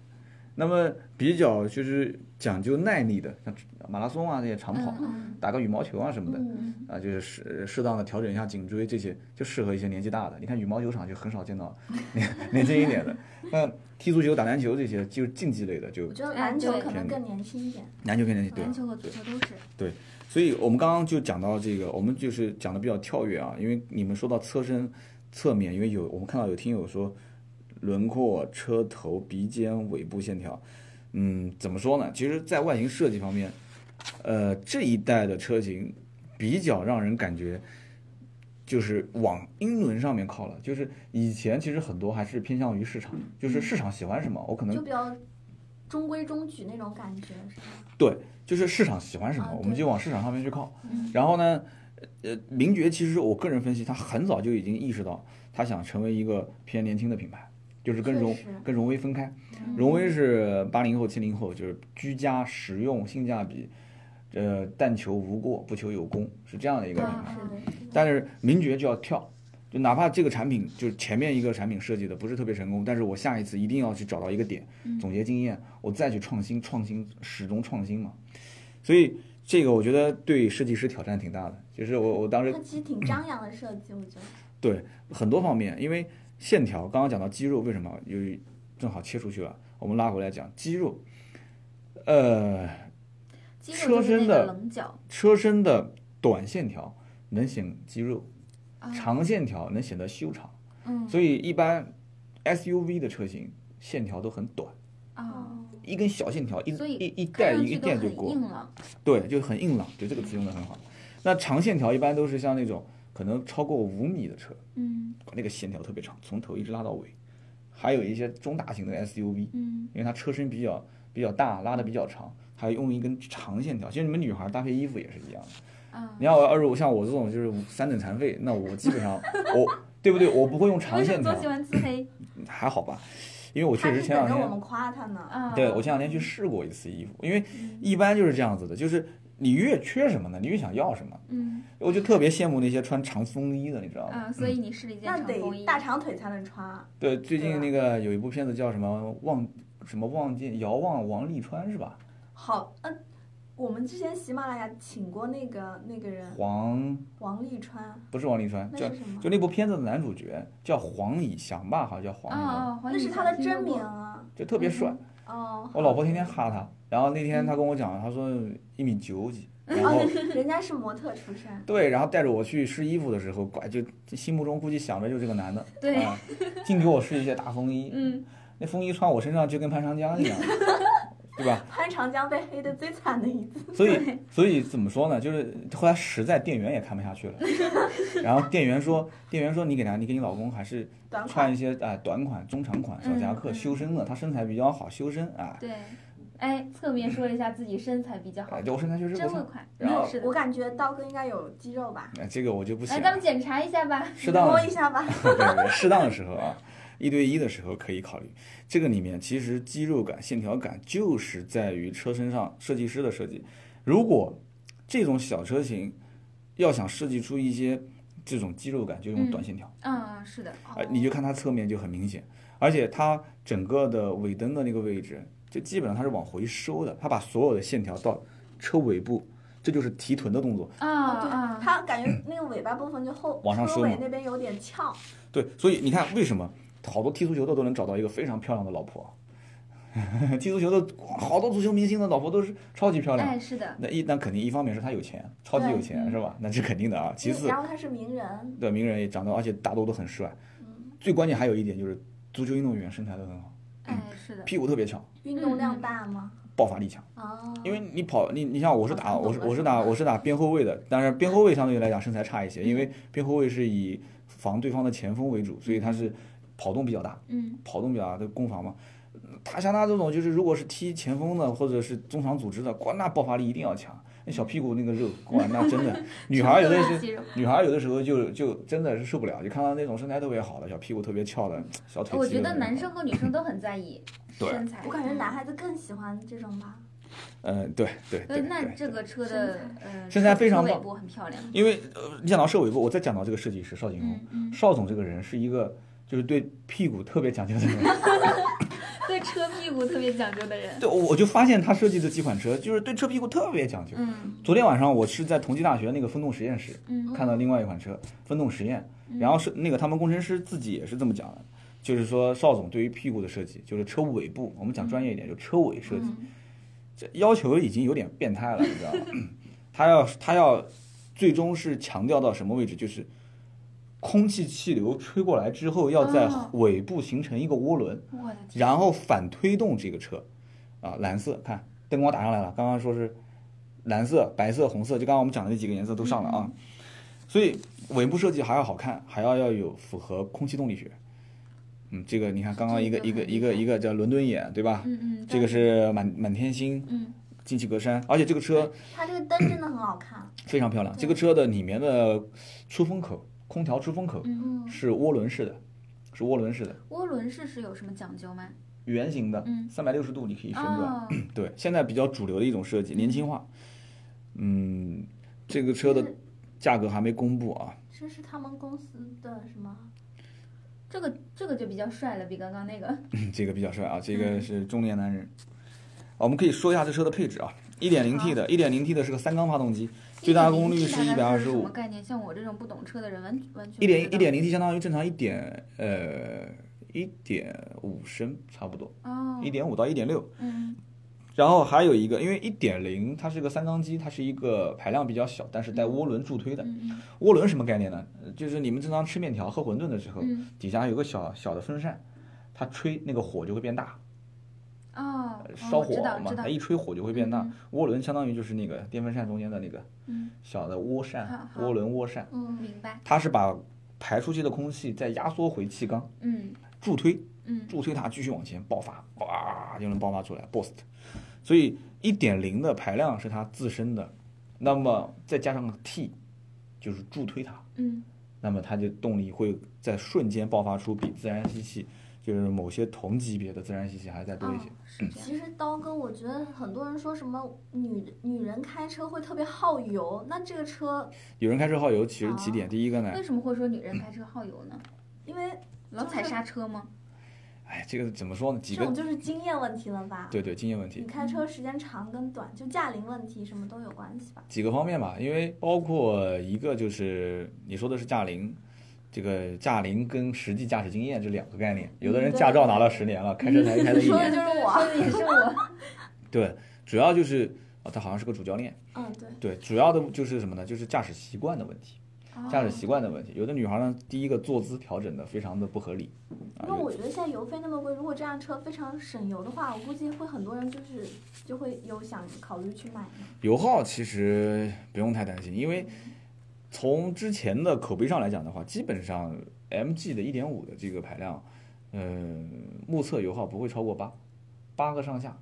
[SPEAKER 1] 那么比较就是讲究耐力的，像马拉松啊这些长跑，
[SPEAKER 2] 嗯
[SPEAKER 1] 打个羽毛球啊什么的，
[SPEAKER 3] 嗯，
[SPEAKER 1] 啊，就是适适当的调整一下颈椎，这些就适合一些年纪大的。你看羽毛球场就很少见到 *laughs* 年年轻一点的。那踢足球、打篮球这些就是竞技类的，就
[SPEAKER 3] 我觉得
[SPEAKER 2] 哎
[SPEAKER 3] 篮球
[SPEAKER 2] 对
[SPEAKER 3] 可能
[SPEAKER 1] 嗯
[SPEAKER 3] 更年轻一点。
[SPEAKER 1] 篮球跟年纪
[SPEAKER 2] 嗯，
[SPEAKER 1] 对啊
[SPEAKER 2] 篮。球和足球都是。
[SPEAKER 1] 所以我们刚刚就讲到这个，我们就是讲的比较跳跃啊，因为你们说到车身、侧面，因为有我们看到有听友说轮廓、车头、鼻尖、尾部线条，嗯，怎么说呢？其实，在外形设计方面，呃，这一代的车型比较让人感觉就是往英伦上面靠了，就是以前其实很多还是偏向于市场，就是市场喜欢什么，我可能
[SPEAKER 3] 就比较中规中矩那种感觉，是吧？
[SPEAKER 1] 就是市场喜欢什么
[SPEAKER 3] 啊，
[SPEAKER 1] 我们
[SPEAKER 3] 对
[SPEAKER 1] 就往市场上面去靠
[SPEAKER 3] 嗯。
[SPEAKER 1] 然后呢，呃，名爵其实我个人分析，他很早就已经意识到，他想成为一个偏年轻的品牌，就是跟荣
[SPEAKER 3] 确实
[SPEAKER 1] 跟荣威分开。
[SPEAKER 3] 嗯
[SPEAKER 1] 荣威是八零后、七零后，就是居家、实用、性价比，呃，但求无过，不求有功，是这样的一个品牌。
[SPEAKER 2] 啊
[SPEAKER 3] 是的，是的。
[SPEAKER 1] 但是名爵就要跳，就哪怕这个产品就是前面一个产品设计的不是特别成功，但是我下一次一定要去找到一个点，
[SPEAKER 2] 嗯
[SPEAKER 1] 总结经验，我再去创新，创新始终创新嘛。所以这个我觉得对设计师挑战挺大的，就是我我当时
[SPEAKER 3] 它其实挺张扬的设计，我觉得。
[SPEAKER 1] 对很多方面，因为线条刚刚讲到肌肉为什么，由于正好切出去了，我们拉回来讲肌肉，呃，
[SPEAKER 2] 肌肉
[SPEAKER 1] 车
[SPEAKER 2] 就是
[SPEAKER 1] 身
[SPEAKER 2] 那
[SPEAKER 1] 的
[SPEAKER 2] 个棱角，
[SPEAKER 1] 车身的短线条能显肌肉，
[SPEAKER 2] 啊
[SPEAKER 1] 长线条能显得修长。
[SPEAKER 2] 嗯
[SPEAKER 1] 所以一般 SUV 的车型线条都很短，
[SPEAKER 2] 啊，
[SPEAKER 3] 哦，
[SPEAKER 1] 一根小线条一
[SPEAKER 2] 所以
[SPEAKER 1] 一一带
[SPEAKER 2] 看上
[SPEAKER 1] 一
[SPEAKER 2] 去都
[SPEAKER 1] 电就
[SPEAKER 2] 很
[SPEAKER 1] 过
[SPEAKER 2] 硬，了。
[SPEAKER 1] 对，就很硬朗，对这个词用的很好。那长线条一般都是像那种可能超过五米的车，
[SPEAKER 2] 嗯
[SPEAKER 1] 那个线条特别长，从头一直拉到尾。还有一些中大型的 SUV，
[SPEAKER 2] 嗯
[SPEAKER 1] 因为它车身比较比较大，拉的比较长，还用一根长线条。其实你们女孩搭配衣服也是一样的。
[SPEAKER 2] 啊
[SPEAKER 3] 嗯
[SPEAKER 1] 你，看我要是我像我这种就是三等残废，那我基本上我对不对？我不会用
[SPEAKER 2] 为
[SPEAKER 1] 长
[SPEAKER 2] 什
[SPEAKER 1] 线
[SPEAKER 2] 么
[SPEAKER 1] 条
[SPEAKER 3] *laughs*
[SPEAKER 2] 总，喜欢自
[SPEAKER 1] *clears throat*
[SPEAKER 2] 黑
[SPEAKER 1] 还好吧？因为我
[SPEAKER 3] 他
[SPEAKER 1] 确
[SPEAKER 3] 是
[SPEAKER 1] 实前
[SPEAKER 3] 等
[SPEAKER 1] 两
[SPEAKER 3] 着
[SPEAKER 1] 天
[SPEAKER 3] 我们夸他呢。
[SPEAKER 2] 啊？嗯
[SPEAKER 1] 对我前两天去试过一次衣服，因为一般就是这样子的，就是你越缺什么呢，你越想要什么。
[SPEAKER 2] 嗯
[SPEAKER 1] 我就特别羡慕那些穿长风衣的，你知道吗？
[SPEAKER 3] 嗯
[SPEAKER 2] 啊，所以你试了一件
[SPEAKER 3] 那
[SPEAKER 2] 长风
[SPEAKER 3] 得
[SPEAKER 2] 衣，
[SPEAKER 3] 大长腿才能穿，
[SPEAKER 1] 对，最
[SPEAKER 3] 对
[SPEAKER 1] 近
[SPEAKER 3] 啊
[SPEAKER 1] 那个有一部片子叫什么望什么望见遥望王沥川是吧？
[SPEAKER 3] 好，嗯，我们之前喜马拉雅请过那个那个人
[SPEAKER 1] 黄
[SPEAKER 3] 王沥川，
[SPEAKER 1] 不是王沥川，
[SPEAKER 3] 嗯那
[SPEAKER 1] 叫
[SPEAKER 3] 是什么
[SPEAKER 1] 就？那部片子的男主角叫黄以翔吧，好像叫黄
[SPEAKER 2] 啊
[SPEAKER 1] 以翔，
[SPEAKER 2] 啊，黄
[SPEAKER 3] 那
[SPEAKER 2] 以
[SPEAKER 3] 是
[SPEAKER 2] 翔
[SPEAKER 3] 他的
[SPEAKER 2] 听说
[SPEAKER 3] 真
[SPEAKER 2] 过嗯
[SPEAKER 3] 名啊。
[SPEAKER 1] 就特别帅。
[SPEAKER 3] 哦，嗯
[SPEAKER 1] 我老婆天天哈他，然后那天他跟我讲，他说一米九几，然
[SPEAKER 3] *laughs*
[SPEAKER 1] 后
[SPEAKER 3] 人家是模特出身， *laughs*
[SPEAKER 1] 对，然后带着我去试衣服的时候，呱就心目中估计想着就这个男的，
[SPEAKER 2] 对
[SPEAKER 1] 啊，净给我试一些大风衣，
[SPEAKER 2] 嗯，
[SPEAKER 1] 那风衣穿我身上就跟潘长江一
[SPEAKER 3] *laughs*
[SPEAKER 1] 样，对吧？
[SPEAKER 3] 潘长江被黑的最惨的一次。
[SPEAKER 1] 所以所以怎么说呢？就是后来实在店员也看不下去了，然后店员说，店员说你给他，你给你老公还是
[SPEAKER 3] 短
[SPEAKER 1] 穿
[SPEAKER 3] 款
[SPEAKER 1] 一些啊、短款、中长款小
[SPEAKER 2] 嗯
[SPEAKER 1] 夹克，
[SPEAKER 2] 嗯
[SPEAKER 1] 修身的，他身材比较好，修身啊，
[SPEAKER 2] 对，哎，侧面说了一下自己身材比较好
[SPEAKER 1] 哎，，我身材确实不
[SPEAKER 2] 真会
[SPEAKER 1] 错，
[SPEAKER 2] 款，
[SPEAKER 1] 然
[SPEAKER 2] 嗯
[SPEAKER 1] 后
[SPEAKER 2] 是
[SPEAKER 3] 我
[SPEAKER 2] 的。
[SPEAKER 3] 感觉刀哥应该有肌肉吧，
[SPEAKER 1] 哎，这个我就不
[SPEAKER 2] 来，
[SPEAKER 1] 行
[SPEAKER 2] 咱
[SPEAKER 1] 了
[SPEAKER 2] 们，检查一下吧。
[SPEAKER 1] 适当
[SPEAKER 3] 摸
[SPEAKER 1] 的
[SPEAKER 3] 一下吧。
[SPEAKER 1] *laughs* 对对对，适当的时候啊，一对一的时候可以考虑。这个里面其实肌肉感、线条感就是在于车身上设计师的设计。如果这种小车型要想设计出一些这种肌肉感，就用短线条，
[SPEAKER 2] 嗯，是的，
[SPEAKER 1] 啊，你就看它侧面就很明显，而且它整个的尾灯的那个位置，就基本上它是往回收的，它把所有的线条到车尾部，这就是提臀的动作。
[SPEAKER 2] 啊
[SPEAKER 3] 哦对
[SPEAKER 2] 啊，
[SPEAKER 3] 他感觉那个尾巴部分就后
[SPEAKER 1] 往上
[SPEAKER 3] 车
[SPEAKER 1] 收
[SPEAKER 3] 尾
[SPEAKER 1] 嘛
[SPEAKER 3] 那边有点翘，
[SPEAKER 1] 对，所以你看为什么好多踢足球的都能找到一个非常漂亮的老婆，啊 *laughs* 踢足球的哇好多足球明星的老婆都是超级漂亮。嗯
[SPEAKER 2] 哎，是的，
[SPEAKER 1] 那一那肯定一方面是他有钱，超级有钱
[SPEAKER 2] 嗯
[SPEAKER 1] 是吧？那是肯定的啊。其次
[SPEAKER 3] 然后他是名人，
[SPEAKER 1] 的名人也长得，而且大多都很帅。最关键还有一点就是足球运动员身材都很好，
[SPEAKER 2] 哎，是的，
[SPEAKER 1] 屁股特别翘，
[SPEAKER 3] 运动量大吗？
[SPEAKER 1] 爆发力强。
[SPEAKER 3] 哦，
[SPEAKER 1] 因为你跑你你像我是打
[SPEAKER 3] 哦
[SPEAKER 1] 我是
[SPEAKER 3] 懂了
[SPEAKER 1] 我是打我是打边后卫的，当然边后卫相对来讲身材差一些，因为
[SPEAKER 2] 嗯
[SPEAKER 1] 边后卫是以防对方的前锋为主，所以他是跑动比较大。
[SPEAKER 2] 嗯，
[SPEAKER 1] 跑动比较大的攻防嘛。他像他这种就是，如果是踢前锋的或者是中场组织的，哇，那爆发力一定要强。那小屁股那个肉，哇，那真
[SPEAKER 2] *laughs*
[SPEAKER 1] 的，女孩有的
[SPEAKER 2] 是
[SPEAKER 1] 是，女孩有的时候就就真的是受不了。就看到那种身材特别好的，小屁股特别翘的，小腿。
[SPEAKER 2] 我觉得男，生和女生都很在意
[SPEAKER 1] 对
[SPEAKER 2] 身材，嗯
[SPEAKER 3] 我感觉男孩子更喜欢这种吧，
[SPEAKER 1] 嗯，对对
[SPEAKER 2] 呃，
[SPEAKER 1] 对
[SPEAKER 2] 那
[SPEAKER 1] 对，
[SPEAKER 2] 这个车的呃
[SPEAKER 1] 身材非常
[SPEAKER 2] 车尾
[SPEAKER 1] 棒
[SPEAKER 2] 部很漂亮，
[SPEAKER 1] 因为呃，你讲到社尾部，我再讲到这个设计师邵景宏，
[SPEAKER 2] 嗯嗯，
[SPEAKER 1] 邵总这个人是一个就是对屁股特别讲究的人。 *laughs*
[SPEAKER 2] *laughs* 对车屁股特别讲究的人，
[SPEAKER 1] 对，我我就发现他设计的几款车就是对车屁股特别讲究。
[SPEAKER 2] 嗯
[SPEAKER 1] 昨天晚上我是在同济大学那个风洞实验室，
[SPEAKER 2] 嗯
[SPEAKER 1] 看到另外一款车分动实验，然后是那个他们工程师自己也是这么讲的，就是说邵总对于屁股的设计，就是车尾部，我们讲专业一点，就车尾设计，
[SPEAKER 2] 嗯
[SPEAKER 1] 这要求已经有点变态了，你知道吗？
[SPEAKER 2] *laughs*
[SPEAKER 1] 他要他要最终是强调到什么位置，就是。空气气流吹过来之后，要在
[SPEAKER 2] 哦
[SPEAKER 1] 尾部形成一个涡轮，
[SPEAKER 2] 我的天，
[SPEAKER 1] 然后反推动这个车，啊，蓝色看灯光打上来了，刚刚说是蓝色、白色、红色，就刚刚我们讲的那几个颜色都上了啊，所以尾部设计还要好看，还要要有符合空气动力学。嗯，这个你看，刚刚一个
[SPEAKER 2] 这
[SPEAKER 1] 一
[SPEAKER 2] 个
[SPEAKER 1] 个
[SPEAKER 2] 很
[SPEAKER 1] 一个一个叫伦敦眼，对吧？
[SPEAKER 2] 嗯嗯，
[SPEAKER 1] 这个是满满天星、
[SPEAKER 2] 嗯
[SPEAKER 1] 进气格栅，而且这个车
[SPEAKER 3] 他这个灯真的很好看，
[SPEAKER 1] 非常漂亮。
[SPEAKER 3] 对
[SPEAKER 1] 这个车的里面的出风口、空调出风口
[SPEAKER 2] 嗯，
[SPEAKER 3] 嗯，
[SPEAKER 1] 是涡轮式的，是涡轮式的，
[SPEAKER 2] 涡轮式是有什么讲究吗？
[SPEAKER 1] 圆形的
[SPEAKER 2] 嗯，
[SPEAKER 1] 三百六十度你可以旋转。
[SPEAKER 2] 哦，
[SPEAKER 1] 对，现在比较主流的一种设计，年轻化。嗯，这个车的价格还没公布啊。 *laughs*
[SPEAKER 3] 这是他们公司的什么？
[SPEAKER 2] 这个这个就比较帅了，比刚刚那个，
[SPEAKER 1] 这个比较帅啊，这个是中年男人。啊我们可以说一下这车的配置啊，1 0 T 的，1 0 T 的是个三缸发动机， *laughs* 最大功率是
[SPEAKER 2] 1.0 T
[SPEAKER 1] 一百
[SPEAKER 2] 大概
[SPEAKER 1] 二
[SPEAKER 2] 是
[SPEAKER 1] 十
[SPEAKER 2] 什
[SPEAKER 1] 五
[SPEAKER 2] 么。概念？像我这种不懂车的人，完完全
[SPEAKER 1] 一点
[SPEAKER 2] 不
[SPEAKER 1] 一
[SPEAKER 2] 知道
[SPEAKER 1] 点零 T 相当于正常一点呃一点五升差不多，
[SPEAKER 2] 哦，
[SPEAKER 1] 一点五到一点六。
[SPEAKER 2] 嗯
[SPEAKER 1] 然后还有一个，因为一点零它是个三缸机，它是一个排量比较小，但是带涡轮助推的。
[SPEAKER 2] 嗯嗯
[SPEAKER 1] 涡轮什么概念呢？呃就是你们正常吃面条、喝馄饨的时候，
[SPEAKER 2] 嗯
[SPEAKER 1] 底下有个小小的风扇，它吹那个火就会变大，
[SPEAKER 2] 哦，哦
[SPEAKER 1] 嗯烧
[SPEAKER 2] 我
[SPEAKER 1] 火
[SPEAKER 2] 知道
[SPEAKER 1] 嘛，
[SPEAKER 2] 知道
[SPEAKER 1] 它一吹火就会变大。
[SPEAKER 2] 嗯
[SPEAKER 1] 涡轮相当于就是那个电风扇中间的那个
[SPEAKER 2] 嗯，
[SPEAKER 1] 小的涡
[SPEAKER 2] 好
[SPEAKER 1] 扇，
[SPEAKER 2] 好
[SPEAKER 1] 涡轮涡扇，
[SPEAKER 3] 嗯，
[SPEAKER 2] 明白，
[SPEAKER 1] 它是把排出去的空气再压缩回气缸，
[SPEAKER 2] 嗯
[SPEAKER 1] 助推
[SPEAKER 2] 嗯
[SPEAKER 1] 助推它继续往前爆发，哇就能爆发出来，boost。所以一点零的排量是它自身的，那么再加上 T，就是助推它。
[SPEAKER 2] 嗯，
[SPEAKER 1] 那么它就动力会在瞬间爆发出比自然吸气，就是某些同级别的自然吸气还再多一些
[SPEAKER 2] 哦。，是这样，
[SPEAKER 3] 其实刀哥，我觉得很多人说什么女女人开车会特别耗油，那这个车，
[SPEAKER 1] 有人开车耗油，其实几点？第一个呢，
[SPEAKER 2] 为什么会说女人开车耗油呢？
[SPEAKER 3] 因为
[SPEAKER 2] 老踩刹车吗？
[SPEAKER 1] 哎，这个怎么说呢？几
[SPEAKER 3] 这
[SPEAKER 1] 个
[SPEAKER 3] 种就是经验问题了吧？
[SPEAKER 1] 对对，经验问
[SPEAKER 3] 你
[SPEAKER 1] 题，
[SPEAKER 3] 开车时间长跟短，就驾龄问题什么都有关系吧？
[SPEAKER 1] 几个方面吧，因为包括一个就是你说的是驾龄。这个驾龄跟实际驾驶经验这两个概念，有的人
[SPEAKER 3] 对
[SPEAKER 1] 驾
[SPEAKER 2] *laughs*
[SPEAKER 1] 照拿了十年了，开车才开了一
[SPEAKER 3] 说的
[SPEAKER 1] 年， *laughs*
[SPEAKER 3] 就是我，
[SPEAKER 2] 说的也是我，
[SPEAKER 1] 对，主要就是啊，他好像是个主教练。
[SPEAKER 3] 嗯，对，
[SPEAKER 1] 对，主要的就是什么呢？就是驾驶习惯的问题，
[SPEAKER 2] 哦
[SPEAKER 1] 驾驶习惯的问题。有的女孩呢，第一个坐姿调整的非常的不合理，啊，
[SPEAKER 3] 那
[SPEAKER 1] 有
[SPEAKER 3] 我觉得现在油费那么贵，如果这辆车非常省油的话，我估计会很多人就是就会有想考虑去买的。
[SPEAKER 1] 油耗其实不用太担心，因为从之前的口碑上来讲的话，基本上 MG 的1.5的这个排量，呃，目测油耗不会超过八，八个上下，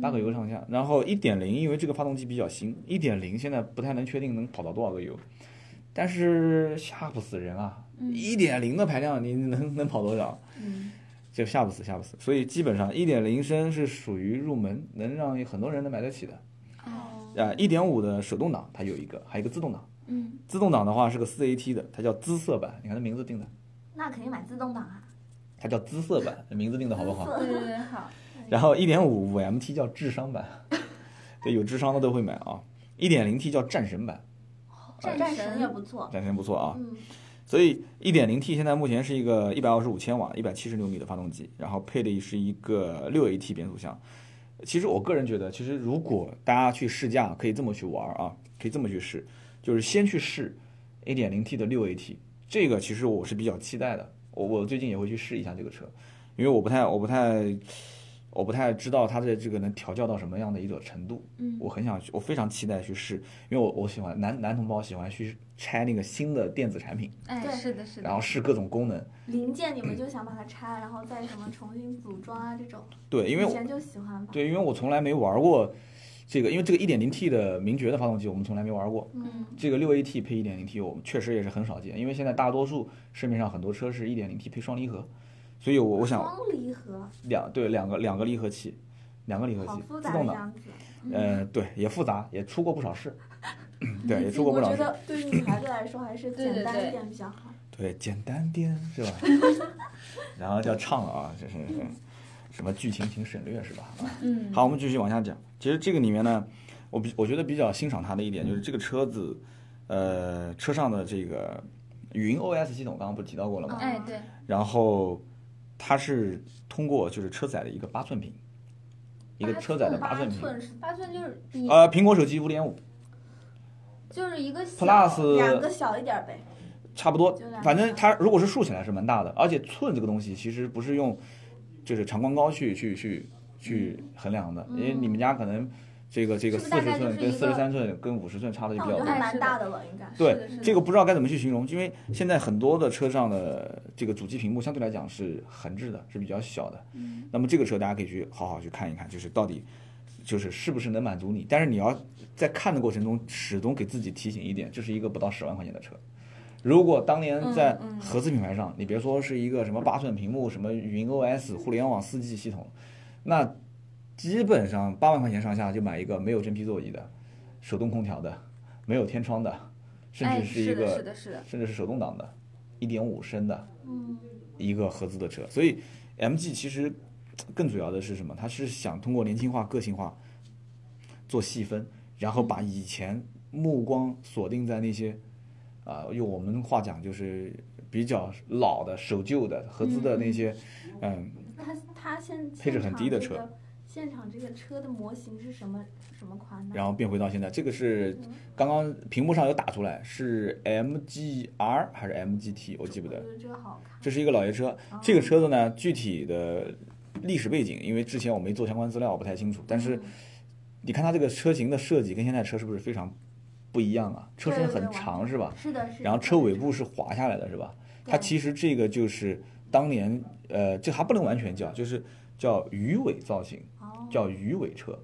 [SPEAKER 1] 八个油上下。然后1.0，因为这个发动机比较新，1.0现在不太能确定能跑到多少个油，但是吓不死人啊！1.0的排量你能能跑多少？
[SPEAKER 3] 嗯，
[SPEAKER 1] 就吓不死，吓不死。所以基本上1.0升是属于入门，能让很多人能买得起的。
[SPEAKER 3] 哦，
[SPEAKER 1] 啊，一点五的手动挡它有一个，还有一个自动挡。
[SPEAKER 2] 嗯，
[SPEAKER 1] 自动挡的话是个四 AT 的，它叫姿色版，你看它名字定的，
[SPEAKER 3] 那肯定买自动挡啊。
[SPEAKER 1] 它叫姿色版，名字定的好不好？
[SPEAKER 2] 对对对，好，
[SPEAKER 1] 然后一点五五 MT 叫智商版， *laughs* 对，有智商的都会买啊。一点零 T 叫战神版，
[SPEAKER 3] 哦战
[SPEAKER 2] 战
[SPEAKER 3] 神
[SPEAKER 2] 神
[SPEAKER 3] 也不错。
[SPEAKER 1] 战神不错啊。
[SPEAKER 3] 嗯，
[SPEAKER 1] 所以一点零 T 现在目前是一个一百二十五千瓦、一百七十牛米的发动机，然后配的是一个六 AT 变速箱。其实我个人觉得，其实如果大家去试驾，可以这么去玩儿啊，可以这么去试，就是先去试一点零 T 的六 AT，这个其实我是比较期待的。我我最近也会去试一下这个车，因为我不太我不太我不太知道它的这个能调教到什么样的一个程度。嗯，我很想去，我非常期待去试，因为我我喜欢男男同胞喜欢去拆那个新的电子产品。
[SPEAKER 2] 哎，
[SPEAKER 3] 对
[SPEAKER 2] 是的，是
[SPEAKER 1] 然
[SPEAKER 2] 的
[SPEAKER 1] 后，试各种功能。
[SPEAKER 3] 零件你们就想把它拆，然后再什么重新组装啊这种。
[SPEAKER 1] 对，因为
[SPEAKER 3] 以
[SPEAKER 1] 我
[SPEAKER 3] 前就喜欢吧。
[SPEAKER 1] 对，因为我从来没玩过这个，因为这个1 0 T 的名爵的发动机我们从来没玩过。
[SPEAKER 3] 嗯，
[SPEAKER 1] 这个6 AT 配1 0 T 我们确实也是很少见，因为现在大多数市面上很多车是1 0 T 配双离合，所以我我想
[SPEAKER 3] 双离合，
[SPEAKER 1] 两对两个两个离合器，两个离合
[SPEAKER 3] 好
[SPEAKER 1] 器
[SPEAKER 3] 复
[SPEAKER 1] 自
[SPEAKER 3] 杂的
[SPEAKER 1] 动挡，
[SPEAKER 3] 样子。
[SPEAKER 1] 呃，对，也复杂，也出过不少
[SPEAKER 3] *laughs*
[SPEAKER 1] 事，对，也出过不
[SPEAKER 3] 我
[SPEAKER 1] 少
[SPEAKER 3] 觉
[SPEAKER 1] 事。
[SPEAKER 3] 得对于女孩子来说还是
[SPEAKER 2] 对对
[SPEAKER 3] 简单
[SPEAKER 2] 对
[SPEAKER 3] 一点比较好。
[SPEAKER 1] 对，简单点是
[SPEAKER 3] *laughs*
[SPEAKER 1] 吧？然后叫唱啊，这是是什么剧情请省略是吧？
[SPEAKER 2] 嗯，
[SPEAKER 1] 好，我们继续往下讲。其实这个里面呢，我比我觉得比较欣赏它的一
[SPEAKER 2] 嗯
[SPEAKER 1] 点就是这个车子，呃，车上的这个云 OS 系统，刚刚不是提到过了
[SPEAKER 3] 嗯
[SPEAKER 1] 吗？
[SPEAKER 2] 哎，对，
[SPEAKER 1] 然后它是通过就是车载的一个八寸屏，一个车载的八寸屏，
[SPEAKER 3] 寸是
[SPEAKER 2] 八寸就是比
[SPEAKER 1] 呃，苹果手机五点五
[SPEAKER 2] 就是一个小
[SPEAKER 1] Plus
[SPEAKER 3] 两个小一点儿呗。
[SPEAKER 1] 差不多
[SPEAKER 3] 就两，个
[SPEAKER 1] 反正它如果是竖起来是蛮大的，而且寸这个东西其实不是用就是长宽高去去
[SPEAKER 2] 嗯
[SPEAKER 1] 去去衡量的，因为你们家可能这个这个
[SPEAKER 2] 是
[SPEAKER 1] 四
[SPEAKER 2] 不是大
[SPEAKER 1] 十
[SPEAKER 2] 概
[SPEAKER 1] 寸
[SPEAKER 2] 就是一
[SPEAKER 1] 跟
[SPEAKER 2] 个
[SPEAKER 1] 四十三寸跟五十寸差的就
[SPEAKER 3] 那
[SPEAKER 1] 比
[SPEAKER 3] 我
[SPEAKER 1] 较
[SPEAKER 3] 觉得
[SPEAKER 1] 多
[SPEAKER 2] 是
[SPEAKER 3] 还。蛮
[SPEAKER 2] 的
[SPEAKER 3] 大的了，应该。
[SPEAKER 2] 是的
[SPEAKER 1] 对
[SPEAKER 2] 是的
[SPEAKER 1] 这个不知道该怎么去形容，因为现在很多的车上的这个主机屏幕相对来讲是横置的，是比较小的。
[SPEAKER 2] 嗯
[SPEAKER 1] 那么这个车大家可以去好好去看一看，就是到底就是是不是能满足你，但是你要在看的过程中始终给自己提醒一点，这是一个不到十万块钱的车。如果当年
[SPEAKER 2] 嗯
[SPEAKER 1] 在合资品牌上，你别说是一个什么八寸屏幕、什么云 OS、互联网四 G 系统，那基本上八万块钱上下就买一个没有真皮座椅的、手动空调的、没有天窗的，甚
[SPEAKER 2] 哎，
[SPEAKER 1] 至是一
[SPEAKER 2] 是的，
[SPEAKER 1] 个
[SPEAKER 2] 是的，是的，
[SPEAKER 1] 甚至是手动挡的，一点五升的
[SPEAKER 3] 嗯，
[SPEAKER 1] 一个合资的车。所以 MG 其实更主要的是什么？它是想通过年轻化、个性化做细分，然
[SPEAKER 2] 嗯
[SPEAKER 1] 后把以前目光锁定在那些啊、用我们话讲就是比较老的、守旧的合资
[SPEAKER 2] 嗯
[SPEAKER 1] 的那些，嗯，
[SPEAKER 3] 那它它现
[SPEAKER 1] 配置很低的车。
[SPEAKER 3] 现场这个现场这个车的模型是什么什么款呢？
[SPEAKER 1] 然后变回到现在，这个是
[SPEAKER 2] 嗯
[SPEAKER 1] 刚刚屏幕上有打出来，是 MGR 还是 MGT？我记不
[SPEAKER 3] 我
[SPEAKER 1] 得
[SPEAKER 3] 觉。得这个好看。
[SPEAKER 1] 这是一个老爷车。这个车子呢，具体的历史背景，因为之前我没做相关资料，我不太清楚。但
[SPEAKER 3] 嗯
[SPEAKER 1] 是你看它这个车型的设计跟现在车是不是非常不一样啊？车身
[SPEAKER 3] 对
[SPEAKER 1] 很
[SPEAKER 3] 对
[SPEAKER 1] 长是吧？
[SPEAKER 3] 是的，是的。
[SPEAKER 1] 然后车尾部是滑下来的是吧？它
[SPEAKER 3] 对
[SPEAKER 1] 其实这个就是当年呃，这还不能完全叫，就是叫鱼尾造型，
[SPEAKER 3] 哦，
[SPEAKER 1] 叫鱼尾车，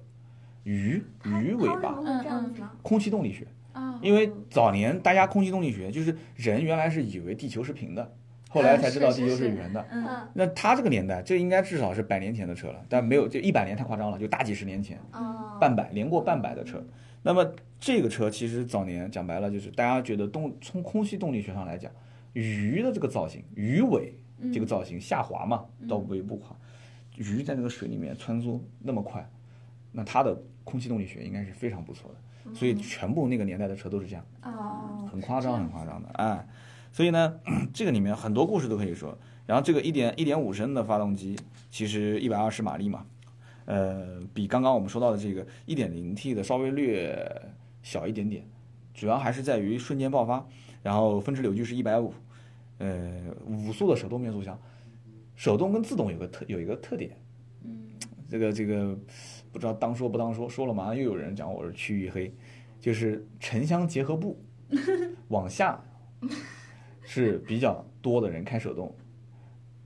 [SPEAKER 1] 鱼
[SPEAKER 3] 它
[SPEAKER 1] 鱼尾
[SPEAKER 3] 啊它为什
[SPEAKER 1] 巴，
[SPEAKER 3] 么哦会这样子呢？
[SPEAKER 1] 空气动力学。
[SPEAKER 2] 啊，
[SPEAKER 1] 因为早年大家空气动力学就是人原来是以为地球是平的，
[SPEAKER 3] 嗯
[SPEAKER 1] 后来
[SPEAKER 3] 啊
[SPEAKER 1] 才知道地球是圆的。
[SPEAKER 2] 嗯，
[SPEAKER 1] 那他这个年代，这应该至少是百年前的车了，但没有就一百年太夸张了，就大几十年前，
[SPEAKER 3] 嗯，
[SPEAKER 1] 半百连过半百的车。那么这个车其实早年讲白了，就是大家觉得动从空气动力学上来讲，鱼的这个造型，鱼尾
[SPEAKER 2] 嗯
[SPEAKER 1] 这个造型下滑嘛，到尾部滑，鱼在那个水里面穿梭那么快，那它的空气动力学应该是非常不错的。所以全部那个年代的车都是这样。
[SPEAKER 2] 哦，
[SPEAKER 1] 很夸张，很夸张的，哎，所以呢， *clears throat* 这个里面很多故事都可以说。然后这个一点一点五升的发动机，其实一百二十马力嘛，呃，比刚刚我们说到的这个 1.0T 的稍微略小一点点，主要还是在于瞬间爆发，然后峰值扭矩是150，呃，五速的手动变速箱，手动跟自动有个特有一个特点，嗯，这个这个不知道当说不当说，说了马上又有人讲我是区域黑，就是城乡结合部往下是比较多的人开手动，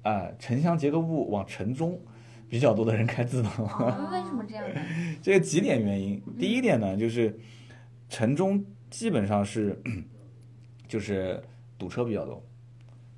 [SPEAKER 1] 啊、城乡结合部往城中比较多的人开自动。 *laughs*
[SPEAKER 3] 哦
[SPEAKER 2] 为什么这样呢？
[SPEAKER 1] 这个几点原因，第一点呢，就是城中基本上是就是堵车比较多，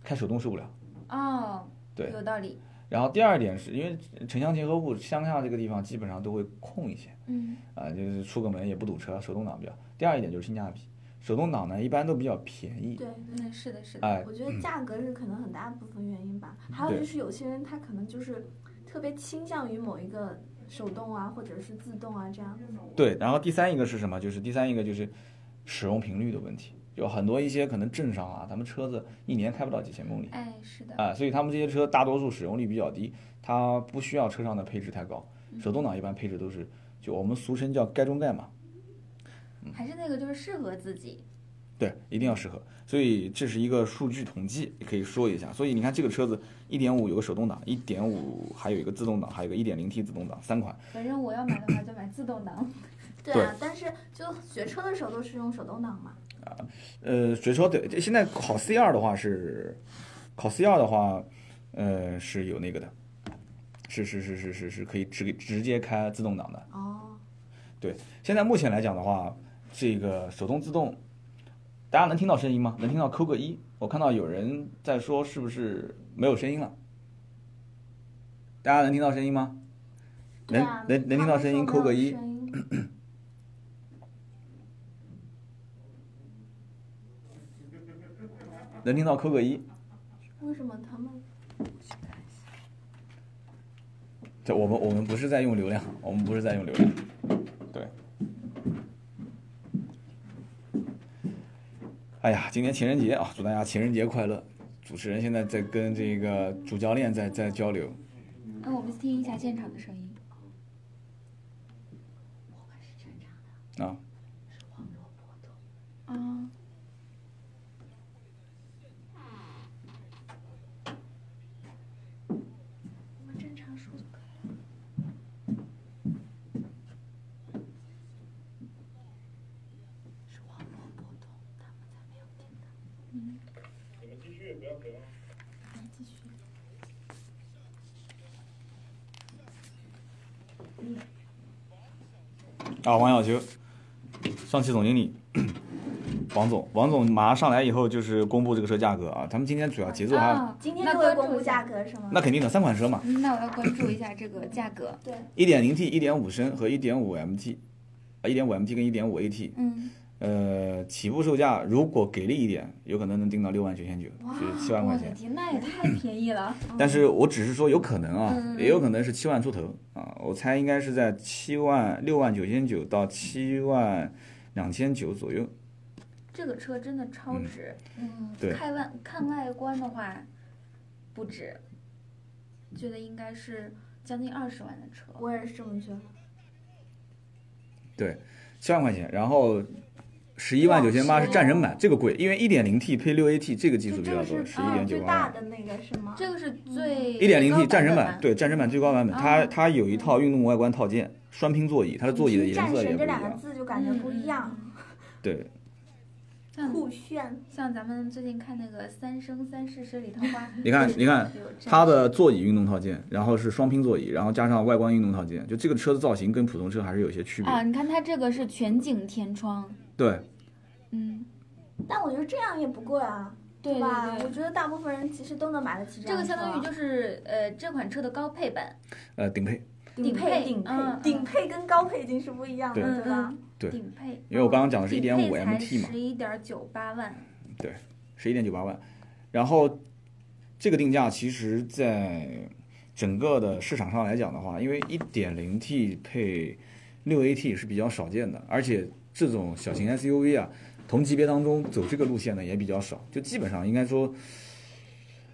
[SPEAKER 1] 开手动受不了。
[SPEAKER 2] 哦，
[SPEAKER 1] 对
[SPEAKER 2] 有道理。
[SPEAKER 1] 然后第二点是因为城乡结合部，乡下这个地方基本上都会空一些，
[SPEAKER 3] 嗯，
[SPEAKER 1] 啊、就是出个门也不堵车，手动挡比较。第二一点就是性价比，手动挡呢一般都比较便宜，
[SPEAKER 3] 对，
[SPEAKER 2] 嗯，是的，是的。
[SPEAKER 1] 哎、嗯
[SPEAKER 3] 我觉得价格是可能很大部分原因吧，还有
[SPEAKER 1] 对
[SPEAKER 3] 就是有些人他可能就是特别倾向于某一个手动啊，或者是自动啊这样。
[SPEAKER 1] 对，然后第三一个是什么？就是第三一个就是使用频率的问题，有很多一些可能镇上啊，他们车子一年开不到几千公里
[SPEAKER 2] 哎，是的，
[SPEAKER 1] 啊、所以他们这些车大多数使用率比较低，它不需要车上的配置太高，手动挡一般配置都是就我们俗称叫该中盖嘛，
[SPEAKER 2] 还是那个，就是适合自己。
[SPEAKER 1] 对，一定要适合。所以这是一个数据统计，可以说一下。所以你看这个车子，一点五有个手动挡，一点五还有一个自动挡，还有一个一点零 T 自动挡，三款。
[SPEAKER 2] 反正我要买的话就买自动挡。
[SPEAKER 3] 对啊，但是就学车的时候都是用手动挡嘛。
[SPEAKER 1] 呃，学车对，这现在考 C 二的话是，考 C 二的话，呃是有那个的，是是是是是是可以直直接开自动挡的。
[SPEAKER 3] 哦，
[SPEAKER 1] 现在目前来讲的话，这个手动自动，大家能听到声音吗？能听到扣个一。我看到有人在说是不是没有声音了？大家能听到声音吗？
[SPEAKER 3] 对啊，
[SPEAKER 1] 能能能听到声音
[SPEAKER 3] 他们说
[SPEAKER 1] 扣个
[SPEAKER 3] 没有
[SPEAKER 1] 一
[SPEAKER 3] 声音。
[SPEAKER 1] 能听到扣个一。
[SPEAKER 3] 为什么他们？
[SPEAKER 1] 这我们我们不是在用流量，我们不是在用流量，对。哎呀，今天情人节啊，祝大家情人节快乐！主持人现在在跟这个主教练在在交流，
[SPEAKER 3] 嗯
[SPEAKER 2] 那我们听一下现场的声音。
[SPEAKER 1] 啊。
[SPEAKER 3] 哦
[SPEAKER 2] 啊，
[SPEAKER 3] 我们正常说就可以。
[SPEAKER 1] 啊，王小球，上汽总经理，王总，王总马上上来以后就是公布这个车价格啊。咱们今天主要节奏还有，
[SPEAKER 2] 啊，
[SPEAKER 3] 今天
[SPEAKER 2] 那
[SPEAKER 3] 就会
[SPEAKER 2] 关
[SPEAKER 3] 公
[SPEAKER 2] 注
[SPEAKER 3] 布
[SPEAKER 2] 一下
[SPEAKER 3] 价。格是吗？
[SPEAKER 1] 那肯定的，三款车嘛，
[SPEAKER 2] 嗯那我要关注一下这个价格。
[SPEAKER 3] 对，
[SPEAKER 1] 一点零 T、一点五升和一点五 MT，啊，一点五 MT 跟一点五 AT，
[SPEAKER 2] 嗯，
[SPEAKER 1] 呃，起步售价如果给力一点，有可能能定到六万九千九，就是七万块
[SPEAKER 2] 我的
[SPEAKER 1] 钱。
[SPEAKER 2] 天，那也太便宜了。
[SPEAKER 1] 但是我只是说有可能啊，
[SPEAKER 2] 嗯
[SPEAKER 1] 也有可能是七万出头啊，我猜应该是在七万六万九千九到七万两千九左右。
[SPEAKER 2] 这个车真的超值。嗯，
[SPEAKER 1] 对
[SPEAKER 2] 看外看外观的话，不止，觉得应该是将近二十万的车。
[SPEAKER 3] 我也是这么觉得。
[SPEAKER 1] 七万块钱，然后十一万九千八是战神版，这个贵，因为一点零 T 配六 AT 这个技术
[SPEAKER 3] 就
[SPEAKER 1] 比
[SPEAKER 3] 这
[SPEAKER 1] 较
[SPEAKER 3] 个
[SPEAKER 1] 多，
[SPEAKER 3] 是嗯
[SPEAKER 1] 十
[SPEAKER 2] 啊
[SPEAKER 1] 一点
[SPEAKER 3] 最
[SPEAKER 1] 九
[SPEAKER 3] 最大
[SPEAKER 1] 万。
[SPEAKER 3] 的那个是吗？
[SPEAKER 2] 这个是
[SPEAKER 3] 嗯
[SPEAKER 2] 最
[SPEAKER 1] 一点零 T
[SPEAKER 2] 最高
[SPEAKER 1] 战神版，
[SPEAKER 2] 版本吧，
[SPEAKER 1] 对战神版最高版本，它
[SPEAKER 2] 啊
[SPEAKER 3] 哦
[SPEAKER 1] 它有一套运动外观套件，双拼座椅，它的座椅的
[SPEAKER 3] 你听
[SPEAKER 1] 颜
[SPEAKER 3] 战
[SPEAKER 1] 色也
[SPEAKER 3] 神
[SPEAKER 1] 不
[SPEAKER 3] 这
[SPEAKER 1] 一
[SPEAKER 3] 两个
[SPEAKER 1] 样。
[SPEAKER 3] 字就感觉不一样，
[SPEAKER 1] 对，
[SPEAKER 2] 嗯像
[SPEAKER 3] 酷炫。
[SPEAKER 2] 像咱们最近看那个《三生三世十
[SPEAKER 1] *laughs*
[SPEAKER 2] 里桃花》，
[SPEAKER 1] 你看你看
[SPEAKER 2] 有这样
[SPEAKER 1] 它的座椅运动套件，然后是双拼座椅，然后加上外观运动套件，就这个车的造型跟普通车还是有些区别。
[SPEAKER 2] 啊，你看它这个是全景天窗，
[SPEAKER 1] 对，
[SPEAKER 2] 嗯，
[SPEAKER 3] 但我觉得这样也不贵啊，
[SPEAKER 2] 对
[SPEAKER 3] 吧？
[SPEAKER 2] 对
[SPEAKER 3] 我
[SPEAKER 2] 对。
[SPEAKER 3] 觉得大部分人其实都能买得起
[SPEAKER 2] 这个
[SPEAKER 3] 样的
[SPEAKER 2] 相当于
[SPEAKER 3] 车
[SPEAKER 2] 就是呃这款车的高配版，
[SPEAKER 1] 呃，顶配，
[SPEAKER 3] 顶配、顶配、
[SPEAKER 2] 嗯嗯嗯
[SPEAKER 3] 顶配跟高配已经是不一样的，
[SPEAKER 1] 对
[SPEAKER 3] 嗯对吧？
[SPEAKER 1] 对
[SPEAKER 2] 顶配，
[SPEAKER 1] 因为我刚刚讲的是一
[SPEAKER 2] 顶
[SPEAKER 1] 点
[SPEAKER 2] 配
[SPEAKER 1] 五
[SPEAKER 2] 才
[SPEAKER 1] MT 嘛，
[SPEAKER 2] 十一点九八万，
[SPEAKER 1] 十一点九八万，然后这个定价其实在整个的市场上来讲的话，因为一点零 T 配六 AT 是比较少见的，而且这种小型 SUV 啊，同级别当中走这个路线的也比较少，就基本上应该说，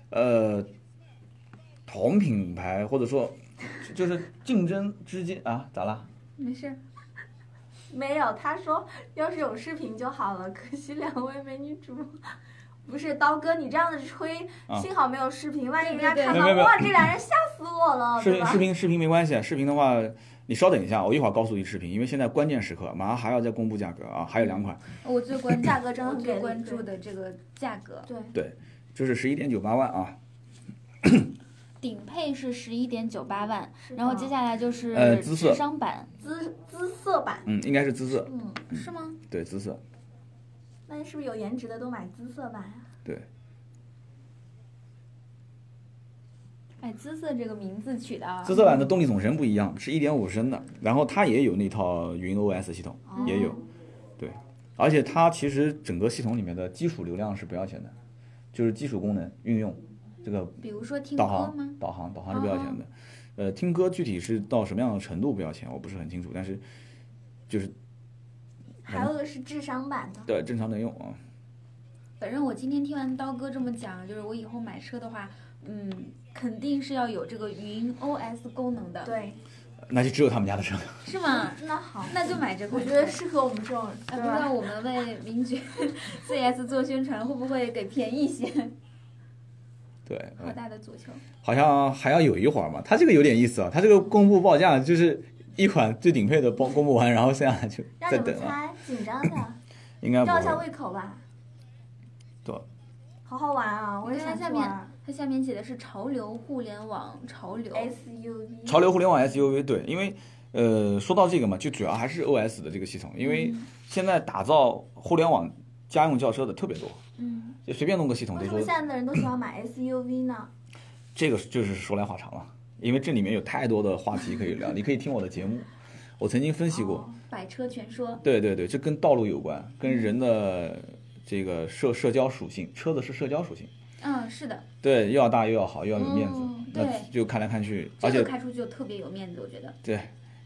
[SPEAKER 1] 呃，同品牌或者说就是竞争之间啊，咋啦？
[SPEAKER 2] 没事儿，嗯
[SPEAKER 3] 没有，他说要是有视频就好了，可惜两位美女主播。不是刀哥，你这样子吹，
[SPEAKER 1] 啊
[SPEAKER 3] 幸好没有视频，万一人家
[SPEAKER 2] 对对
[SPEAKER 3] 看
[SPEAKER 2] 对
[SPEAKER 3] 到
[SPEAKER 1] 没有没有
[SPEAKER 3] 哇，这俩人吓死我了，
[SPEAKER 1] 视
[SPEAKER 3] 哦对
[SPEAKER 1] 频
[SPEAKER 3] 吧
[SPEAKER 1] 视？频视频没关系，啊视频的话你稍等一下，我一会儿告诉你视频，因为现在关键时刻，马上还要再公布价格啊，还有两款，
[SPEAKER 2] 我最关 *clears throat*
[SPEAKER 3] 价格真的
[SPEAKER 2] 我
[SPEAKER 3] 很给
[SPEAKER 2] 最
[SPEAKER 3] 力
[SPEAKER 2] 关注的这个价格，
[SPEAKER 3] 对，
[SPEAKER 1] 就是十一点九八万啊，
[SPEAKER 2] 顶配是十一点九八万，
[SPEAKER 3] 是
[SPEAKER 2] 然后
[SPEAKER 3] 的
[SPEAKER 2] 接下来就是
[SPEAKER 1] 呃姿色
[SPEAKER 2] 智商版，
[SPEAKER 3] 姿姿色版，
[SPEAKER 1] 嗯，应该是姿色，
[SPEAKER 3] 嗯，
[SPEAKER 2] 是吗？
[SPEAKER 1] 对姿
[SPEAKER 3] 啊
[SPEAKER 1] 色，
[SPEAKER 3] 那是不是有颜值的都买姿色版啊？
[SPEAKER 2] 哎，姿色这个名字取的啊，
[SPEAKER 1] 姿色版的动力总成不一样，是一点五升的，然后它也有那套云 OS 系统，
[SPEAKER 3] 哦
[SPEAKER 1] 也有，对，而且它其实整个系统里面的基础流量是不要钱的，就是基础功能运用，这个
[SPEAKER 2] 比如说听
[SPEAKER 1] 导
[SPEAKER 2] 歌
[SPEAKER 1] 航
[SPEAKER 2] 吗？
[SPEAKER 1] 导航导航是不要
[SPEAKER 3] 啊
[SPEAKER 1] 钱的，呃，听歌具体是到什么样的程度不要钱，我不是很清楚，但是就是
[SPEAKER 3] 还
[SPEAKER 1] 嗯
[SPEAKER 3] 有个是智商版的，
[SPEAKER 1] 对正常能用啊。
[SPEAKER 2] 反正我今天听完刀哥这么讲，就是我以后买车的话，嗯，肯定是要有这个云 OS 功能的，
[SPEAKER 3] 对，
[SPEAKER 1] 那就只有他们家的车。
[SPEAKER 2] 是吗？
[SPEAKER 3] 真的好，
[SPEAKER 2] 那就买这
[SPEAKER 3] 我
[SPEAKER 2] 款
[SPEAKER 3] 觉
[SPEAKER 2] 车。 *laughs*
[SPEAKER 3] 得适合我们这种，
[SPEAKER 2] 哎，
[SPEAKER 3] 对
[SPEAKER 2] 不知道
[SPEAKER 3] 吧？
[SPEAKER 2] 我们为名 *laughs* 爵 CS 做宣传会不会给便宜一
[SPEAKER 1] 嗯
[SPEAKER 2] 些？
[SPEAKER 1] 对，嗯
[SPEAKER 2] 好大的足球！
[SPEAKER 1] 好像还要有一会儿嘛。它这个有点意思啊，它这个公布报价就是一款最顶配的报公布完，然后剩下来就
[SPEAKER 3] 让
[SPEAKER 1] 再
[SPEAKER 3] 你们
[SPEAKER 1] 等啊了，
[SPEAKER 3] 猜，紧张的，
[SPEAKER 1] 应该不
[SPEAKER 3] 吊一下
[SPEAKER 1] 会。
[SPEAKER 3] 胃口吧。
[SPEAKER 1] 对，
[SPEAKER 3] 好好玩啊！我也
[SPEAKER 2] 你看
[SPEAKER 3] 想
[SPEAKER 2] 它下
[SPEAKER 3] 去
[SPEAKER 2] 面
[SPEAKER 3] 玩。
[SPEAKER 2] 它下面写的是潮流互联网潮流，
[SPEAKER 3] SUV，
[SPEAKER 1] 潮流互联网 SUV 对，因为呃说到这个嘛，就主要还是 OS 的这个系统，因为现在打造互联网家用轿车的特别多，
[SPEAKER 2] 嗯，
[SPEAKER 1] 就随便弄个系统
[SPEAKER 3] 为
[SPEAKER 1] 都
[SPEAKER 3] 什么现
[SPEAKER 1] 说
[SPEAKER 3] 在的人都喜欢买 SUV 呢？
[SPEAKER 1] 这个就是说来话长了，因为这里面有太多的话题可以聊，你可以听我的节目，我曾经分析过。
[SPEAKER 2] 百车全说，
[SPEAKER 1] 对对对，这跟道路有关，跟人的这个社社交属性，车子是社交属性。
[SPEAKER 2] 嗯，是的，
[SPEAKER 1] 对，又要大又要好，又要有面子，
[SPEAKER 3] 嗯
[SPEAKER 1] 那
[SPEAKER 2] 哦对
[SPEAKER 1] 就看来看去，
[SPEAKER 2] 这
[SPEAKER 1] 而
[SPEAKER 2] 个
[SPEAKER 1] 且
[SPEAKER 2] 开出去就特别有面子，我觉得。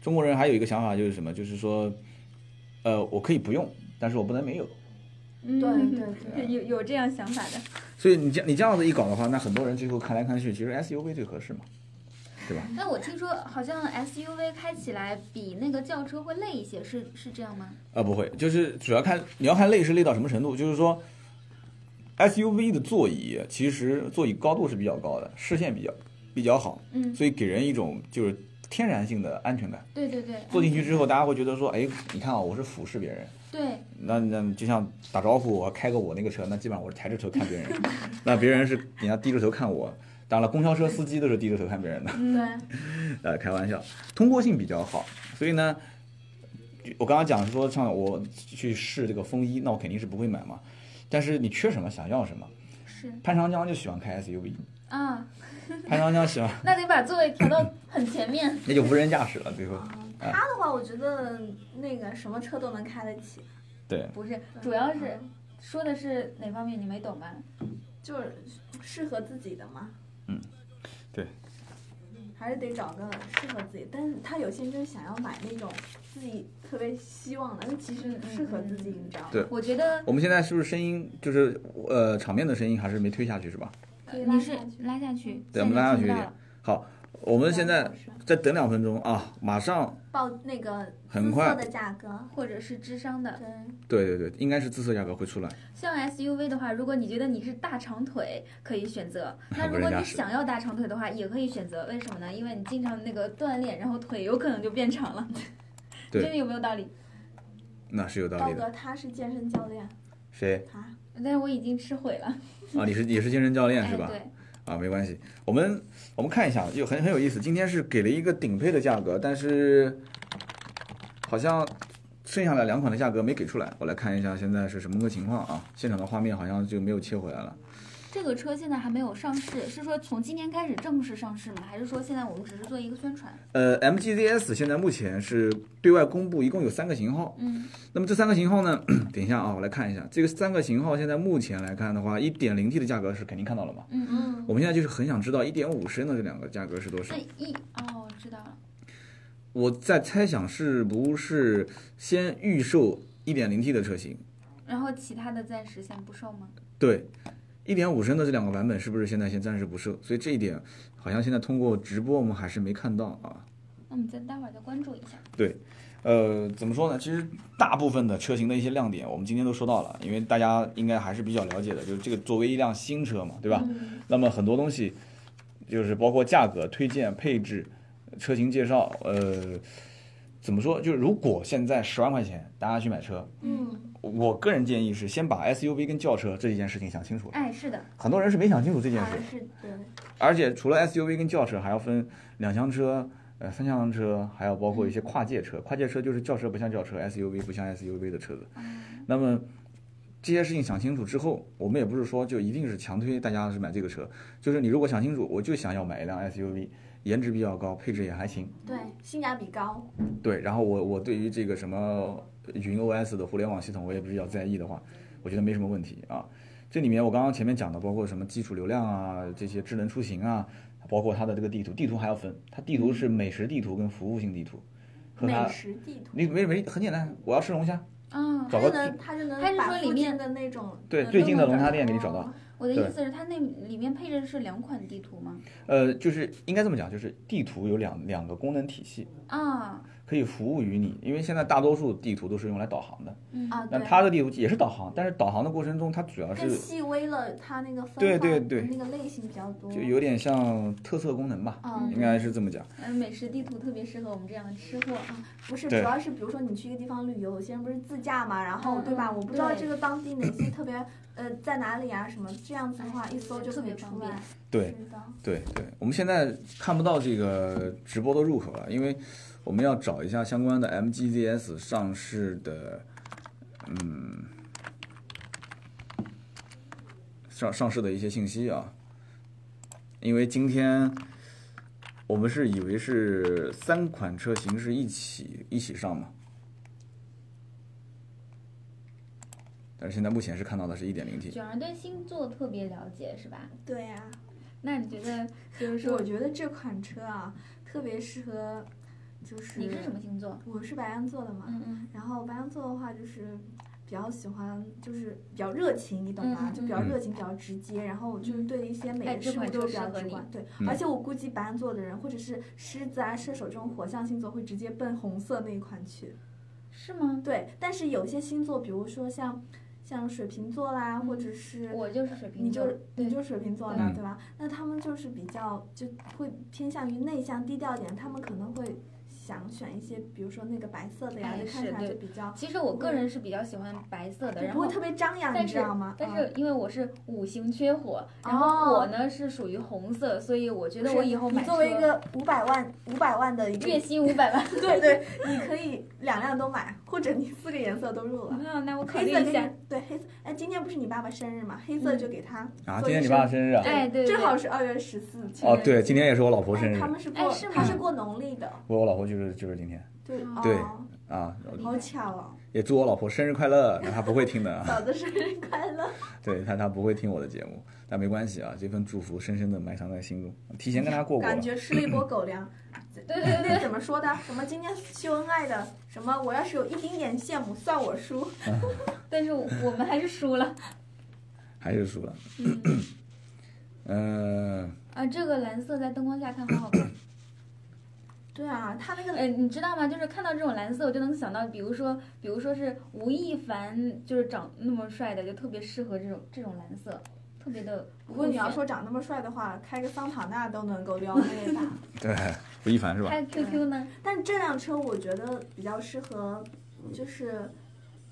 [SPEAKER 1] 中国人还有一个想法就是什么，就是说，呃，我可以不用，但是我不能没有。
[SPEAKER 2] 嗯
[SPEAKER 3] 对对对，
[SPEAKER 2] 有有这样想法的，
[SPEAKER 1] 所以你这你这样子一搞的话，那很多人最后看来看去，其实 SUV 最合适嘛，对吧？
[SPEAKER 2] 但我听说好像 SUV 开起来比那个轿车会累一些，是是这样吗？
[SPEAKER 1] 呃，不会，就是主要看你要看累是累到什么程度，就是说，SUV 的座椅其实座椅高度是比较高的，视线比较比较好，
[SPEAKER 2] 嗯，
[SPEAKER 1] 所以给人一种就是天然性的安全感。
[SPEAKER 2] 对对对，
[SPEAKER 1] 坐进去之后，大家会觉得说，哎，你看啊，我是俯视别人。
[SPEAKER 2] 对，
[SPEAKER 1] 那那就像打招呼，我开个我那个车，那基本上我是抬着头看别人， *laughs* 那别人是人家低着头看我。当然了，公交车司机都是低着头看别人的， *laughs*
[SPEAKER 2] 嗯，
[SPEAKER 3] 对，
[SPEAKER 1] 呃，开玩笑，通过性比较好，所以呢，我刚刚讲说，像我去试这个风衣，那我肯定是不会买嘛。但是你缺什么，想要什么。
[SPEAKER 2] 是
[SPEAKER 1] 潘长江就喜欢开 SUV，
[SPEAKER 2] 啊，
[SPEAKER 1] 潘长江喜欢，
[SPEAKER 2] 那得把座位调到很前 *laughs* 面。
[SPEAKER 1] 那就无人驾驶了，最后。
[SPEAKER 3] 嗯
[SPEAKER 1] 啊
[SPEAKER 3] 他的话，我觉得那个什么车都能开得起，
[SPEAKER 1] 对，
[SPEAKER 2] 不是，主要是说的是哪方面你没懂吧？
[SPEAKER 3] 就是适合自己的嘛。
[SPEAKER 1] 嗯，对，
[SPEAKER 3] 还是得找个适合自己。但是他有些人就是想要买那种自己特别希望的，但其实不适合自己，你知道吗？
[SPEAKER 1] 对
[SPEAKER 2] 我觉得
[SPEAKER 1] 我们现在是不是声音就是呃场面的声音还是没推下去是吧？
[SPEAKER 3] 可以
[SPEAKER 2] 你
[SPEAKER 3] 拉
[SPEAKER 2] 是
[SPEAKER 3] 下去
[SPEAKER 2] 拉下去，
[SPEAKER 1] 对
[SPEAKER 2] 现
[SPEAKER 1] 我们
[SPEAKER 2] 在
[SPEAKER 1] 拉下
[SPEAKER 2] 听
[SPEAKER 1] 去
[SPEAKER 2] 到
[SPEAKER 1] 一点
[SPEAKER 2] 了
[SPEAKER 1] 好，我们现在
[SPEAKER 3] 两个小时
[SPEAKER 1] 再等两分钟啊，马上
[SPEAKER 3] 报那个
[SPEAKER 1] 很
[SPEAKER 3] 姿
[SPEAKER 1] 快
[SPEAKER 3] 色的价格，
[SPEAKER 2] 或者是智商的，
[SPEAKER 3] 对，
[SPEAKER 1] 对对对，应该是自测价格会出来。
[SPEAKER 2] 像 SUV 的话，如果你觉得你是大长腿，可以选
[SPEAKER 1] *laughs*
[SPEAKER 2] 择；那
[SPEAKER 1] 无
[SPEAKER 2] 如
[SPEAKER 1] 人
[SPEAKER 2] 果
[SPEAKER 1] 驾
[SPEAKER 2] 你
[SPEAKER 1] 驶
[SPEAKER 2] 想要大长腿的话，也可以选择。为什么呢？因为你经常那个锻炼，然后腿有可能就
[SPEAKER 1] *laughs*
[SPEAKER 2] 变长了。
[SPEAKER 1] 对
[SPEAKER 2] 这个有没有道理？
[SPEAKER 1] 那是有道
[SPEAKER 3] 道
[SPEAKER 1] 理的。
[SPEAKER 3] 哥他是健身教练，
[SPEAKER 1] 谁
[SPEAKER 3] 他
[SPEAKER 2] 但是我已经吃毁了，
[SPEAKER 1] 啊？你是也是健身教练
[SPEAKER 2] 哎，
[SPEAKER 1] 是吧？
[SPEAKER 2] 对，
[SPEAKER 1] 啊，没关系，我们我们看一下，就很很有意思。今天是给了一个顶配的价格，但是好像剩下来两款的价格没给出来。我来看一下现在是什么个情况啊？现场的画面好像就没有切回来了。
[SPEAKER 2] 这个车现在还没有上市，是说从今年开始正式上市吗？还是说现在我们只是做一个宣传？
[SPEAKER 1] 呃，MGZS 现在目前是对外公布，一共有三个型号。
[SPEAKER 2] 嗯，
[SPEAKER 1] 那么这三个型号呢？ *clears throat* 等一下啊，我来看一下这个三个型号。现在目前来看的话，一点零 T 的价格是肯定看到了嘛？
[SPEAKER 2] 嗯嗯。
[SPEAKER 3] 嗯，
[SPEAKER 1] 我们现在就是很想知道一点五升的这两个价格是多少
[SPEAKER 2] 那。一哦，我知道了。
[SPEAKER 1] 我在猜想是不是先预售一点零 T 的车型？
[SPEAKER 2] 然后其他的暂时先不售吗？
[SPEAKER 1] 对，1.0一点五升的这两个版本是不是现在先暂时不售？所以这一点好像现在通过直播我们还是没看到啊。
[SPEAKER 2] 那我们再待会儿再关注一下。
[SPEAKER 1] 呃，怎么说呢？其实大部分的车型的一些亮点，我们今天都说到了，因为大家应该还是比较了解的，就是这个作为一辆新车嘛，对吧？
[SPEAKER 3] 嗯
[SPEAKER 1] 那么很多东西，就是包括价格、推荐、配置、车型介绍，呃，怎么说？就是如果现在十万块钱大家去买车，
[SPEAKER 3] 嗯，
[SPEAKER 1] 我个人建议是先把 SUV 跟轿车这一件事情想清楚。
[SPEAKER 2] 哎，是的，
[SPEAKER 1] 很多人是没想清楚这件
[SPEAKER 3] 好
[SPEAKER 1] 事
[SPEAKER 3] 像，是对，
[SPEAKER 1] 而且除了 SUV 跟轿车，还要分两厢车、呃三厢车，还有包括一些跨界车。跨界车就是轿车不像轿车，SUV 不像 SUV 的车子。那么这些事情想清楚之后，我们也不是说就一定是强推大家是买这个车，就是你如果想清楚，我就想要买一辆 SUV，颜值比较高，配置也还行，
[SPEAKER 3] 对，性价比高，
[SPEAKER 1] 对。然后我我对于这个什么云 OS 的互联网系统，我也比较在意的话，我觉得没什么问题啊。这里面我刚刚前面讲的，包括什么基础流量啊，这些智能出行啊，包括它的这个地图，地图还要分，它地图是美食地图跟服务性地图，和
[SPEAKER 3] 嗯美
[SPEAKER 1] 它
[SPEAKER 3] 食地图。
[SPEAKER 1] 你没没很简单，我要吃龙虾，
[SPEAKER 2] 啊、
[SPEAKER 1] 找
[SPEAKER 3] 它
[SPEAKER 1] 个
[SPEAKER 3] 就能，它就能
[SPEAKER 2] 它是
[SPEAKER 3] 把
[SPEAKER 2] 说里
[SPEAKER 3] 附近
[SPEAKER 2] 面
[SPEAKER 3] 的那种
[SPEAKER 1] 对
[SPEAKER 3] 呃
[SPEAKER 1] 最
[SPEAKER 3] 都
[SPEAKER 1] 近的
[SPEAKER 3] 能
[SPEAKER 1] 龙
[SPEAKER 3] 找
[SPEAKER 1] 虾
[SPEAKER 3] 到
[SPEAKER 1] 店给你找到。
[SPEAKER 2] 我的
[SPEAKER 1] 对
[SPEAKER 2] 意思是，它那里面配置是两款地图吗？
[SPEAKER 1] 呃，就是应该这么讲，就是地图有两两个功能体系，
[SPEAKER 2] 啊，
[SPEAKER 1] 可以服务于你，因为现在大多数地图都是用来导航的，
[SPEAKER 2] 嗯
[SPEAKER 3] 啊，
[SPEAKER 1] 那
[SPEAKER 3] 对，
[SPEAKER 1] 它的地图也是导航，但是导航的过程中，它主要
[SPEAKER 3] 更
[SPEAKER 1] 是
[SPEAKER 3] 细微了，它那个分
[SPEAKER 1] 对对
[SPEAKER 3] 化
[SPEAKER 1] 对
[SPEAKER 3] 那个类型比较多。
[SPEAKER 1] 就有点像特色功能吧，
[SPEAKER 3] 嗯，
[SPEAKER 1] 应该是这么讲。
[SPEAKER 2] 嗯，美食地图特别适合我们这样的吃货。啊
[SPEAKER 3] 不是，主
[SPEAKER 1] 对
[SPEAKER 3] 要是比如说你去一个地方旅游，有些人不是自驾嘛，然后
[SPEAKER 2] 嗯
[SPEAKER 3] 对吧？
[SPEAKER 2] 嗯
[SPEAKER 3] 我不知道
[SPEAKER 2] 对
[SPEAKER 3] 这个当地哪些特别呃在哪里啊什么，这样子的话
[SPEAKER 2] 哎
[SPEAKER 3] 一搜就
[SPEAKER 2] 特
[SPEAKER 3] 可以
[SPEAKER 2] 别
[SPEAKER 3] 出
[SPEAKER 2] 方便
[SPEAKER 3] 来。
[SPEAKER 1] 对
[SPEAKER 3] 知道
[SPEAKER 1] 对对，我们现在看不到这个直播的入口了，因为我们要找一下相关的 MGZS 上市的，嗯，上上市的一些信息啊。因为今天我们是以为是三款车型是一起一起上嘛，但是现在目前是看到的是一点零 T。
[SPEAKER 2] 卷儿对星座特别了解是吧？
[SPEAKER 3] 对呀、
[SPEAKER 2] 那你觉 *laughs* 得就是
[SPEAKER 3] 就是
[SPEAKER 2] 说
[SPEAKER 3] 我觉得这款车啊特别适合，就是
[SPEAKER 2] 你是什？么星座？
[SPEAKER 3] 我是白羊座的嘛，
[SPEAKER 2] 嗯嗯，
[SPEAKER 3] 然后白羊座的话就是比较喜欢，就是比较热情，你懂吗？
[SPEAKER 2] 嗯嗯
[SPEAKER 3] 就比较
[SPEAKER 1] 嗯
[SPEAKER 3] 热情，比较直接，然后就是对一些美
[SPEAKER 2] 哎
[SPEAKER 3] 的
[SPEAKER 2] 这
[SPEAKER 3] 事物
[SPEAKER 2] 款
[SPEAKER 3] 都
[SPEAKER 2] 车
[SPEAKER 3] 比较
[SPEAKER 2] 适合
[SPEAKER 3] 直
[SPEAKER 2] 你
[SPEAKER 3] 观。对，
[SPEAKER 1] 嗯
[SPEAKER 3] 而且我估计白羊座的人，或者是狮子啊、射手这种火象星座，会直接奔红色那一款去。
[SPEAKER 2] 是吗？
[SPEAKER 3] 对，但是有些星座，比如说像像水瓶座啦，
[SPEAKER 2] 嗯
[SPEAKER 3] 或者是。
[SPEAKER 2] 我就是水
[SPEAKER 3] 你
[SPEAKER 2] 瓶
[SPEAKER 3] 就
[SPEAKER 2] 座，对
[SPEAKER 3] 你就是水瓶座
[SPEAKER 1] 嗯
[SPEAKER 3] 的，对吧？那他们就是比较就会偏向于内向、低调一点，他们可能会想选一些，比如说那个白色的呀，
[SPEAKER 2] 哎
[SPEAKER 3] 就是看起来
[SPEAKER 2] 对
[SPEAKER 3] 就比较
[SPEAKER 2] 其实我个人是比较喜欢白色的，
[SPEAKER 3] 对
[SPEAKER 2] 然
[SPEAKER 3] 不
[SPEAKER 2] 后
[SPEAKER 3] 会特别张扬，
[SPEAKER 2] 但
[SPEAKER 3] 你知
[SPEAKER 2] 是
[SPEAKER 3] 道吗？
[SPEAKER 2] 但
[SPEAKER 3] 嗯
[SPEAKER 2] 是因为我是五行缺火，然
[SPEAKER 3] 哦
[SPEAKER 2] 后火呢是属于红色，所以我觉
[SPEAKER 3] 不
[SPEAKER 2] 得
[SPEAKER 3] 是
[SPEAKER 2] 我以后买
[SPEAKER 3] 你作为一
[SPEAKER 2] 车
[SPEAKER 3] 个五百万五百万的一个
[SPEAKER 2] 月，薪五百万，
[SPEAKER 3] 对对，你可以两辆都买，或者你四个颜色都入了。
[SPEAKER 2] 那那我考虑
[SPEAKER 3] 黑色
[SPEAKER 2] 一
[SPEAKER 3] 给你
[SPEAKER 2] 下。
[SPEAKER 3] 对黑色，哎，今天不是你爸爸生日嘛？黑色就给他
[SPEAKER 1] 啊，
[SPEAKER 3] 做
[SPEAKER 1] 今天
[SPEAKER 3] 一
[SPEAKER 1] 你爸
[SPEAKER 3] 身
[SPEAKER 1] 生日啊？
[SPEAKER 2] 哎对对
[SPEAKER 3] 正好是二月十四。
[SPEAKER 1] 哦，对，今天也是我老婆生
[SPEAKER 3] 哎，
[SPEAKER 1] 日
[SPEAKER 3] 他，们是
[SPEAKER 2] 哎
[SPEAKER 3] 过
[SPEAKER 2] 是吗
[SPEAKER 3] 他是过农历的，
[SPEAKER 1] 我我老婆就是就是今天
[SPEAKER 3] 对
[SPEAKER 1] 对
[SPEAKER 3] 哦，
[SPEAKER 1] 啊，
[SPEAKER 3] 好巧哦，
[SPEAKER 1] 也祝我老婆生日快乐。那她不会听的啊，
[SPEAKER 3] *laughs* 嫂子生日快乐！
[SPEAKER 1] 对她她不会听我的节目，但没关系啊，这份祝福深深的埋藏在心中，提前跟她过过
[SPEAKER 3] 感
[SPEAKER 1] 了。
[SPEAKER 3] 觉吃了一波狗 *clears throat* 粮。
[SPEAKER 2] 对对对，
[SPEAKER 3] 那怎么说的？什么今天秀恩爱的？什么我要是有一丁点羡慕，算我输。
[SPEAKER 2] 但是我们还是输了。
[SPEAKER 1] 还是输了。
[SPEAKER 2] 嗯，
[SPEAKER 1] *laughs* 嗯、
[SPEAKER 2] *laughs* 啊，这个蓝色在灯光下看好好看。
[SPEAKER 3] 对啊，他那个
[SPEAKER 2] 呃，你知道吗？就是看到这种蓝色，我就能想到，比如说，比如说是吴亦凡，就是长那么帅的，就特别适合这种这种蓝色，特别的。
[SPEAKER 3] 不过你要说长那么帅的话，开个桑塔纳都能够撩
[SPEAKER 2] *laughs*
[SPEAKER 3] 妹吧。
[SPEAKER 1] 对，吴亦凡是吧？
[SPEAKER 3] 哎
[SPEAKER 2] 还有 QQ 呢？
[SPEAKER 3] 但这辆车我觉得比较适合，就是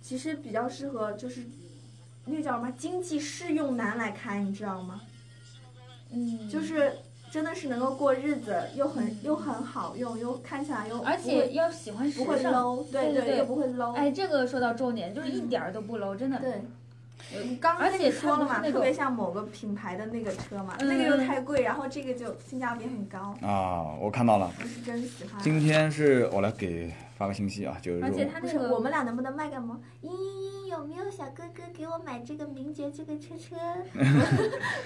[SPEAKER 3] 其实比较适合就是那叫什么经济适用男来开，你知道吗？
[SPEAKER 2] 嗯，
[SPEAKER 3] 就是真的是能够过日子，又很又很好用，又看起来又
[SPEAKER 2] 而
[SPEAKER 3] 不
[SPEAKER 2] 且
[SPEAKER 3] 会
[SPEAKER 2] 要喜欢时
[SPEAKER 3] 不会
[SPEAKER 2] 尚。
[SPEAKER 3] low，对
[SPEAKER 2] 对对对
[SPEAKER 3] 也不会 low。
[SPEAKER 2] 哎，这个说到重点，就是一点儿都不 low，真的。
[SPEAKER 3] 对，
[SPEAKER 2] 呃
[SPEAKER 3] 你刚刚
[SPEAKER 2] 而
[SPEAKER 3] 跟
[SPEAKER 2] 且
[SPEAKER 3] 你说
[SPEAKER 2] 它
[SPEAKER 3] 了
[SPEAKER 2] 不
[SPEAKER 3] 嘛，
[SPEAKER 2] 是那
[SPEAKER 3] 特别
[SPEAKER 2] 种
[SPEAKER 3] 像某个品牌的那个车嘛，
[SPEAKER 2] 嗯
[SPEAKER 3] 那个又太贵，然后这个就性价比很高，
[SPEAKER 1] 啊，我看到了，
[SPEAKER 3] 我是真喜欢。
[SPEAKER 1] 今天是我来给发个信息啊，就是
[SPEAKER 2] 而且
[SPEAKER 1] 说
[SPEAKER 2] 它
[SPEAKER 3] 不
[SPEAKER 2] 那
[SPEAKER 3] 是，
[SPEAKER 2] 个
[SPEAKER 3] 我们俩能不能卖个萌？嘤嘤嘤，有没有小哥哥给我买这个名爵这个车车？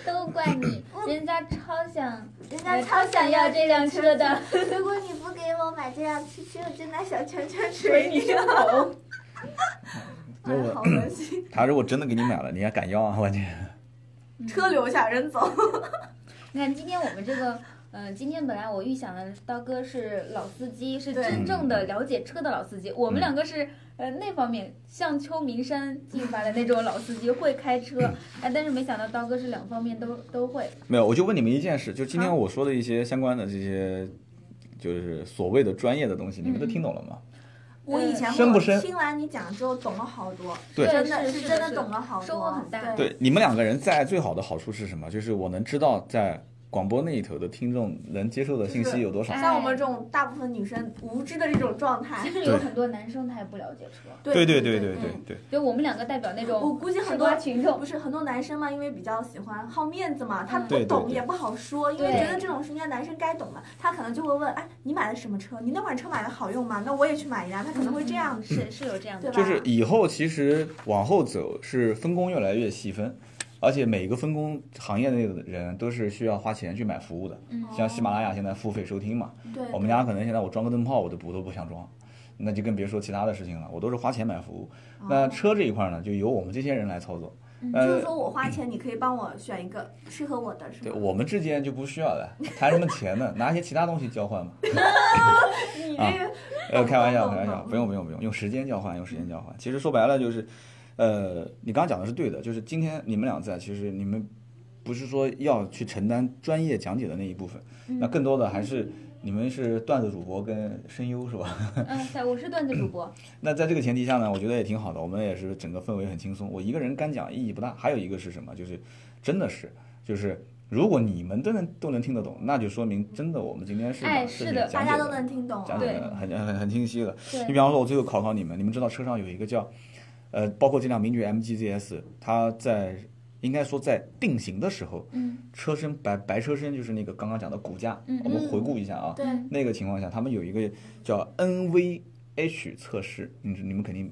[SPEAKER 2] 都怪你，人家超想，
[SPEAKER 3] 人家
[SPEAKER 2] 呃
[SPEAKER 3] 超
[SPEAKER 2] 超
[SPEAKER 3] 想
[SPEAKER 2] 想
[SPEAKER 3] 要
[SPEAKER 2] 要
[SPEAKER 3] 这
[SPEAKER 2] 这
[SPEAKER 3] 辆
[SPEAKER 2] 辆
[SPEAKER 3] 车
[SPEAKER 2] 车
[SPEAKER 3] 的
[SPEAKER 2] 的。。
[SPEAKER 3] *laughs* 如果你不给我买这辆车车，我就拿小
[SPEAKER 2] *laughs*
[SPEAKER 3] 拳拳捶你。 *laughs* 哎，好恶心！
[SPEAKER 1] 他如果真的给你买了，你还敢要啊？关键
[SPEAKER 2] 嗯
[SPEAKER 3] *laughs* 车留下人走。
[SPEAKER 2] 你看今天我们这个。嗯，今天本来我预想的刀哥是老司机，是
[SPEAKER 3] 对
[SPEAKER 2] 真正
[SPEAKER 1] 嗯
[SPEAKER 2] 的了解车的老司机。我们两个是呃那方面像秋名山进发的那种老司机，会开车。
[SPEAKER 1] 嗯
[SPEAKER 2] 哎，但是没想到刀哥是两方面都都会。
[SPEAKER 1] 没有，我就问你们一件事，就今天
[SPEAKER 2] 好
[SPEAKER 1] 我说的一些相关的这些，就是所谓的专业的东西，你们都
[SPEAKER 2] 嗯
[SPEAKER 1] 听懂了吗？
[SPEAKER 3] 我以前
[SPEAKER 1] 深不
[SPEAKER 3] 我
[SPEAKER 1] 深
[SPEAKER 3] 听完你讲之后懂了好多，
[SPEAKER 1] 对
[SPEAKER 3] 真的
[SPEAKER 2] 是
[SPEAKER 3] 真
[SPEAKER 2] 是
[SPEAKER 3] 的懂了好多，
[SPEAKER 2] 收获很大
[SPEAKER 1] 对，你们两个人在爱最好的好处是什么？就是我能知道在广播那一头的听众能接受的信息有多少
[SPEAKER 2] 就。是哎
[SPEAKER 3] 像我们这种大部分女生无知的这种状态嗯
[SPEAKER 2] 其，实有很多男生他也不了解车，
[SPEAKER 1] 对
[SPEAKER 3] 对
[SPEAKER 1] 对
[SPEAKER 3] 对
[SPEAKER 1] 对对，
[SPEAKER 2] 就我们两个代表那
[SPEAKER 3] 我
[SPEAKER 2] 种
[SPEAKER 3] 估计
[SPEAKER 2] 吃
[SPEAKER 3] 很多
[SPEAKER 2] 瓜群众
[SPEAKER 3] 不。是很多男生嘛，因为比较喜欢好面子嘛，他
[SPEAKER 2] 嗯
[SPEAKER 3] 不
[SPEAKER 1] 对对
[SPEAKER 3] 懂
[SPEAKER 1] 对
[SPEAKER 3] 也不好说，因为
[SPEAKER 2] 对
[SPEAKER 3] 觉得这种事应该男生该懂的，他可能就会问，哎，你买的什么车？你那款车买的好用吗？那我也去买一辆，他可能会这样子。
[SPEAKER 2] 是是有这样的
[SPEAKER 3] 对
[SPEAKER 1] 嗯
[SPEAKER 3] 吧，
[SPEAKER 1] 就是以后其实往后走是分工越来越细分，而且每个分工行业内的人都是需要花钱去买服务的。
[SPEAKER 2] 嗯
[SPEAKER 1] 像喜马拉雅现在付费收听嘛，
[SPEAKER 3] 嗯对，
[SPEAKER 1] 我们家可能现在我装个灯泡我都不都不想装，那就更别说其他的事情了，我都是花钱买服务。那车这一块呢，就由我们这些人来操作。
[SPEAKER 3] 哦嗯就
[SPEAKER 1] 呃
[SPEAKER 3] 是，说我花钱，你可以帮我选一个适合我的，是
[SPEAKER 1] 对
[SPEAKER 3] 吗？
[SPEAKER 1] 我们之间就不需要了，谈什么钱呢？拿一些其他东西交换嘛。
[SPEAKER 3] 你
[SPEAKER 1] 啊
[SPEAKER 3] 这个
[SPEAKER 1] 呃，开玩笑，
[SPEAKER 3] 懂
[SPEAKER 1] 开玩
[SPEAKER 3] *laughs*
[SPEAKER 1] 笑，
[SPEAKER 3] 懂
[SPEAKER 1] 不用不用不用，用时间交换，用时间交换。其实说白了就是，呃，你刚刚讲的是对的，就是今天你们俩在，其实你们不是说要去承担专业讲解的那一部分，
[SPEAKER 3] 嗯
[SPEAKER 1] 那更多的还是你们是段子主播跟声优是吧？
[SPEAKER 2] 嗯，对，我是段子主播，
[SPEAKER 1] 那在这个前提下呢，我觉得也挺好的，我们也是整个氛围很轻松，我一个人干讲意义不大。还有一个是什么？就是真的是就是。如果你们都能都能听得懂，那就说明真的我们今天是把
[SPEAKER 2] 哎
[SPEAKER 1] 事
[SPEAKER 2] 是
[SPEAKER 1] 情
[SPEAKER 2] 的
[SPEAKER 1] 讲
[SPEAKER 3] 大
[SPEAKER 1] 解
[SPEAKER 3] 家
[SPEAKER 1] 得
[SPEAKER 3] 都能听懂啊
[SPEAKER 1] 讲。解的很很很清晰的。
[SPEAKER 2] 对
[SPEAKER 1] 你比方说，我最后考考你们，你们知道车上有一个叫，呃，包括这辆名爵 MGZS，它在应该说在定型的时候，
[SPEAKER 2] 嗯
[SPEAKER 1] 车身白白车身就是那个刚刚讲的骨架，
[SPEAKER 2] 嗯
[SPEAKER 1] 我们回顾一下啊，
[SPEAKER 3] 对，
[SPEAKER 1] 那个情况下，他们有一个叫 NVH 测试，你你们肯定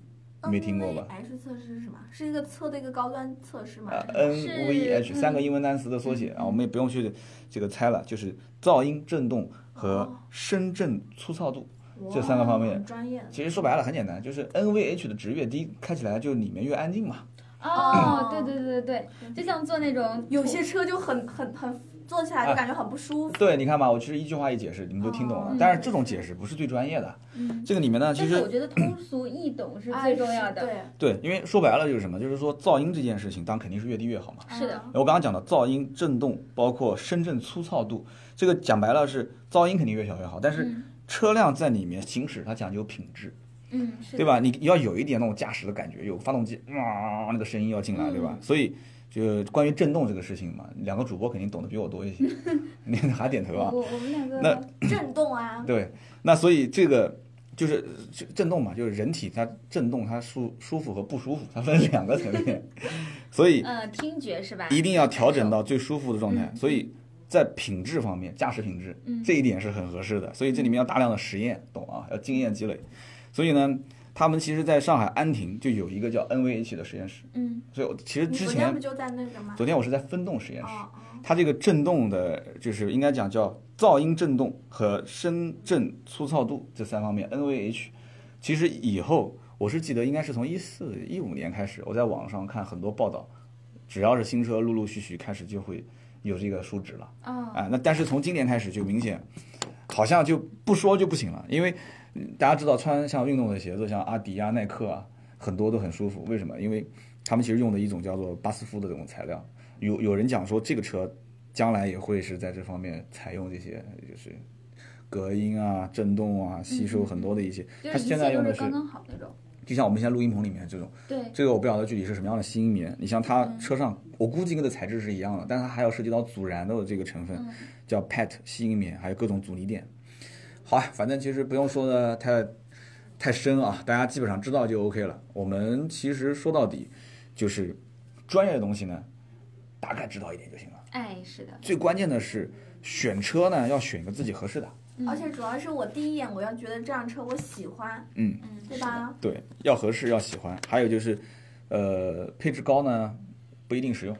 [SPEAKER 1] 没听过吧？
[SPEAKER 3] ？H 测试是什么？是一个测的一个高端测试吗？
[SPEAKER 1] 呃
[SPEAKER 2] 是嗯
[SPEAKER 1] ，NVH 三个英文单词的缩写啊，我们也不用去这个猜了，就是噪音、振动和
[SPEAKER 3] 哦
[SPEAKER 1] 声振粗糙度。
[SPEAKER 3] 哇
[SPEAKER 1] 这三个方面
[SPEAKER 3] 很专业。
[SPEAKER 1] 其实说白了很简单，就是 NVH 的值越低，开起来就里面越安静嘛。
[SPEAKER 2] 哦
[SPEAKER 3] 哦，
[SPEAKER 2] 对对对对对，就像做那种
[SPEAKER 3] 有些车就很很很坐起来
[SPEAKER 1] 啊
[SPEAKER 3] 就感觉很不舒服。
[SPEAKER 1] 对，你看吧，我其实一句话一解释，你们都听懂了
[SPEAKER 2] 哦。
[SPEAKER 1] 但是这种解释不是最专业的，
[SPEAKER 2] 嗯
[SPEAKER 1] 这个里面呢，其
[SPEAKER 2] 但是我
[SPEAKER 1] 实
[SPEAKER 2] 觉得通俗易懂啊是
[SPEAKER 3] 哎
[SPEAKER 2] 最重要的。
[SPEAKER 3] 对，
[SPEAKER 1] 对，因为说白了就是什么，就是说噪音这件事情，当然肯定是越低越好嘛。
[SPEAKER 2] 是
[SPEAKER 3] 嗯
[SPEAKER 2] 的，
[SPEAKER 1] 哎我刚刚讲的噪音、震动，包括深圳粗糙度，这个讲白了是噪音肯定越小越好，但是
[SPEAKER 2] 嗯
[SPEAKER 1] 车辆在里面行驶它讲究品质，
[SPEAKER 2] 嗯，是的
[SPEAKER 1] 对？吧？你要有一点那种驾驶的感觉，有发动机哇那个声音要进来，对吧？所以就关于震动这个事情嘛，两个主播肯定懂得比我多一些，你还点头啊？
[SPEAKER 2] 我我们两个
[SPEAKER 1] 那
[SPEAKER 3] 震动啊，
[SPEAKER 1] 对，那所以这个就是就震动嘛，就是人体它震动它舒舒服和不舒服，它分两个层面， *laughs* 所以
[SPEAKER 2] 呃听觉是吧？
[SPEAKER 1] 一定要调整到最舒服的状态。
[SPEAKER 2] 嗯
[SPEAKER 1] 所以在品质方面，驾驶品质
[SPEAKER 2] 嗯
[SPEAKER 1] 这一点是很合适的。所以这里面要大量的实验，懂啊？要经验积累。所以呢，他们其实在上海安亭就有一个叫 NVH 的实验室。
[SPEAKER 2] 嗯
[SPEAKER 1] 所以我其实
[SPEAKER 3] 你
[SPEAKER 1] 之
[SPEAKER 3] 昨天
[SPEAKER 1] 前
[SPEAKER 3] 不就在那个吗？
[SPEAKER 1] 昨天我是在分动实验室，
[SPEAKER 3] 哦，
[SPEAKER 1] 它这个震动的，就是应该讲叫噪音震动和声振粗糙度这三方面，NVH，其实以后我是记得应该是从一四一五年开始，我在网上看很多报道，只要是新车陆陆续续开始就会有这个数值了
[SPEAKER 2] 哦，
[SPEAKER 1] 啊。那但是从今年开始就明显，好像就不说就不行了，因为嗯大家知道穿像运动的鞋子，像阿迪啊、耐克啊，很多都很舒服。为什么？因为他们其实用的一种叫做巴斯夫的这种材料。有有人讲说，这个车将来也会是在这方面采用这些，就是隔音啊、震动啊，吸收很多的一些。
[SPEAKER 2] 嗯就
[SPEAKER 1] 它
[SPEAKER 2] 是一
[SPEAKER 1] 现在
[SPEAKER 2] 切
[SPEAKER 1] 用
[SPEAKER 2] 都
[SPEAKER 1] 的
[SPEAKER 2] 是
[SPEAKER 1] 是，
[SPEAKER 2] 刚刚好那种。
[SPEAKER 1] 就像我们现在录音棚里面这种，
[SPEAKER 2] 对，
[SPEAKER 1] 这个我不晓得具体是什么样的吸音棉。你像它车上，我估计跟的材质是一样的，但它还要涉及到阻燃的这个成分，叫 PET 吸音棉，还有各种阻尼垫。好啊，反正其实不用说的太太深啊，大家基本上知道就 OK 了。我们其实说到底就是专业的东西呢，大概知道一点就行了。
[SPEAKER 2] 哎，是的，
[SPEAKER 1] 最关键的是选车呢，要选一个自己合适的。
[SPEAKER 2] 嗯
[SPEAKER 3] 而且主要是我第一眼我要觉得这辆车我喜欢，
[SPEAKER 2] 嗯，
[SPEAKER 3] 对
[SPEAKER 2] 是的？
[SPEAKER 3] 吧？
[SPEAKER 1] 对，要合适，要喜欢。还有就是，呃，配置高呢不一定实用，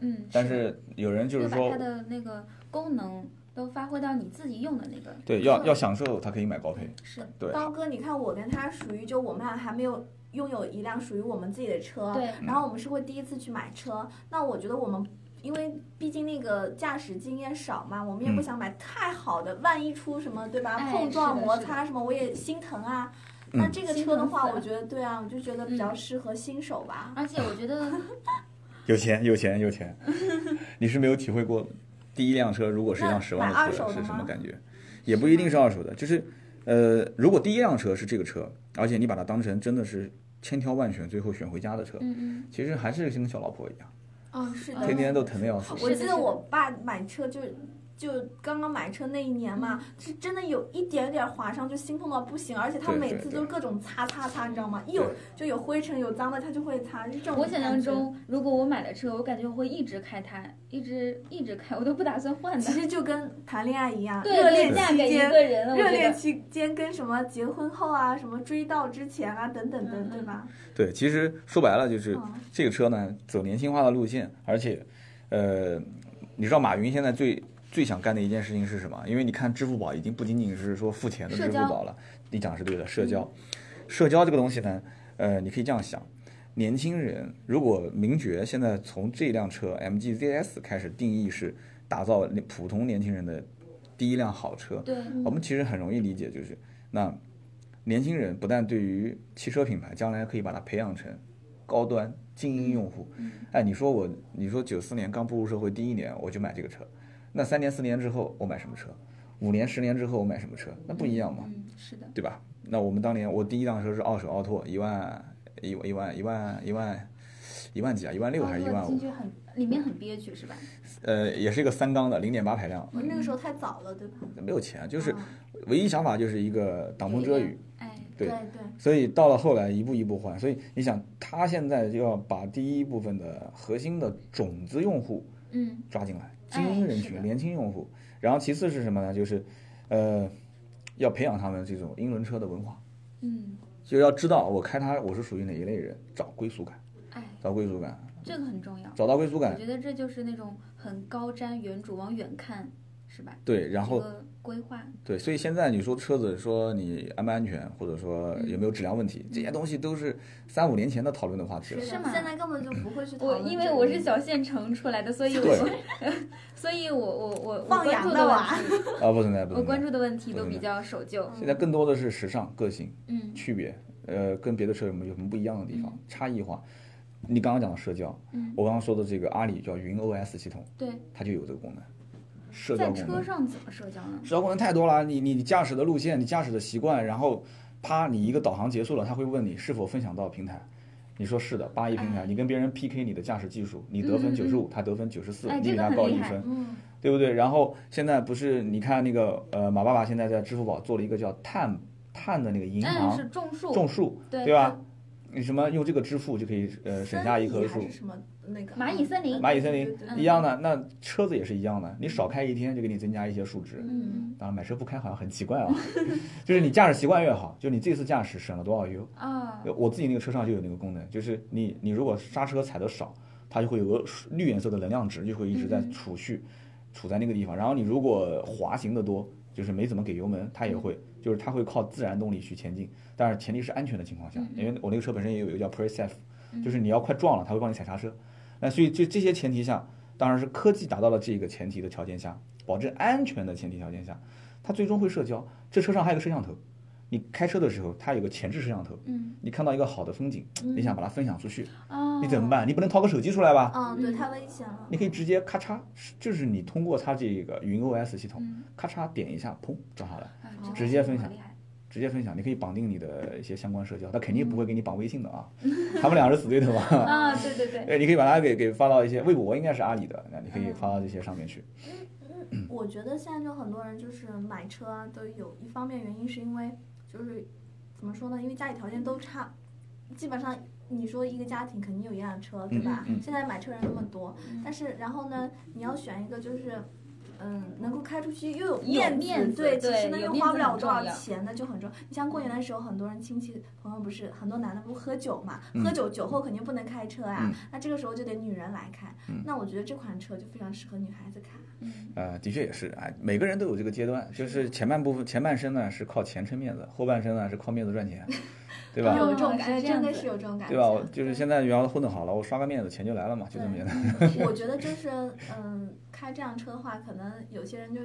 [SPEAKER 2] 嗯，
[SPEAKER 1] 但
[SPEAKER 2] 的
[SPEAKER 1] 是有人就是
[SPEAKER 2] 要把
[SPEAKER 1] 说
[SPEAKER 2] 它，的那个功能都发挥到你自己用的那个。
[SPEAKER 1] 对，要要享受，他可以买高配。
[SPEAKER 2] 是的，
[SPEAKER 1] 对，
[SPEAKER 3] 刀哥，你看我跟他属于就我们俩还没有拥有一辆属于我们自己的车，
[SPEAKER 2] 对
[SPEAKER 1] 嗯
[SPEAKER 3] 然后我们是会第一次去买车，那我觉得我们因为毕竟那个驾驶经验少嘛，我们也
[SPEAKER 1] 嗯
[SPEAKER 3] 不想买太好的，万一出什么对吧？
[SPEAKER 2] 哎
[SPEAKER 3] 碰撞
[SPEAKER 2] 是的
[SPEAKER 3] 摩
[SPEAKER 2] 是的
[SPEAKER 3] 擦什么，我也心疼啊。那
[SPEAKER 1] 嗯
[SPEAKER 3] 这个
[SPEAKER 2] 心
[SPEAKER 3] 车的
[SPEAKER 2] 疼
[SPEAKER 3] 话，
[SPEAKER 2] 死
[SPEAKER 3] 我
[SPEAKER 2] 了
[SPEAKER 3] 觉得对啊，我就觉得比较
[SPEAKER 2] 嗯
[SPEAKER 3] 适合新手吧。
[SPEAKER 2] 而且我觉 *laughs* 得
[SPEAKER 1] 有钱有钱有
[SPEAKER 3] *laughs*
[SPEAKER 1] 钱，你是没有体会过第一辆车如果是一辆
[SPEAKER 3] 那
[SPEAKER 1] 十万
[SPEAKER 3] 买二
[SPEAKER 1] 的车
[SPEAKER 3] 手的
[SPEAKER 1] 是什么
[SPEAKER 3] 吗
[SPEAKER 1] 感觉，也不一定是二手的，就是呃，如果第一辆车是这个车，而且你把它当成真的是千挑万选最后选回家的车，
[SPEAKER 2] 嗯
[SPEAKER 1] 其实还是跟小老婆一样，
[SPEAKER 3] 嗯，是
[SPEAKER 2] 的
[SPEAKER 3] 的。
[SPEAKER 1] 天天都疼的要死。
[SPEAKER 3] 我
[SPEAKER 2] 是的
[SPEAKER 3] 记得
[SPEAKER 2] 是的
[SPEAKER 3] 我爸买车就就刚刚买车那一年嘛，
[SPEAKER 2] 嗯
[SPEAKER 3] 是真的有一点点划伤，就心痛到不行，而且他
[SPEAKER 1] 对
[SPEAKER 3] 每
[SPEAKER 1] 对
[SPEAKER 3] 次
[SPEAKER 1] 对
[SPEAKER 3] 都各种擦擦擦，你知道吗？一有
[SPEAKER 1] 对
[SPEAKER 3] 就有灰尘有脏的，他就会擦，就这种。
[SPEAKER 2] 我想象，中，如果我买了车，我感觉我会一直开它，一直一直开，我都不打算换
[SPEAKER 3] 其
[SPEAKER 2] 的。
[SPEAKER 3] 实就跟谈恋爱一样，
[SPEAKER 2] 对，
[SPEAKER 3] 热
[SPEAKER 2] 对
[SPEAKER 3] 恋
[SPEAKER 2] 嫁
[SPEAKER 3] 期
[SPEAKER 2] 给一
[SPEAKER 3] 间
[SPEAKER 2] 个人了，我
[SPEAKER 3] 热
[SPEAKER 2] 觉
[SPEAKER 3] 恋
[SPEAKER 2] 得
[SPEAKER 3] 期间跟什么结婚后啊，什么追到之前啊，等等等，
[SPEAKER 2] 嗯
[SPEAKER 3] 对吧？
[SPEAKER 1] 对，其实说白了就是
[SPEAKER 3] 嗯
[SPEAKER 1] 这个车呢走年轻化的路线，而且，呃，你知道马云现在最最想干的一件事情是什么？因为你看支付宝已经不仅仅是说付钱的支
[SPEAKER 2] 社
[SPEAKER 1] 付
[SPEAKER 2] 交嗯
[SPEAKER 1] 宝了，你讲的是对的，社交，社交这个东西呢，呃，你可以这样想。年轻人如果名爵现在从这辆车 MG ZS 开始定义是打造普通年轻人的第一辆好车，
[SPEAKER 2] 对，
[SPEAKER 3] 嗯
[SPEAKER 1] 我们其实很容易理解，就是那年轻人不但对于汽车品牌将来可以把它培养成高端精英用户，哎，你说我，你说九四年刚步入社会第一年我就买这个车，那三年四年之后我买什么车？五年十年之后我买什么车？那不一样嘛，
[SPEAKER 2] 嗯，是的，
[SPEAKER 1] 对吧？那我们当年我第一辆车是二手奥拓，一万一一万一万一万一万几啊，一万六还是一
[SPEAKER 2] 包括
[SPEAKER 1] 万
[SPEAKER 2] 进
[SPEAKER 1] 五？
[SPEAKER 2] 去很里面很憋屈是吧？
[SPEAKER 1] 呃，也是一个三缸的零点八排量，
[SPEAKER 3] 我那个时候太早了，对吧？
[SPEAKER 1] 没有钱，就是
[SPEAKER 3] 啊
[SPEAKER 1] 唯一想法就是一个挡风遮雨。
[SPEAKER 2] 哎，
[SPEAKER 1] 对
[SPEAKER 3] 对对，
[SPEAKER 1] 所以到了后来一步一步换，所以你想，他现在就要把第一部分的核心的种子用户
[SPEAKER 2] 嗯，
[SPEAKER 1] 抓进来，
[SPEAKER 2] 哎
[SPEAKER 1] 精英人
[SPEAKER 2] 是的
[SPEAKER 1] 群、年轻用户，然后其次是什么呢？就是，呃，要培养他们这种英伦车的文化，
[SPEAKER 2] 嗯，
[SPEAKER 1] 就要知道我开它我是属于哪一类人，找归属感，
[SPEAKER 2] 哎，
[SPEAKER 1] 找归属感，
[SPEAKER 2] 这个很重要。
[SPEAKER 1] 找到归属
[SPEAKER 2] 我
[SPEAKER 1] 感，
[SPEAKER 2] 觉得这就是那种很高瞻远瞩，往远看，是吧？
[SPEAKER 1] 对，然后
[SPEAKER 2] 这个规划，
[SPEAKER 1] 对，所以现在你说车子说你安不安全，或者说有没有质量问题，这些东西都是三五年前的讨论的话题了。
[SPEAKER 3] 的
[SPEAKER 2] 是吗
[SPEAKER 3] 现在根本就不会去讨
[SPEAKER 2] 我
[SPEAKER 3] 论这个。
[SPEAKER 2] 因为我是小县城出来的，所以我
[SPEAKER 1] 对，
[SPEAKER 2] *laughs* 所以我我我我
[SPEAKER 3] 放
[SPEAKER 2] 关
[SPEAKER 3] 羊
[SPEAKER 2] 注
[SPEAKER 3] 的
[SPEAKER 2] 的问
[SPEAKER 3] 娃
[SPEAKER 1] *laughs*
[SPEAKER 2] 题，
[SPEAKER 1] 啊，不存在，不
[SPEAKER 2] 我
[SPEAKER 1] 存
[SPEAKER 2] 关
[SPEAKER 1] 在。
[SPEAKER 2] 注的问题
[SPEAKER 1] 不
[SPEAKER 2] 都
[SPEAKER 1] 存
[SPEAKER 2] 比
[SPEAKER 1] 在
[SPEAKER 2] 较守旧。
[SPEAKER 1] 现在更多的是时尚、个性。
[SPEAKER 2] 嗯
[SPEAKER 1] 区别，呃，跟别的车有没有什么不一样的地方？差异化。你刚刚讲的社交，
[SPEAKER 2] 嗯，
[SPEAKER 1] 我刚刚说的这个阿里叫云 OS 系统，
[SPEAKER 2] 对，
[SPEAKER 1] 它就有这个功能，社交
[SPEAKER 2] 在
[SPEAKER 1] 功
[SPEAKER 2] 车
[SPEAKER 1] 能。
[SPEAKER 2] 上怎么社交呢？
[SPEAKER 1] 社交功能太多了，你你你驾驶的路线，你驾驶的习惯，然后啪，你一个导航结束了，它会问你是否分享到平台。你说是的，八一平台，
[SPEAKER 2] 哎
[SPEAKER 1] 你跟别人 PK 你的驾驶技术，你
[SPEAKER 2] 嗯
[SPEAKER 1] 得分
[SPEAKER 2] 嗯
[SPEAKER 1] 九十五，他得分九十四，
[SPEAKER 2] 哎
[SPEAKER 1] 你
[SPEAKER 2] 这
[SPEAKER 1] 比
[SPEAKER 2] 个
[SPEAKER 1] 他
[SPEAKER 2] 很
[SPEAKER 1] 高
[SPEAKER 2] 厉
[SPEAKER 1] 一
[SPEAKER 2] 害
[SPEAKER 1] 分，
[SPEAKER 3] 嗯，
[SPEAKER 1] 对不对？然后现在不是你看那个呃，马爸爸现在在支付宝做了一个叫碳碳的那个银
[SPEAKER 2] 嗯，
[SPEAKER 1] 行
[SPEAKER 2] 是种树，
[SPEAKER 1] 种树，
[SPEAKER 2] 对
[SPEAKER 1] 对吧？你什么用这个支付就可以呃省下一棵
[SPEAKER 3] 森
[SPEAKER 1] 树
[SPEAKER 3] 林还是，什么那个嗯
[SPEAKER 2] 蚂蚁森林嗯
[SPEAKER 1] 蚂蚁森林
[SPEAKER 3] 对对对
[SPEAKER 1] 一样的。那车子也是一样的，你少开一天就给你增加一些数值。
[SPEAKER 2] 嗯
[SPEAKER 1] 当然，买车不开好像很奇怪啊， *laughs* 就是你驾驶习惯越好，就你这次驾驶省了多少油。
[SPEAKER 2] 啊，
[SPEAKER 1] 呃我自己那个车上就有那个功能，就是你你如果刹车踩的少，它就会有个绿颜色的能量值，就会一直在
[SPEAKER 2] 嗯嗯
[SPEAKER 1] 储蓄，储在那个地方。然后你如果滑行的多，就是没怎么给油门，它也
[SPEAKER 2] 嗯
[SPEAKER 1] 会，就是它会靠自然动力去前进，但是前提是安全的情况下
[SPEAKER 2] 嗯，嗯
[SPEAKER 1] 因为我那个车本身也有一个叫 PreSafe，
[SPEAKER 2] 嗯
[SPEAKER 1] 就是你要快撞了，它会帮你踩刹车。那所以就这些前提下，当然是科技达到了这个前提的条件下，保证安全的前提条件下，它最终会社交。这车上还有个摄像头，你开车的时候，它有个前置摄像头。
[SPEAKER 2] 嗯
[SPEAKER 1] 你看到一个好的风景，你想把它分享出去，
[SPEAKER 2] 啊，
[SPEAKER 1] 你怎么？办？你不能掏个手机出来吧？
[SPEAKER 3] 嗯嗯，对，
[SPEAKER 2] 嗯
[SPEAKER 3] 太危险了。
[SPEAKER 1] 你可以直接咔嚓，是就是你通过它这个云 OS 系统，
[SPEAKER 2] 嗯，
[SPEAKER 1] 咔嚓点一下，砰转下来，
[SPEAKER 2] 啊这个
[SPEAKER 1] 直接
[SPEAKER 2] 好
[SPEAKER 1] 分享
[SPEAKER 2] 厉害
[SPEAKER 1] 直接分享。你可以绑定你的一些相关社交，它肯定不会给你绑微信的啊，他们俩是死对头
[SPEAKER 2] *laughs*
[SPEAKER 1] 啊。
[SPEAKER 2] 啊！对对对，
[SPEAKER 1] 哎，你可以把它给给发到一些微博，应该是阿里的，那你可以发到这些上面去。嗯
[SPEAKER 3] 我觉得现在就很多人就是买车啊，都有一方面原因是因为就是怎么说呢？因为家里条件都差，基本上你说一个家庭肯定有一辆车，对吧？
[SPEAKER 1] 嗯嗯
[SPEAKER 3] 现在买车人那么多，
[SPEAKER 1] 嗯
[SPEAKER 3] 但是然后呢，你要选一个就是。嗯，能够开出去又有
[SPEAKER 2] 有
[SPEAKER 3] 子，
[SPEAKER 2] 面子
[SPEAKER 3] 对，
[SPEAKER 2] 对
[SPEAKER 3] 其实呢
[SPEAKER 2] 有
[SPEAKER 3] 又
[SPEAKER 2] 面子
[SPEAKER 3] 花不了
[SPEAKER 2] 很
[SPEAKER 3] 多少
[SPEAKER 2] 重要
[SPEAKER 3] 钱，那就很重要。你像过年的时候，很多人亲戚朋友不是很多男的不喝酒嘛，
[SPEAKER 1] 嗯
[SPEAKER 3] 喝酒酒后肯定不能开车啊，
[SPEAKER 1] 嗯
[SPEAKER 3] 那这个时候就得女人来开。
[SPEAKER 1] 嗯
[SPEAKER 3] 那我觉得这款车就非常适合女孩子开。
[SPEAKER 2] 嗯
[SPEAKER 1] 呃，的确也是，哎，每个人都有这个阶段，就是前半部分前半生呢是靠钱撑面子，后半生呢是靠面子赚钱，对吧？
[SPEAKER 3] 有这种
[SPEAKER 2] 哦
[SPEAKER 3] 感觉，
[SPEAKER 2] 是这
[SPEAKER 3] 真
[SPEAKER 2] 样
[SPEAKER 3] 的
[SPEAKER 2] 子
[SPEAKER 3] 是有这种感觉，
[SPEAKER 1] 对吧？我就是现在原来混得好了，我刷个面子，钱就来了嘛，就这么简单。
[SPEAKER 3] 我觉得就是，嗯，开这辆车的话，可能有些人就，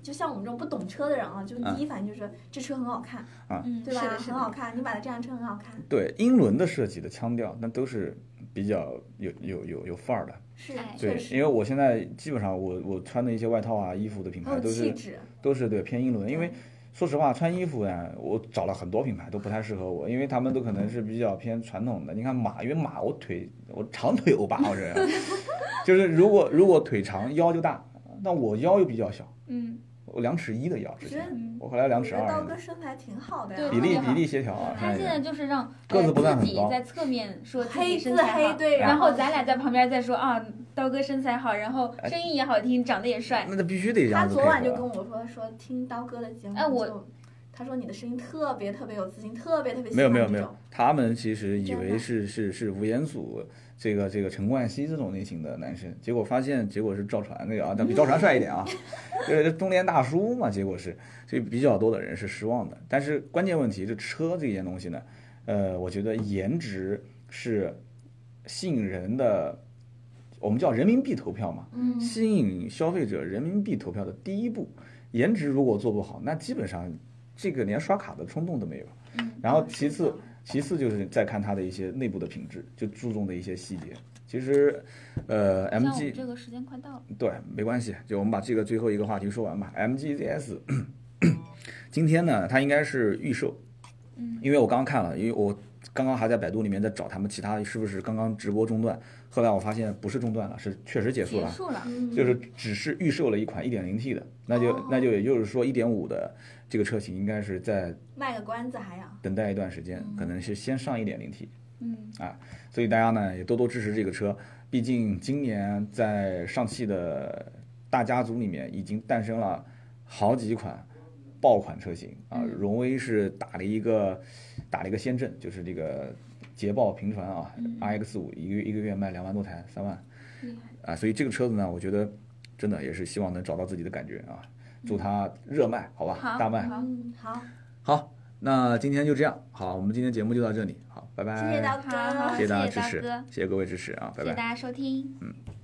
[SPEAKER 3] 就像我们这种不懂车的人啊，就
[SPEAKER 1] 嗯
[SPEAKER 3] 第一反应就是、这车很好看，
[SPEAKER 2] 嗯，
[SPEAKER 3] 对吧？
[SPEAKER 2] 是的，是
[SPEAKER 3] 很好
[SPEAKER 2] 的，
[SPEAKER 3] 看，你买的这辆车很好看，
[SPEAKER 1] 对，英伦的设计的腔调，那都是比较有有有有范儿的。
[SPEAKER 3] 是
[SPEAKER 2] 哎
[SPEAKER 1] 对
[SPEAKER 3] 啊确，实，
[SPEAKER 1] 因为我现在基本上我我穿的一些外套啊、衣服的品
[SPEAKER 3] 很
[SPEAKER 1] 牌
[SPEAKER 3] 有
[SPEAKER 1] 都
[SPEAKER 3] 哦气
[SPEAKER 1] 是
[SPEAKER 3] 质，嗯
[SPEAKER 1] 都是对偏英伦，因为说实话穿衣服呀，我找了很多品牌都不太适合我，因为他们都可能是比较偏传统的。你看马，因为马我腿我长腿欧巴，我这人啊
[SPEAKER 3] *laughs*
[SPEAKER 1] 就是如果如果腿长腰就大，那我腰又比较小，
[SPEAKER 2] 嗯
[SPEAKER 1] 我两尺一的腰之前
[SPEAKER 3] 是，
[SPEAKER 2] 嗯。
[SPEAKER 1] 我后来两
[SPEAKER 3] 我
[SPEAKER 1] 尺
[SPEAKER 3] 觉得刀
[SPEAKER 1] 二
[SPEAKER 3] 哥
[SPEAKER 1] 呢，
[SPEAKER 3] 身材挺好的呀，
[SPEAKER 2] 对
[SPEAKER 1] 比例
[SPEAKER 2] 特别
[SPEAKER 1] 比
[SPEAKER 2] 好
[SPEAKER 1] 例协调啊。
[SPEAKER 2] 他现在就是让
[SPEAKER 1] 个子不算
[SPEAKER 2] 呃
[SPEAKER 1] 很
[SPEAKER 2] 自己
[SPEAKER 1] 高
[SPEAKER 2] 在侧面说自己
[SPEAKER 3] 黑
[SPEAKER 2] 身
[SPEAKER 3] 字
[SPEAKER 2] 材
[SPEAKER 3] 黑
[SPEAKER 2] 好，
[SPEAKER 3] 对，
[SPEAKER 2] 然后咱俩在旁边再说啊，刀哥身材好，然后
[SPEAKER 1] 哎
[SPEAKER 2] 声音也好听，长得也帅，
[SPEAKER 1] 那他必须得这
[SPEAKER 3] 他
[SPEAKER 1] 样子
[SPEAKER 3] 昨
[SPEAKER 1] 配
[SPEAKER 3] 晚就跟
[SPEAKER 1] 合。啊
[SPEAKER 3] 我说说听刀哥的节目，
[SPEAKER 2] 哎我
[SPEAKER 3] 就他说你的声音特别特别有自信，特别特别喜
[SPEAKER 1] 没有
[SPEAKER 3] 欢
[SPEAKER 1] 没有
[SPEAKER 3] 这
[SPEAKER 1] 没有
[SPEAKER 3] 种，
[SPEAKER 1] 他们其实以
[SPEAKER 3] 真的
[SPEAKER 1] 为是是是吴彦祖、这个这个陈冠希这种类型的男生，结果发现结果是赵传那个啊，但比赵传帅一点
[SPEAKER 3] *laughs*
[SPEAKER 1] 啊，就是中年大叔嘛，结果是，所以比较多的人是失望的。但是关键问题，这车这件东西呢，呃，我觉得颜值是吸引人的，我们叫人民币投票嘛，
[SPEAKER 3] 嗯，
[SPEAKER 1] 吸引消费者人民币投票的第一步。颜值如果做不好，那基本上这个连刷卡的冲动都没有。
[SPEAKER 2] 嗯，
[SPEAKER 1] 然后
[SPEAKER 3] 是
[SPEAKER 1] 其
[SPEAKER 3] 的
[SPEAKER 1] 次，其次就是再看它的一些内部的品质，就注重的一些细节。其实，呃
[SPEAKER 2] 像我们
[SPEAKER 1] ，MG
[SPEAKER 2] 这个时间快到了，
[SPEAKER 1] 对，没关系，就我们把这个最后一个话题说完吧。MGZS
[SPEAKER 2] 哦
[SPEAKER 1] *clears throat* 今天呢，它应该是预售，
[SPEAKER 2] 嗯，
[SPEAKER 1] 因为我刚刚看了，因为我刚刚还在百度里面在找他们其他是不是刚刚直播中断，后来我发现不是中断了，是确实结束
[SPEAKER 2] 结
[SPEAKER 1] 了。
[SPEAKER 2] 束了，
[SPEAKER 3] 嗯
[SPEAKER 1] 就是只是预售了一款 1.0T 的，那就
[SPEAKER 3] 哦
[SPEAKER 1] 那就也就是说1.5的这个车型应该是在
[SPEAKER 3] 卖个关子还要，
[SPEAKER 1] 等待一段时间，可能是先上 1.0T，
[SPEAKER 2] 嗯，
[SPEAKER 1] 所以大家呢也多多支持这个车，毕竟今年在上汽的大家族里面已经诞生了好几款爆款车型啊
[SPEAKER 2] 嗯，
[SPEAKER 1] 荣威是打了一个打了一个先阵，就是这个捷豹平传啊
[SPEAKER 2] 嗯
[SPEAKER 1] ，RX 五一个一个月卖两万多台，三万，
[SPEAKER 2] 厉害，
[SPEAKER 1] 啊，所以这个车子呢，我觉得真的也是希望能找到自己的感觉啊，祝它热卖，好吧，
[SPEAKER 2] 好
[SPEAKER 1] 大卖。
[SPEAKER 2] 好
[SPEAKER 3] 嗯，好，
[SPEAKER 1] 好，那今天就这样，好，我们今天节目就到这里，好，拜拜，
[SPEAKER 3] 谢谢刀哥，
[SPEAKER 2] 好好
[SPEAKER 1] 谢谢大家
[SPEAKER 2] 谢谢
[SPEAKER 1] 支持
[SPEAKER 2] 大哥，
[SPEAKER 1] 谢谢各位支持啊，拜
[SPEAKER 2] 谢谢
[SPEAKER 1] 拜
[SPEAKER 2] 大。家收听。